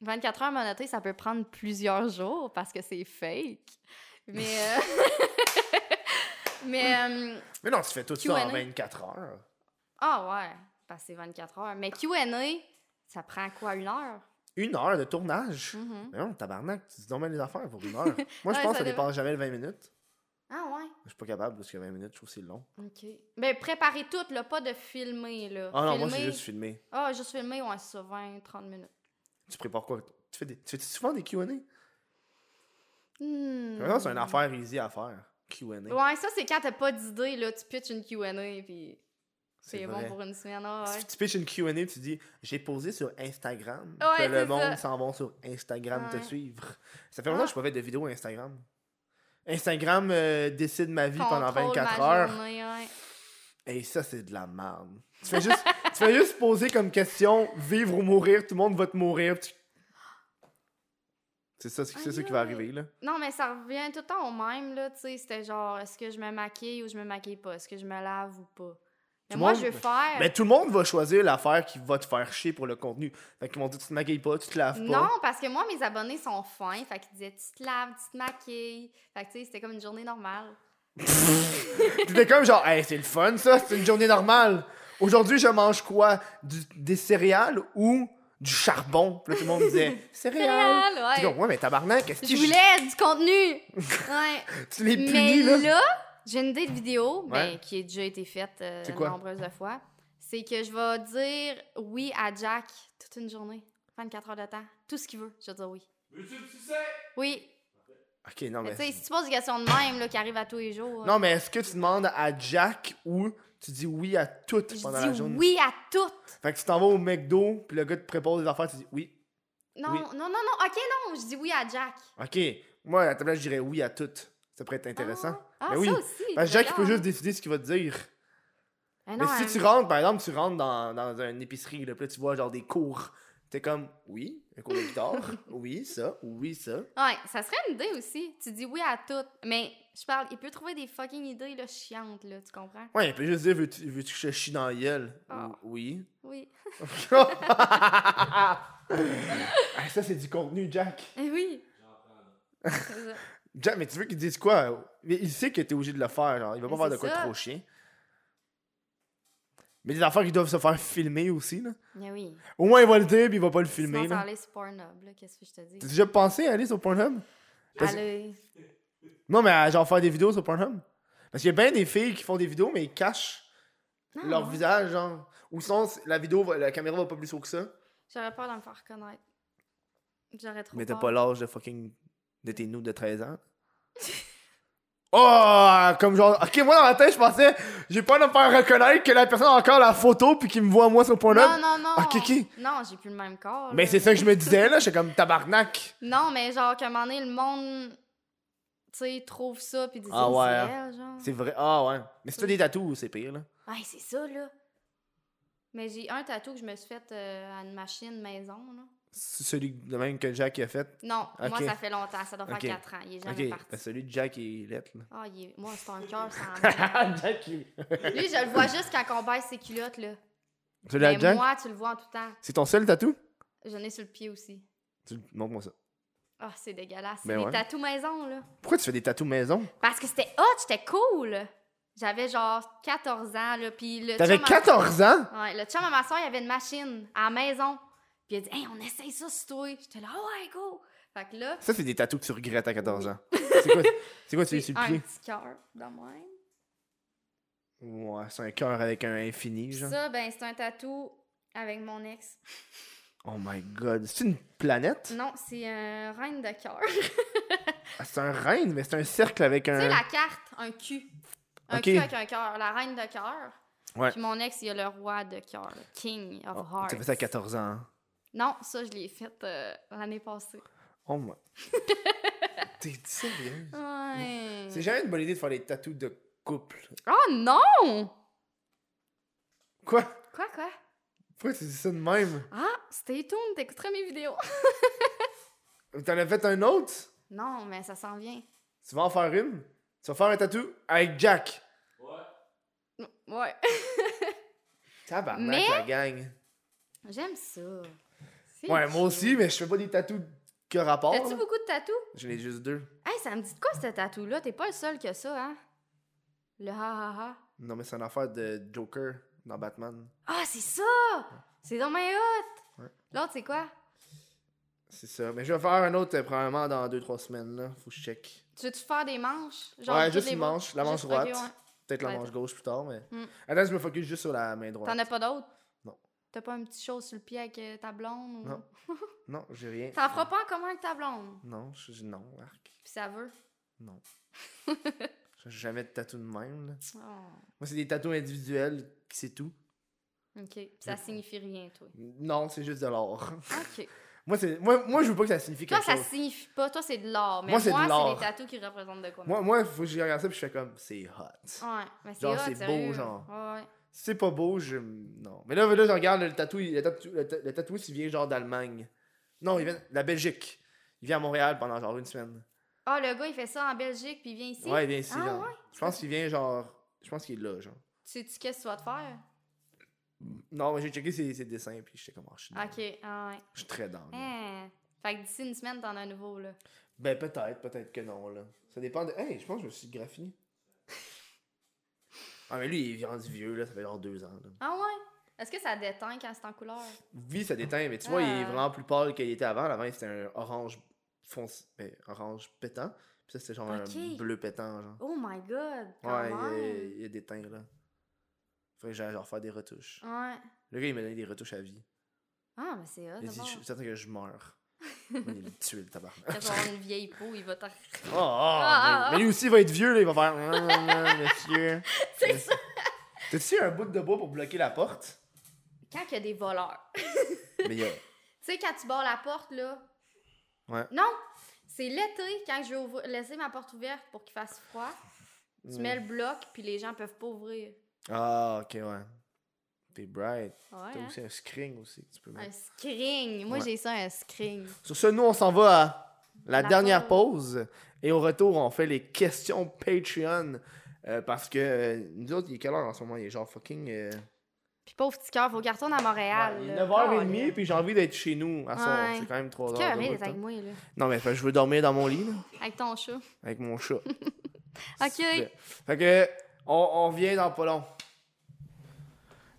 S2: 24 heures monotées, ça peut prendre plusieurs jours parce que c'est fake. Mais... euh, Mais... euh,
S1: Mais non, tu fais tout ça en
S2: Q&A.
S1: 24 heures.
S2: Ah ouais, parce que c'est 24 heures. Mais Q&A, ça prend quoi, une heure?
S1: Une heure de tournage?
S2: Mhm.
S1: Mais non, tabarnak, tu dis donc bien les affaires pour une heure. Moi, je
S2: Ouais,
S1: pense que
S2: ça
S1: ça
S2: dépend.
S1: dépasse jamais le 20 minutes.
S2: Ah
S1: Je suis pas capable parce que 20 minutes, je trouve que c'est long.
S2: ouais, ok. Ben, préparez tout, là, pas de filmer, là.
S1: Ah non, moi,
S2: Filmer-
S1: j'ai juste filmé.
S2: Ah, juste filmer, ouais, c'est ça, 20, 30 minutes.
S1: Tu prépares quoi? Tu fais, des- tu fais souvent des Q&A?
S2: Mm. Hmm.
S1: Vraiment, Ah, c'est une affaire easy à faire. Q&A.
S2: Ouais, ça, c'est quand t'as pas d'idée, là, tu pitches une Q&A, puis c'est bon
S1: vrai.
S2: pour une semaine, ah ouais.
S1: Si tu pitches une Q&A, tu dis « J'ai posé sur Instagram.
S2: Ouais,
S1: que le
S2: c'est
S1: monde
S2: ça.
S1: s'en va sur Instagram te
S2: Ouais.
S1: suivre. » Ça fait longtemps que je
S2: Ah.
S1: n'ai pas fait de vidéo Instagram. Instagram euh, décide ma vie pendant
S2: Contrôle
S1: 24
S2: ma
S1: heures.
S2: journée, ouais.
S1: Et ça, c'est de la merde. Tu fais, juste, tu fais juste poser comme question « Vivre ou mourir? » Tout le monde va te mourir. Tu- C'est ça, c'est c'est ça qui va
S2: Aïe, aïe.
S1: arriver, là.
S2: Non, mais ça revient tout le temps au même, là, tu sais, c'était genre, est-ce que je me maquille ou je me maquille pas? Est-ce que je me lave ou pas?
S1: Tout
S2: Mais
S1: le
S2: moi,
S1: monde- ben,
S2: je veux faire...
S1: Mais tout le monde va choisir l'affaire qui va te faire chier pour le contenu. Fait qu'ils vont dire « Tu te maquilles pas, tu te laves pas. »
S2: Non, parce que moi, mes abonnés sont fins. Fait qu'ils disaient, tu te laves, tu te maquilles. Fait que, tu sais, c'était comme une journée normale.
S1: C'était comme genre, hey, c'est le fun ça, c'est une journée normale. Aujourd'hui, je mange quoi Du- Des céréales ou du charbon Puis là, tout le monde disait, céréales.
S2: Réal,
S1: T'es comme,
S2: ouais.
S1: ouais, mais tabarnak, est-ce que
S2: Je
S1: je-
S2: voulais du contenu. Ouais.
S1: tu les
S2: Mais
S1: punis là?
S2: là, j'ai une idée de vidéo ben,
S1: Ouais.
S2: qui a déjà été faite euh,
S1: C'est quoi?
S2: nombreuses de fois. C'est que je vais dire oui à Jack toute une journée, 24 heures de temps. Tout ce qu'il veut, je vais dire oui.
S3: Veux-tu le succès?
S2: Oui.
S1: Ok, non,
S2: Mais
S1: mais.
S2: tu sais, si tu poses des questions de même là, qui arrivent à tous les jours,
S1: Non, mais est-ce que tu demandes à Jack ou tu dis oui à tout
S2: je
S1: pendant la
S2: dis
S1: journée
S2: oui à toutes.
S1: Fait que tu t'en vas au McDo, puis le gars te prépare des affaires, tu dis oui.
S2: Non,
S1: Oui.
S2: non, non, non. OK, non, je dis oui à Jack.
S1: Ok, moi, à la table, je dirais oui à tout. Ça pourrait être intéressant.
S2: Ah, ah,
S1: Mais oui.
S2: ça aussi.
S1: Parce que Jack, il peut
S2: j'adore.
S1: juste décider ce qu'il va te dire.
S2: Ah non,
S1: Mais si
S2: hein.
S1: tu rentres, par exemple, tu rentres dans, dans une épicerie, là, puis là, tu vois genre des cours. T'es comme, oui, un cours de guitare, oui, ça, oui, ça.
S2: Ouais, ça serait une idée aussi. Tu dis oui à tout. Mais je parle, il peut trouver des fucking idées là, chiantes, là, tu comprends?
S1: Ouais, il peut juste dire, veux-tu veux que je te chie dans la gueule?
S2: Ah.
S1: Ou- Oui.
S2: Oui.
S1: Ah, ça, c'est du contenu, Jack.
S2: Eh oui.
S3: J'en prends. là.
S2: C'est ça.
S1: Jack, mais tu veux qu'il dise quoi? Mais Il sait que t'es obligé de le faire, genre. Il va pas
S2: Mais
S1: faire de
S2: c'est
S1: quoi de
S2: ça.
S1: trop chien. Mais des affaires qui doivent se faire filmer aussi, là.
S2: Mais Eh oui.
S1: Au moins, il va le dire, puis il va pas le filmer,
S2: Sinon, ça
S1: là.
S2: allait sur Pornhub, là. Qu'est-ce que je te dis?
S1: T'as déjà pensé à aller sur Pornhub? Parce-
S2: Allez.
S1: Non, mais à, genre faire des vidéos sur Pornhub. Parce qu'il y a bien des filles qui font des vidéos, mais ils cachent
S2: Non,
S1: leur
S2: non.
S1: visage, genre. Ou sinon, c- la vidéo, va- la caméra va pas plus haut que ça.
S2: J'aurais peur de me faire connaître. J'aurais trop
S1: Mais t'as
S2: peur.
S1: pas l'âge de fucking. de tes nous de 13 ans. oh, comme genre. Ok, moi dans ma tête, je pensais. J'ai peur de me faire reconnaître que la personne a encore la photo puis qu'il me voit moi sur point là.
S2: Non, non, non.
S1: Ah, Kiki.
S2: Non, j'ai plus le même corps.
S1: Mais
S2: là.
S1: c'est ça que je me disais là, j'étais comme tabarnak.
S2: Non, mais genre, qu'à un moment donné, le monde, tu sais, trouve ça puis dit
S1: Ah
S2: ah,
S1: ouais,
S2: ouais,
S1: hein.
S2: genre.
S1: C'est vrai. Ah ouais. Mais si t'as des tatous, c'est pire là.
S2: Ouais, c'est ça, là. Mais j'ai un tatou que je me suis fait euh, à une machine maison, là.
S1: C'est Celui de même que Jack a fait.
S2: Non, moi,
S1: Ok.
S2: ça fait longtemps. Ça doit faire
S1: Ok.
S2: 4 ans. Il est
S1: Ok,
S2: jamais parti.
S1: ben, celui de Jack est lettre là.
S2: Ah, il est- moi, c'est un cœur sans...
S1: Jack il-
S2: Lui, je le vois juste quand on baisse ses culottes, là.
S1: Celui
S2: Mais
S1: de Jack
S2: moi, tu le vois en tout temps.
S1: C'est ton seul tatou
S2: J'en ai sur le pied aussi.
S1: Tu- Montre-moi ça.
S2: Ah, c'est dégueulasse. C'est
S1: Ben
S2: des
S1: ouais.
S2: tatous maison, là.
S1: Pourquoi tu fais des tatous maison
S2: Parce que c'était hot, j'étais cool. J'avais genre 14 ans, là, puis le
S1: T'avais
S2: chum à-
S1: 14 ans
S2: Ouais, le chum à ma soeur, il avait une machine à la maison. Puis il a dit « Hey, on essaye ça sur toi! » J'étais là « Ah ouais, go! » Fait que là,
S1: Ça, c'est des tatous que tu regrettes à 14 ans. C'est quoi, c'est quoi tu es
S2: c'est
S1: sur le
S2: un
S1: pied?
S2: petit cœur de même.
S1: Ouais, c'est un cœur avec un infini, genre.
S2: Ça, ben, c'est un tatou avec mon ex.
S1: Oh my god. C'est une planète?
S2: Non, c'est un reine de cœur.
S1: Ah, c'est un règne, mais c'est un cercle avec un.
S2: Tu sais, la carte, un cul. Un
S1: Ok.
S2: cul avec un cœur, la reine de cœur.
S1: Ouais.
S2: Puis mon ex, il a le roi de cœur, le king of
S1: Oh,
S2: hearts.
S1: tu as fait ça à 14 ans. hein?
S2: Non, ça, je l'ai fait euh, l'année passée.
S1: Oh my. T'es
S2: Mm.
S1: sérieux?
S2: Ouais.
S1: C'est jamais une bonne idée de faire des tatous de couple.
S2: Oh non!
S1: Quoi?
S2: Quoi, quoi?
S1: Pourquoi tu dis ça de même?
S2: Ah, stay tuned, t'écouteras mes vidéos.
S1: T'en as fait un autre?
S2: non, mais ça s'en vient.
S1: Tu vas en faire une? Tu vas faire un tatou avec Jack?
S3: Ouais.
S2: Ouais.
S1: Tabarnak,
S2: Mais-
S1: la gang.
S2: J'aime ça. C'est
S1: Ouais, moi
S2: cute.
S1: aussi, mais je fais pas des tatous que rapport.
S2: T'as-tu
S1: là.
S2: beaucoup de tatous?
S1: J'en ai juste deux.
S2: Hey, ça me dit de quoi ce tatou-là? T'es pas le seul que ça, hein? Le ha ha ha.
S1: Non, mais c'est une affaire de Joker dans Batman.
S2: Ah, c'est ça! C'est dans ma hot!
S1: Ouais.
S2: L'autre, c'est quoi?
S1: C'est ça. Mais je vais faire un autre euh, probablement dans 2-3 semaines. Là. Faut que je check.
S2: Tu veux-tu faire des manches?
S1: ouais,
S2: toutes
S1: juste
S2: les
S1: une
S2: bras?
S1: manche. La manche
S2: Juste- ok,
S1: droite.
S2: ouais.
S1: Peut-être la
S2: Ouais.
S1: manche gauche plus tard, mais.
S2: Mm.
S1: Attends, je me focus juste sur la main droite.
S2: T'en as pas d'autres?
S1: Non.
S2: T'as pas une petite chose sur le pied avec euh, ta blonde? Ou...
S1: Non. Non, j'ai rien.
S2: T'en feras pas en commun avec ta blonde?
S1: Non, je dis non, Arc.
S2: Puis ça veut.
S1: Non. J'ai jamais de tatou de même. là.
S2: Oh,
S1: Moi, c'est des tatous individuels, c'est tout.
S2: OK. Puis Ça signifie rien, toi.
S1: Non, c'est juste de l'or.
S2: OK.
S1: moi, c'est... Moi, moi, je veux pas que ça signifie
S2: Toi,
S1: quelque
S2: ça
S1: chose.
S2: signifie pas. Toi, c'est de l'or. Mais
S1: Moi,
S2: moi,
S1: c'est de
S2: c'est
S1: l'art.
S2: des tatous qui représentent de quoi.
S1: Moi, moi, faut que j'y regarde ça puis je fais comme c'est hot.
S2: Ouais, mais c'est
S1: Genre,
S2: hot,
S1: c'est beau,
S2: sérieux.
S1: genre.
S2: Ouais, ouais.
S1: Si c'est pas beau, je. Non. Mais là, là je regarde le tatou. Le tatou, le ta- le tatouage, il vient genre d'Allemagne. Non, il vient de la Belgique. Il vient à Montréal pendant genre une semaine.
S2: Ah, le gars, il fait ça en Belgique, puis il vient ici.
S1: Ouais, il vient ici,
S2: Ah,
S1: genre.
S2: ouais?
S1: Je pense qu'il vient genre. Je pense qu'il est là, genre.
S2: Tu sais-tu qu'est-ce que tu vas te faire?
S1: Non, mais j'ai checké ses, ses dessins, puis j'étais comme, oh, je suis down.
S2: OK, ah ouais.
S1: Je suis très down. là.
S2: Hein. Fait que d'ici une semaine, t'en as un nouveau, là.
S1: Ben, peut-être, peut-être que non, là. Ça dépend de. Hey, je pense que je me suis graffiné. ah, mais lui, il est rendu vieux, là. Ça fait genre deux ans, là.
S2: Ah ouais? Est-ce que ça déteint quand c'est en couleur?
S1: Oui, ça déteint, mais tu vois, il est
S2: Ah.
S1: vraiment plus pâle qu'il était avant. Avant, c'était un orange foncé, ben, orange pétant. Puis ça, c'était genre un
S2: Ok.
S1: bleu pétant, genre.
S2: Oh my god! Quand
S1: Ouais, il est-
S2: même.
S1: il est déteint, là. Faudrait que j'aille leur faire des retouches.
S2: Ouais.
S1: Le gars, il m'a donné des retouches à vie.
S2: Ah, mais c'est hot,
S1: Il a dit,
S2: d'abord.
S1: je suis certain que je meurs. il a tué le tabac.
S2: Peut-être avoir une vieille peau, il va t'en...
S1: Oh, oh,
S2: ah,
S1: mais, mais lui aussi, il va être vieux, là. Il va faire, Hum, hum, monsieur.
S2: C'est ça!
S1: T'as-tu un bout de bois pour bloquer la porte?
S2: Quand il y a des voleurs.
S1: Mais il y a-
S2: Tu sais, quand tu barres la porte, là.
S1: Ouais.
S2: Non! C'est l'été, quand je vais ouvrir- laisser ma porte ouverte pour qu'il fasse froid,
S1: Mm.
S2: tu mets le bloc, puis les gens peuvent pas ouvrir.
S1: Ah, ok, ouais. T'es bright.
S2: Ouais,
S1: T'as
S2: hein? Ah,
S1: aussi un screen aussi que tu peux mettre.
S2: Un screen. Moi,
S1: Ouais.
S2: j'ai ça, un screen.
S1: Sur ce, nous, on s'en va à la,
S2: La
S1: dernière pause.
S2: pause.
S1: Et au retour, on fait les questions Patreon. euh, parce que euh, nous autres, il est quelle heure en ce moment? Il est genre fucking. euh,
S2: Puis pauvre petit cœur, faut qu'il retourne à Montréal.
S1: Il
S2: là.
S1: est 9h30,
S2: Colin.
S1: puis j'ai envie d'être chez nous à soir.
S2: Ouais.
S1: C'est quand même 3
S2: T'es
S1: heures.
S2: curé
S1: de
S2: d'être
S1: route,
S2: avec
S1: hein.
S2: moi, là.
S1: Non, mais parce que je veux dormir dans mon lit, là,
S2: Avec ton chat.
S1: avec mon chat.
S2: Ok.
S1: Fait que, on, on revient dans pas long.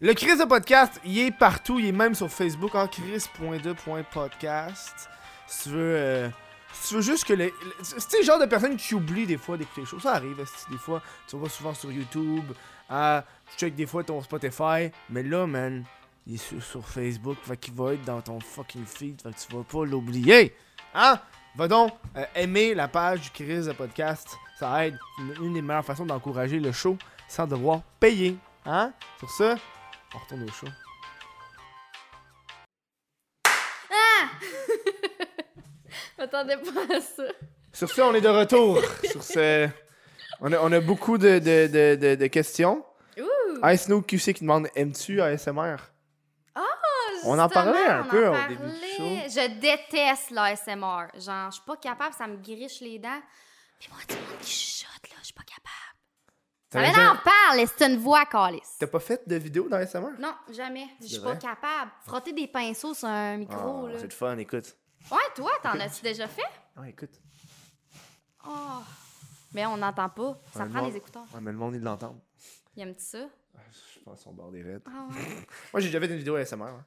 S1: Le Chris de podcast, il est partout, il est même sur Facebook hein, en chris.de.podcast. Si tu veux, euh, si tu veux juste que les. le- c'est le genre de personne qui oublie des fois d'écouter les choses. Ça arrive, esti, des fois, tu vas souvent sur YouTube, hein, tu check des fois ton Spotify, mais là, man, il est sur, sur Facebook, fait qu'il va être dans ton fucking feed, fait que tu vas pas l'oublier. Hein? Va donc euh, aimer la page du Chris de podcast. Ça aide. C'est Une, une des meilleures façons d'encourager le show sans devoir payer. Hein? Sur ce, on retourne au show.
S2: M'attendais pas à ça.
S1: Sur ce, on est de retour. sur ce, on a, on a beaucoup de, de, de, de, de questions.
S2: Ouh!
S1: Ice Snow QC qui demande Aimes-tu ASMR? Ah, On en
S2: Justement,
S1: parlait un
S2: on
S1: peu
S2: en
S1: au début du
S2: parlait.
S1: show.
S2: Je déteste l'ASMR. Genre, je suis pas capable, ça me griche les dents. Puis moi, tout le monde qui chuchote, là, je suis pas capable. Ça
S1: T'as
S2: m'en
S1: jamais-
S2: parle, c'est une voix, Calis.
S1: T'as pas fait de vidéo dans ASMR?
S2: Non, jamais. Je suis
S1: C'est
S2: pas
S1: vrai?
S2: capable. Frotter des pinceaux sur un micro,
S1: Ah,
S2: là.
S1: c'est le fun, écoute.
S2: Ouais, toi, t'en as-tu déjà fait?
S1: Ah, écoute.
S2: Oh. Mais on n'entend pas. Ça
S1: Ouais,
S2: prend
S1: non.
S2: les écouteurs.
S1: Ouais, mais le monde, il l'entend.
S2: Il aime-tu ça?
S1: Ah, Je pense qu'on bord des raides.
S2: Ah ouais.
S1: Moi, j'ai déjà fait une vidéo ASMR. Hein.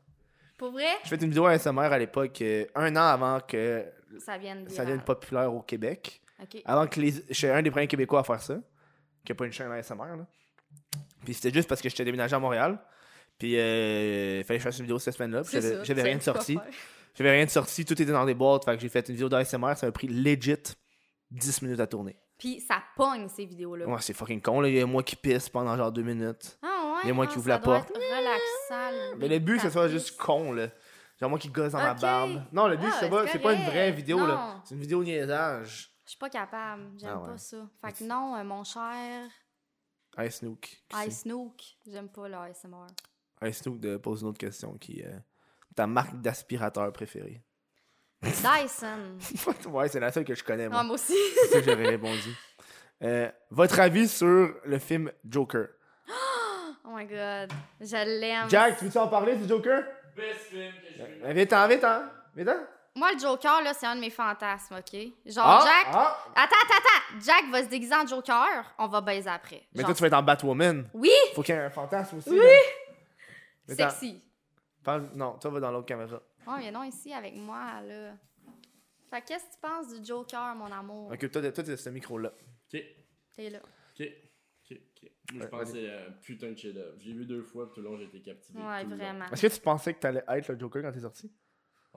S2: Pour vrai?
S1: J'ai fait une vidéo ASMR à l'époque, euh, un an avant que
S2: Ça vient de
S1: ça devienne populaire au Québec.
S2: OK.
S1: Avant que les. J'étais un des premiers Québécois à faire ça. Qui a pas une chaîne ASMR, là. Puis c'était juste parce que j'étais déménagé à Montréal. Puis euh, il fallait que je fasse une vidéo cette semaine-là. Puis
S2: C'est
S1: j'avais-
S2: ça,
S1: j'avais
S2: tu
S1: rien de
S2: sais pas
S1: sorti.
S2: faire.
S1: J'avais rien de sorti, tout était dans des boîtes. Fait que j'ai fait une vidéo d'ASMR, ça m'a pris legit 10 minutes à tourner.
S2: Puis ça pogne, ces vidéos-là.
S1: Ouais, c'est fucking con, là. Il y a moi qui pisse pendant genre 2 minutes.
S2: Ah ouais?
S1: Il y a moi
S2: ah,
S1: qui ouvre
S2: ça
S1: la
S2: doit
S1: porte.
S2: être relaxant.
S1: Mais le but, c'est que ce soit
S2: tapis.
S1: juste con, là. Genre moi qui gosse dans ma
S2: Ok.
S1: barbe. Non, le but,
S2: Ah,
S1: c'est pas,
S2: c'est
S1: c'est pas une vraie
S2: correct.
S1: vidéo, là.
S2: Non.
S1: C'est une vidéo niaisage.
S2: Je suis pas capable. J'aime
S1: Ah ouais.
S2: pas ça. Fait que non, euh, mon cher
S1: Hey, Snook. qui
S2: Ice Snook, j'aime pas le ASMR.
S1: Hey, Snoop, de pose une autre question qui est ta marque d'aspirateur préférée.
S2: Dyson.
S1: ouais, c'est la seule que je connais,
S2: Ah,
S1: moi.
S2: moi aussi.
S1: C'est ça que j'aurais répondu. Euh, votre avis sur le film Joker?
S2: Oh my god. Je l'aime.
S1: Jack, tu veux-tu en parler du Joker?
S3: Best film que j'ai vu.
S1: Euh, Vite-en, vite-en, vite-en.
S2: Moi, le Joker, là, c'est un de mes fantasmes, OK? Genre,
S1: Ah,
S2: Jack.
S1: ah.
S2: Attends, attends, attends. Jack va se déguiser en Joker. On va baiser après.
S1: Mais
S2: Genre-
S1: toi, tu vas être en Batwoman.
S2: Oui!
S1: Faut qu'il y ait un fantasme aussi.
S2: Oui.
S1: là. Vite-en.
S2: Sexy.
S1: Parle- Non, toi, va dans l'autre caméra.
S2: Oh, mais non, ici, avec moi, là. Fait que qu'est-ce que tu penses du Joker, mon amour?
S1: Ok, toi, toi, t'as ce micro-là.
S3: Ok,
S2: T'es là.
S3: ok, ok, ok. Moi,
S1: Ouais,
S3: je pense que c'est un putain de chef-d'œuvre. J'ai vu deux fois, puis tout le long, j'ai été captivé.
S2: Ouais,
S3: tout le long.
S2: vraiment.
S1: Est-ce que tu pensais que t'allais être le Joker quand t'es sorti?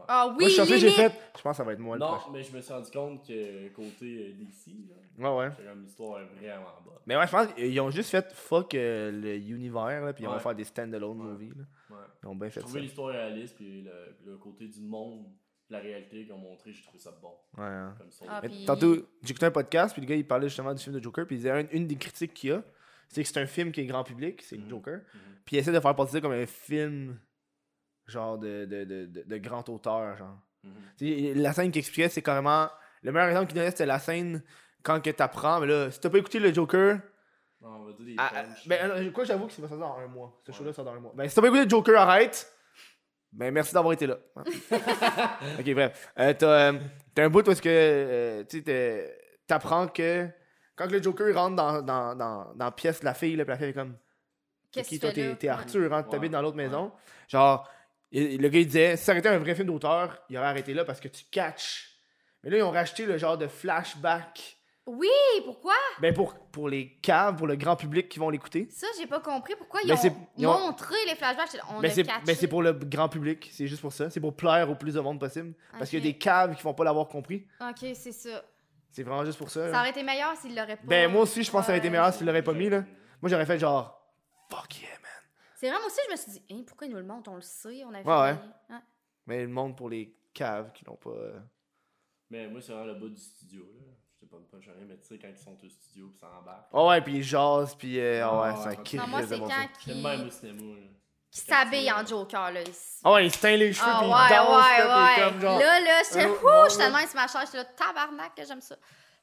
S2: Ah oui,
S1: moi, je suis sorti, j'ai
S2: limite!
S1: fait. Je pense que ça va être moi le prochain.
S3: Non, mais je me suis rendu compte que côté euh, DC, là,
S1: Ouais, ouais.
S3: c'est comme l'histoire est vraiment bonne.
S1: Mais ouais, je pense qu'ils ont juste fait fuck euh, le univers, là, puis ils vont
S3: Ouais.
S1: faire des stand-alone
S3: Ouais.
S1: movies. Là.
S3: Ouais.
S1: Ils ont bien fait
S3: J'ai
S1: ça.
S3: trouvé l'histoire réaliste, puis le, le côté du monde, la réalité qu'ils ont montré, j'ai trouvé ça bon.
S1: Ouais, hein.
S3: Comme ça.
S2: Ah,
S1: Mais
S2: puis-
S1: Tantôt, j'écoutais un podcast, puis le gars, il parlait justement du film de Joker, puis il disait une, une des critiques qu'il y a, c'est que c'est un film qui est grand public, c'est le
S3: Mhm.
S1: Joker,
S3: Mhm.
S1: puis il essaie de faire passer ça comme un film genre de, de, de, de, de grand auteur, genre.
S3: Mhm.
S1: Tu sais, La scène qu'il expliquait, c'est carrément. Le meilleur exemple qu'il donnait, c'était la scène quand que t'apprends, mais là, si t'as pas écouté le Joker,
S3: Non, on va dire des
S1: Ah, ah,
S3: punchs.
S1: ben, euh, quoi, j'avoue que c'est pas sorti dans un mois. Ce
S3: Ouais.
S1: show-là sort dans un mois. Ben, si t'as pas écouté Joker, arrête. Ben, merci d'avoir été là. Hein. ok, bref. Euh, t'as, euh, t'as un bout où est-ce que, euh, tu sais, t'es- t'apprends que quand le Joker rentre dans, dans, dans, dans la pièce de la fille, là, puis la fille est comme, t'es
S2: Qu'est-ce
S1: qui,
S2: que
S1: toi,
S2: tu fais
S1: t'es,
S2: là?
S1: t'es Arthur, hein, t'habites
S3: Ouais.
S1: dans l'autre
S3: Ouais.
S1: maison. Genre, il- le gars, il disait, si ça aurait été un vrai film d'auteur, il aurait arrêté là parce que tu catches. Mais là, ils ont racheté le genre de flashback.
S2: Oui, pourquoi?
S1: Ben, pour, pour les caves, pour le grand public qui vont l'écouter.
S2: Ça, j'ai pas compris. Pourquoi ils
S1: Mais c'est-
S2: ont,
S1: ils ont-
S2: montré les flashbacks? J'étais là, On
S1: Mais
S2: a
S1: c'est,
S2: catché.
S1: mais c'est pour le grand public, c'est juste pour ça. C'est pour plaire au plus de monde possible. Parce qu'il y a
S2: Ok.
S1: des caves qui vont pas l'avoir compris.
S2: OK, c'est ça.
S1: C'est vraiment juste pour ça. là.
S2: Ça aurait été meilleur s'ils l'auraient pas...
S1: Euh. Ben, moi aussi, je pense que ça aurait été
S2: Ouais.
S1: meilleur s'il l'aurait pas mis, là. Moi, j'aurais fait genre, fuck yeah, man.
S2: C'est vrai, moi aussi, je me suis dit, Hein, pourquoi ils nous le montrent? On le sait, on a fait...
S1: Ouais,
S2: Hein?
S1: Mais le monde pour les caves qui n'ont pas. euh,
S3: Mais moi, c'est vraiment le bas du studio, là. Je sais pas me puncher rien, mais tu sais, quand ils sont au studio, puis ça embarque.
S1: Ah ouais, puis ils jasent, puis euh, ah ouais,
S3: Ah
S1: c'est un
S3: ouais.
S1: kiff.
S2: Non, moi,
S1: de
S2: c'est
S1: bon
S2: quand
S1: sens.
S3: C'est le
S2: qui,
S3: même au cinéma, là.
S2: qui s'habille en Joker, là, ici.
S1: Ah ouais, ils se teignent les cheveux,
S2: Ah
S1: puis
S2: ouais,
S1: ils dansent,
S2: ouais,
S1: là, puis
S2: ouais.
S1: comme genre.
S2: Là, là, j'étais,
S1: Euh,
S2: ouh, j'étais tellement sur ma chaise, j'étais là, tabarnak, que j'aime ça.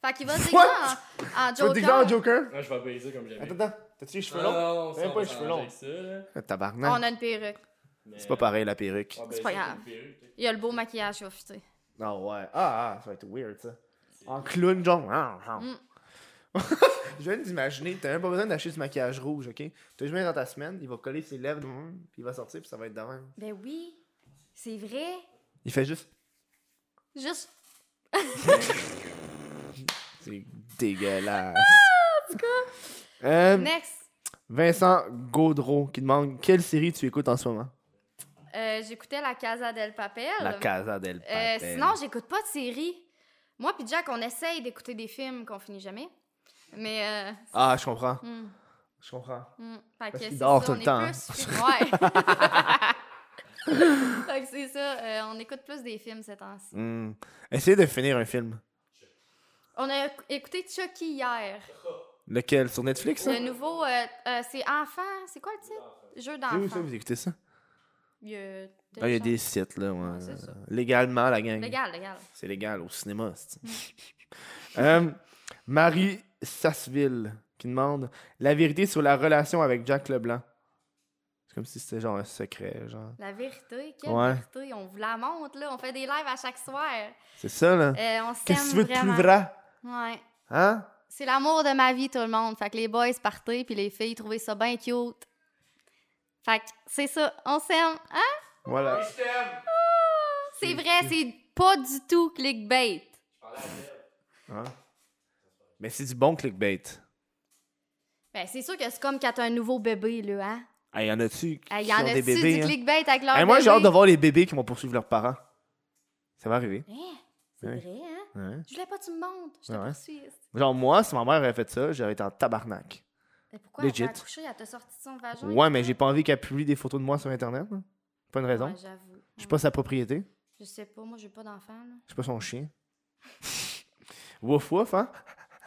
S2: Fait qu'il va se déguiser
S1: What?
S2: en, en
S1: Tu vas te déguiser en
S2: Joker.
S1: Joker?
S3: Moi, Ah, je vais baiser comme jamais.
S1: Attends, attends. T'as-tu les cheveux longs?
S3: non,
S1: Même
S3: ça,
S1: pas
S3: on
S1: les cheveux
S3: s'en
S1: longs.
S3: avec ça, là.
S1: Ah,
S2: Ah,
S1: Tabarnak.
S2: on a une perruque.
S3: Mais-
S1: C'est pas pareil, la perruque.
S3: Ah, ben,
S2: C'est
S3: ça,
S2: pas
S3: une
S2: grave.
S3: perruque, tu sais.
S2: Il y a le beau maquillage, il va fitter.
S1: Ah ouais. Ah, ah, ça va être weird, ça. En clown, genre. Ah, ah.
S2: Mm.
S1: Je viens d'imaginer, t'as même pas besoin d'acheter du maquillage rouge, ok? T'as juste mis dans ta semaine, il va coller ses lèvres, mm, puis il va sortir, puis ça va être de même.
S2: Ben oui, c'est vrai.
S1: Il fait juste.
S2: Juste,
S1: C'est dégueulasse. Ah, en tout cas.
S2: next.
S1: Vincent Gaudreau qui demande quelle série tu écoutes en ce moment?
S2: Euh, J'écoutais La Casa del Papel.
S1: La Casa del
S2: Euh,
S1: Papel.
S2: sinon, j'écoute pas de séries. Moi puis Jack, on essaye d'écouter des films qu'on finit jamais. Mais,
S1: Ah, je comprends.
S2: euh, hmm,
S1: Je comprends.
S2: hmm. Fait que
S1: qu'il
S2: c'est
S1: dort
S2: ça,
S1: tout
S2: on
S1: le
S2: est
S1: temps,
S2: plus- Ouais. fait que c'est ça, euh, on écoute plus des films ces temps-ci.
S1: Hmm. Essayez de finir un film.
S2: On a éc- écouté Chucky hier.
S1: Lequel? Sur Netflix, ça?
S2: Le nouveau, euh, euh, c'est Enfant, c'est quoi le titre? Jeu
S1: C'est où ça?
S2: d'enfant.
S1: Vous écoutez ça?
S2: Il y a,
S1: Ah, il y a des sites, là. ouais.
S2: Ouais, c'est ça.
S1: Légalement, la gang.
S2: Légal, légal.
S1: C'est légal au cinéma. c'est- Euh, Marie Sasseville qui demande la vérité sur la relation avec Jack Leblanc. C'est comme si c'était genre un secret, genre.
S2: La vérité, quelle
S1: Ouais.
S2: vérité? On vous la montre, là. On fait des lives à chaque soir.
S1: C'est ça, là.
S2: Euh, on s'aime
S1: Qu'est-ce que tu veux de plus
S2: vraiment.
S1: vrai?
S2: Ouais.
S1: Hein?
S2: C'est l'amour de ma vie, tout le monde. Fait que les boys partaient, puis les filles trouvaient ça bien cute. Fait que c'est ça, on s'aime. Hein?
S1: Voilà.
S4: Je t'aime.
S2: C'est vrai, c'est pas du tout clickbait.
S1: Hein? Mais c'est du bon clickbait.
S2: Ben, c'est sûr que c'est comme quand t'as un nouveau bébé, là, hein?
S1: Il Ah, y en a-tu qui
S2: Il Ah, y
S1: ont
S2: en
S1: des
S2: a-tu
S1: bébés?
S2: du
S1: hein?
S2: clickbait avec leur
S1: Hey, moi, j'ai hâte de
S2: bébé?
S1: voir les bébés qui vont poursuivre leurs parents. Ça va arriver.
S2: Hein? C'est
S1: Ouais.
S2: vrai, hein?
S1: Hein?
S2: Je voulais pas que tu me montres. Je te
S1: Ouais, ouais.
S2: poursuis.
S1: Genre, moi, si ma mère avait fait ça, j'aurais été en tabarnak.
S2: Mais pourquoi elle
S1: Legit.
S2: t'a accouché? Elle t'a sorti de son vagin?
S1: Ouais, mais j'ai pas envie qu'elle publie des photos de moi sur Internet. hein. Pas une raison.
S2: Ouais, j'avoue.
S1: Je suis pas sa propriété.
S2: Je sais pas, moi j'ai pas d'enfant. là.
S1: Je suis pas son chien. wouf wouf, hein?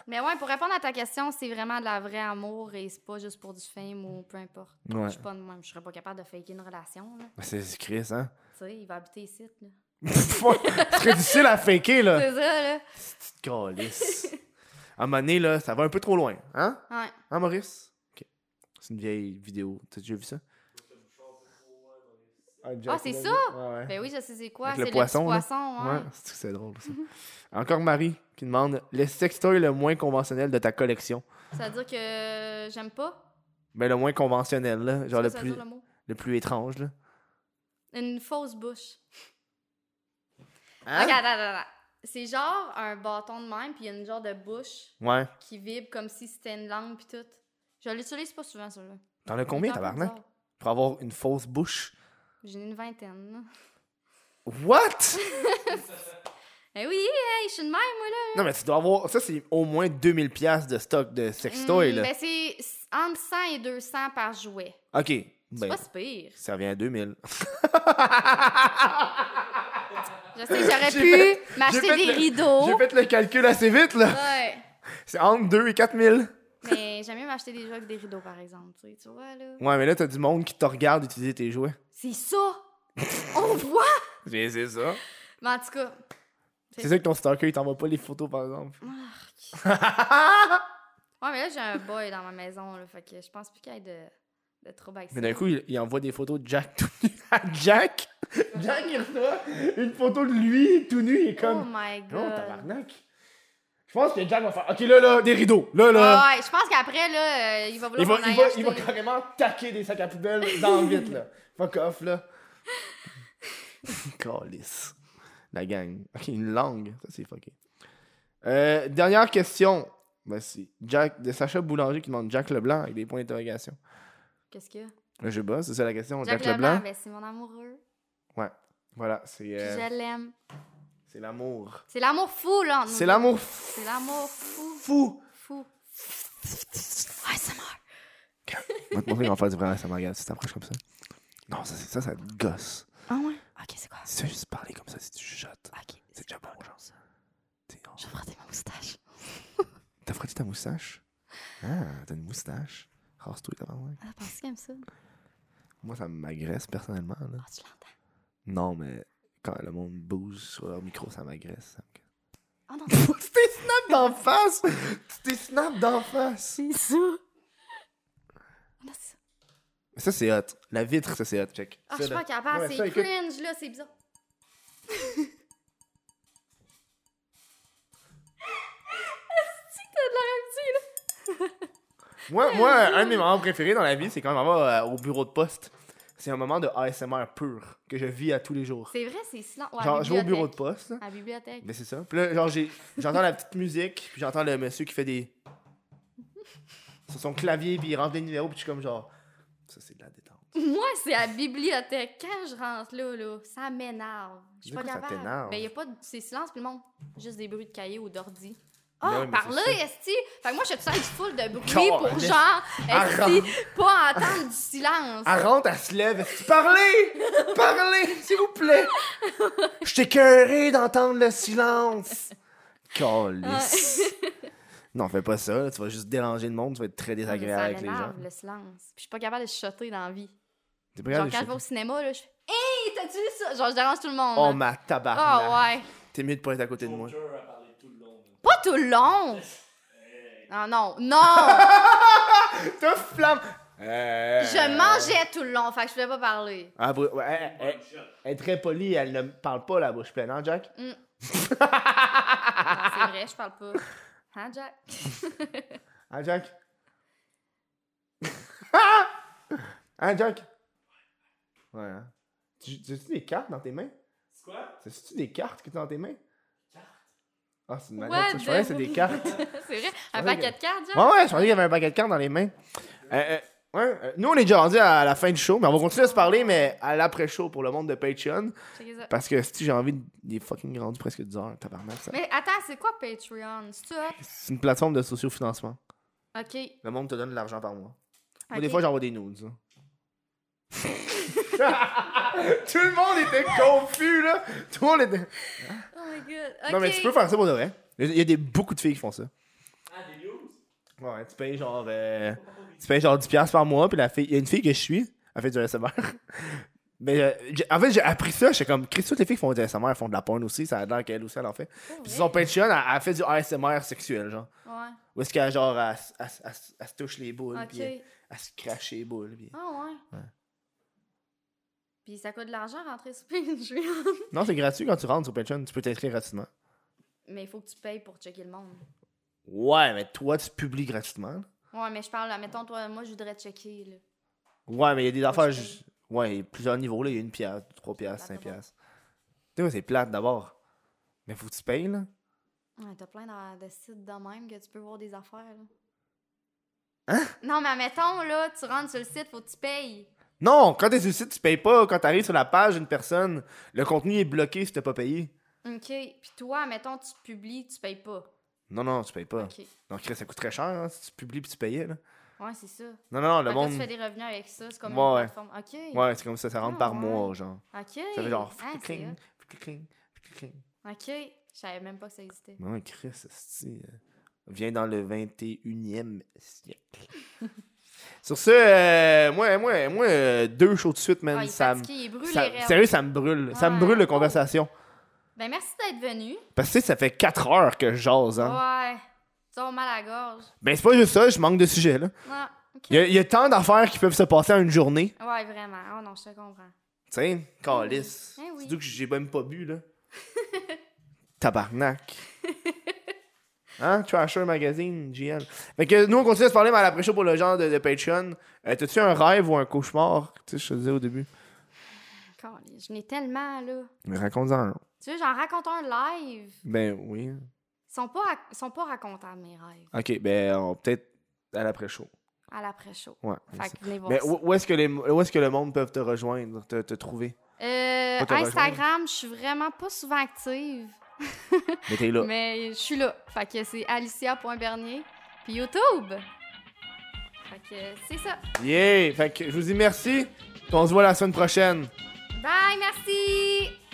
S2: Mais ouais, pour répondre à ta question, c'est vraiment de la vraie amour et c'est pas juste pour du fame ou peu importe.
S1: Ouais.
S2: Je suis pas de même, je serais pas capable de faker une relation. là.
S1: C'est c'est Chris, hein?
S2: Tu sais, il va habiter ici. là.
S1: c'est très difficile à faker, là.
S2: C'est ça, là.
S1: Petite calisse. À un moment donné, là, ça va un peu trop loin, hein?
S2: Ouais.
S1: Hein, Maurice? Ok. C'est une vieille vidéo. T'as déjà vu ça?
S2: Ah, c'est ça?
S1: Ouais, ouais.
S2: Ben oui, je sais c'est quoi.
S1: Avec
S2: C'est
S1: le
S2: le,
S1: poisson,
S2: petit
S1: là.
S2: poisson, hein.
S1: Ouais,
S2: ouais.
S1: c'est c'est drôle, ça. Encore Marie qui demande le sextoy le moins conventionnel de ta collection.
S2: Ça veut dire que euh, j'aime pas.
S1: Mais Ben, le moins conventionnel, là. Genre
S2: Ça,
S1: le
S2: ça
S1: plus,
S2: veut dire le mot.
S1: le plus étrange, là.
S2: Une fausse bouche.
S1: Hein?
S2: Ah, Ok, attends, attends, attends. C'est genre un bâton de même, puis il y a une genre de bouche
S1: Ouais.
S2: qui vibre comme si c'était une langue, puis tout. Je l'utilise pas souvent, celui-là.
S1: T'en as combien,
S2: Il est un peu
S1: tabarnak?
S2: bizarre.
S1: Pour avoir une fausse bouche.
S2: J'ai une vingtaine. là.
S1: What?
S2: Eh oui, hey, je suis de même.
S1: non, mais tu dois avoir. Ça, c'est au moins 2000$ piastres de stock de sextoy,
S2: Hmm,
S1: là.
S2: ben c'est s- entre 100 et 200 par jouet.
S1: Ok.
S2: C'est
S1: Ben,
S2: pas si pire.
S1: ça revient à 2000.
S2: Je sais, j'aurais
S1: J'ai
S2: pu
S1: j'ai
S2: m'acheter
S1: fait
S2: des
S1: le- J'ai
S2: rideaux.
S1: fait le calcul assez vite, là.
S2: Ouais.
S1: C'est entre 2 et 4000.
S2: Mais j'aime mieux m'acheter des jouets que des rideaux, par exemple. Tu, sais, tu vois, là.
S1: Ouais, mais là, t'as du monde qui te regarde utiliser tes jouets.
S2: C'est ça! On voit!
S1: Mais c'est ça.
S2: Mais en tout cas,
S1: C'est ça que ton stalker, il t'envoie pas les photos, par exemple.
S2: ouais, mais là, j'ai un boy dans ma maison, là. Fait que je pense plus qu'il y ait de, de trouble avec ça.
S1: Mais d'un coup, il, il envoie des photos de Jack tout nu à Jack. Jack, il reçoit une photo de lui tout nu, il est
S2: Oh
S1: comme.
S2: my
S1: Non,
S2: god!
S1: tabarnak. Je pense que Jack va faire. Ok, là, là, des rideaux. Là, là.
S2: Ouais, ouais, je pense qu'après, Ah, là, euh, il va
S1: Il
S2: vouloir
S1: va,
S2: qu'on
S1: il,
S2: aille
S1: va,
S2: acheter.
S1: il va carrément taquer des sacs à poubelle dans le vide, là. Fuck off, là. Calice. La gang. Ok, une langue. Ça, c'est fucké. Euh, dernière question. Ben, c'est Jack, de Sacha Boulanger qui demande Jack Leblanc avec des points d'interrogation.
S2: Qu'est-ce qu'il y a?
S1: Là, Je bosse, c'est ça la question. Jack,
S2: Jack,
S1: Leblanc.
S2: Leblanc, ben, c'est mon amoureux.
S1: Voilà, c'est
S2: Puis
S1: euh,
S2: je l'aime.
S1: c'est l'amour.
S2: C'est l'amour fou, là. entre nous
S1: C'est
S2: deux.
S1: l'amour
S2: C'est l'amour fou.
S1: fou.
S2: Fou. Ouais, ça meurt.
S1: On va te montrer comment faire du vrai ASMR, regarde, si t'approches comme ça. Non, ça, c'est ça, ça te gosse.
S2: Ah ouais? Ok, c'est quoi?
S1: Si tu fais juste parler comme ça, si tu chuchotes,
S2: Ok.
S1: c'est déjà bon, genre. T'es- oh,
S2: Je vais frotter ma moustache.
S1: T'as frotté ta moustache? Ah, t'as une moustache. Rase-toi, t'as vraiment.
S2: Ah, penses comme ça?
S1: Moi, ça m'agresse personnellement, là.
S2: Ah, tu l'entends?
S1: Non, mais quand le monde bouge sur leur micro, ça m'agresse.
S2: Ah non,
S1: Tu t'es snap d'en face! Tu t'es snap d'en face!
S2: c'est ça! Ah, c'est ça.
S1: Mais ça, c'est hot. La vitre, ça, c'est hot. Check.
S2: Ah, je
S1: Ça,
S2: suis
S1: là.
S2: pas capable,
S1: Ouais,
S2: c'est
S1: ça, écoute.
S2: cringe, là, c'est bizarre.
S1: Moi, moi, un de mes moments préférés dans la vie, c'est quand on va euh, au bureau de poste. C'est un moment de ASMR pur que je vis à tous les jours.
S2: C'est vrai, c'est silence. Ouais, à
S1: genre,
S2: la
S1: je vais au bureau de
S2: bibliothèque.
S1: poste. là.
S2: À la bibliothèque.
S1: Mais c'est ça. Puis là, genre, j'ai- j'entends la petite musique, puis j'entends le monsieur qui fait des. sur son clavier, puis il rentre des numéros, puis je suis comme genre. Ça, c'est de la détente.
S2: Moi, c'est à la bibliothèque. Quand je rentre là, là ça m'énerve. Je suis
S1: De
S2: pas
S1: quoi ça
S2: capable.
S1: t'énerve?
S2: Mais il y a pas de... C'est silence, puis le monde. Juste des bruits de cahiers ou d'ordi.
S1: Ben oui,
S2: Ah,
S1: mais
S2: par là,
S1: c'est
S2: esti! Fait que moi, je suis avec full de bruit
S1: Calme.
S2: pour genre,
S1: Arrête. Ah,
S2: esti, pas entendre du silence.
S1: Elle rentre, elle se lève, elle dit Parlez Parlez, s'il vous plaît Je t'écœuré d'entendre le silence Calice Non, fais pas ça, là, tu vas juste déranger le monde, tu vas être très
S2: Ça
S1: désagréable avec les gens.
S2: m'énerve, le silence. Puis je suis pas capable de shotter dans la vie.
S1: T'es pas
S2: Genre,
S1: capable de
S2: quand je vais
S1: chuter.
S2: au cinéma, là, je fais Hey, t'as-tu vu ça? Genre, je dérange tout le monde.
S1: Oh
S2: hein.
S1: ma tabarnak
S2: Ah, ouais.
S1: T'es mieux de pas être à côté de moi.
S3: Joker a parlé tout le long. là.
S2: Pas tout le long! Ah non, non!
S1: T'as flamme Euh.
S2: je mangeais tout le long, fait que je pouvais pas parler.
S1: Ah, br- ouais, elle, elle- elle est très polie, elle ne parle pas la bouche pleine, hein, Jack
S2: Ah, c'est vrai, je parle pas. Hein, Jack?
S1: Hein, Jack Hein, Jack Ouais, hein. Tu tu as-tu des cartes dans tes mains
S3: C'est quoi?
S1: C'est-tu des cartes que tu as dans tes mains?
S3: Cartes?
S1: Ah, c'est une
S2: Ouais,
S1: manette, ça. Je pensais que c'était des cartes.
S2: c'est vrai, un
S1: vrai
S2: paquet de cartes, Jack?
S1: Ouais, ouais, je pensais qu'il y avait un paquet de cartes dans les mains. Euh, euh, ouais, euh, nous, on est déjà rendu à la fin du show, mais on va continuer à se parler, mais à l'après-show pour le monde de Patreon.
S2: Check ça.
S1: Parce que si j'ai envie de. Il est fucking rendu presque 10 heures, tabarnak, ça.
S2: Mais attends, c'est quoi Patreon? C'est ça?
S1: C'est une plateforme de sociofinancement.
S2: Ok.
S1: Le monde te donne de l'argent par mois. Moi,
S2: ok.
S1: des fois, j'envoie des nudes. hein. Tout le monde était confus, là. Tout le monde était.
S2: Oh my god. Ok.
S1: Non, mais tu peux faire ça pour de vrai. Il y a des, beaucoup de filles qui font ça.
S3: Ah, des news?
S1: Ouais, tu payes genre euh, tu payes genre 10 pièces par mois puis la fille, il y a une fille que je suis, elle fait du ASMR. Mais euh, j'ai- en fait, j'ai appris ça, j'étais comme Chris, toutes les filles qui font du ASMR, elles font de la porn aussi, ça a l'air qu'elle aussi elle en fait.
S2: Oh,
S1: Puis
S2: ouais.
S1: son Patreon, elle, elle fait du ASMR sexuel genre.
S2: Ouais.
S1: Où est-ce qu'elle genre elle, s- elle s- elle s- elle se touche les boules
S2: Ok.
S1: puis elle, elle se crache les boules puis-
S2: Ah ouais. Puis ça coûte de l'argent rentrer sur Patreon.
S1: Non, c'est gratuit quand tu rentres sur Patreon, tu peux t'inscrire gratuitement.
S2: mais il faut que tu payes pour checker le monde.
S1: Ouais, mais toi tu publies gratuitement.
S2: Ouais, mais je parle, mettons, toi, moi, je voudrais checker, là.
S1: Ouais, mais il y a des affaires
S2: je
S1: ju- ouais, il y a plusieurs niveaux là, il y a une pièce, trois pièces,
S2: plate
S1: cinq
S2: d'abord.
S1: pièces. Tu sais, c'est plate d'abord. Mais faut que tu payes là.
S2: Ouais, t'as plein de, de sites de même que tu peux voir des affaires, là. Hein? Non, mais mettons, là, tu rentres sur le site, faut que tu payes.
S1: Non, quand t'es sur le site, tu payes pas. Quand t'arrives sur la page d'une personne, le contenu est bloqué si t'as pas payé.
S2: OK. Puis toi, mettons, tu publies, tu payes pas.
S1: Non, non, tu payes pas.
S2: OK.
S1: Donc, Chris, ça coûte très cher hein, si tu publies puis tu payais. Là.
S2: Ouais, c'est ça.
S1: Non, non, non, le
S2: Fait que là,
S1: monde.
S2: tu fais des revenus avec ça, c'est comme
S1: Ouais, ouais.
S2: une plateforme. OK.
S1: Ouais, c'est comme ça, ça rentre
S2: Ah,
S1: par
S2: ouais.
S1: mois, genre.
S2: OK.
S1: Ça fait genre.
S2: Ah, c'est
S1: cling, cling, cling.
S2: hot. OK. Je savais même pas que ça existait.
S1: Non, Ben Chris, esti, euh, vient dans le 21e siècle. Sur ce, euh, moi, moi, moi, euh, deux shows de suite, man.
S2: Ah, il est
S1: ça me-
S2: fatigué, il brûle
S1: ça-
S2: les rêves.
S1: sérieux, ça me brûle. Ça me
S2: Ouais.
S1: brûle, la conversation.
S2: Ben, merci d'être venu.
S1: Parce que tu sais, ça fait 4 heures que je jase, hein.
S2: Ouais. Tu as mal à la gorge.
S1: Ben, c'est pas juste ça, je manque de sujets, là.
S2: Non. OK.
S1: Il y, a- il y a tant d'affaires qui peuvent se passer en une journée.
S2: Ouais, vraiment. Oh non, je te comprends.
S1: Tu sais, calice.
S2: Eh oui.
S1: Surtout que j'ai même pas bu, là. Tabarnak. Hein? Trasher Magazine, GL. Fait que nous, on continue à se parler, mais à l'après-show pour le genre de, de Patreon. Euh, T'as-tu un rêve ou un cauchemar? Tu sais, je te disais au début.
S2: Encore, je n'ai tellement, là.
S1: Mais raconte-en un.
S2: Tu veux, j'en raconte un live.
S1: Ben oui.
S2: Ils sont pas, rac- ils sont pas racontables, mes rêves,
S1: Ok, ben on- peut-être à l'après-show.
S2: à l'après-show.
S1: Ouais.
S2: Fait que venez voir
S1: Mais
S2: ça.
S1: où, où est-ce que les où est-ce que le monde peut te rejoindre, te, te trouver?
S2: Euh,
S1: Faut te
S2: Instagram, je suis vraiment pas souvent active,
S1: Mais t'es là.
S2: mais je suis là. Fait que c'est alicia.bernier. Puis YouTube. Fait que c'est ça.
S1: Yeah! Fait que je vous dis merci. puis On se voit la semaine prochaine.
S2: Bye, merci!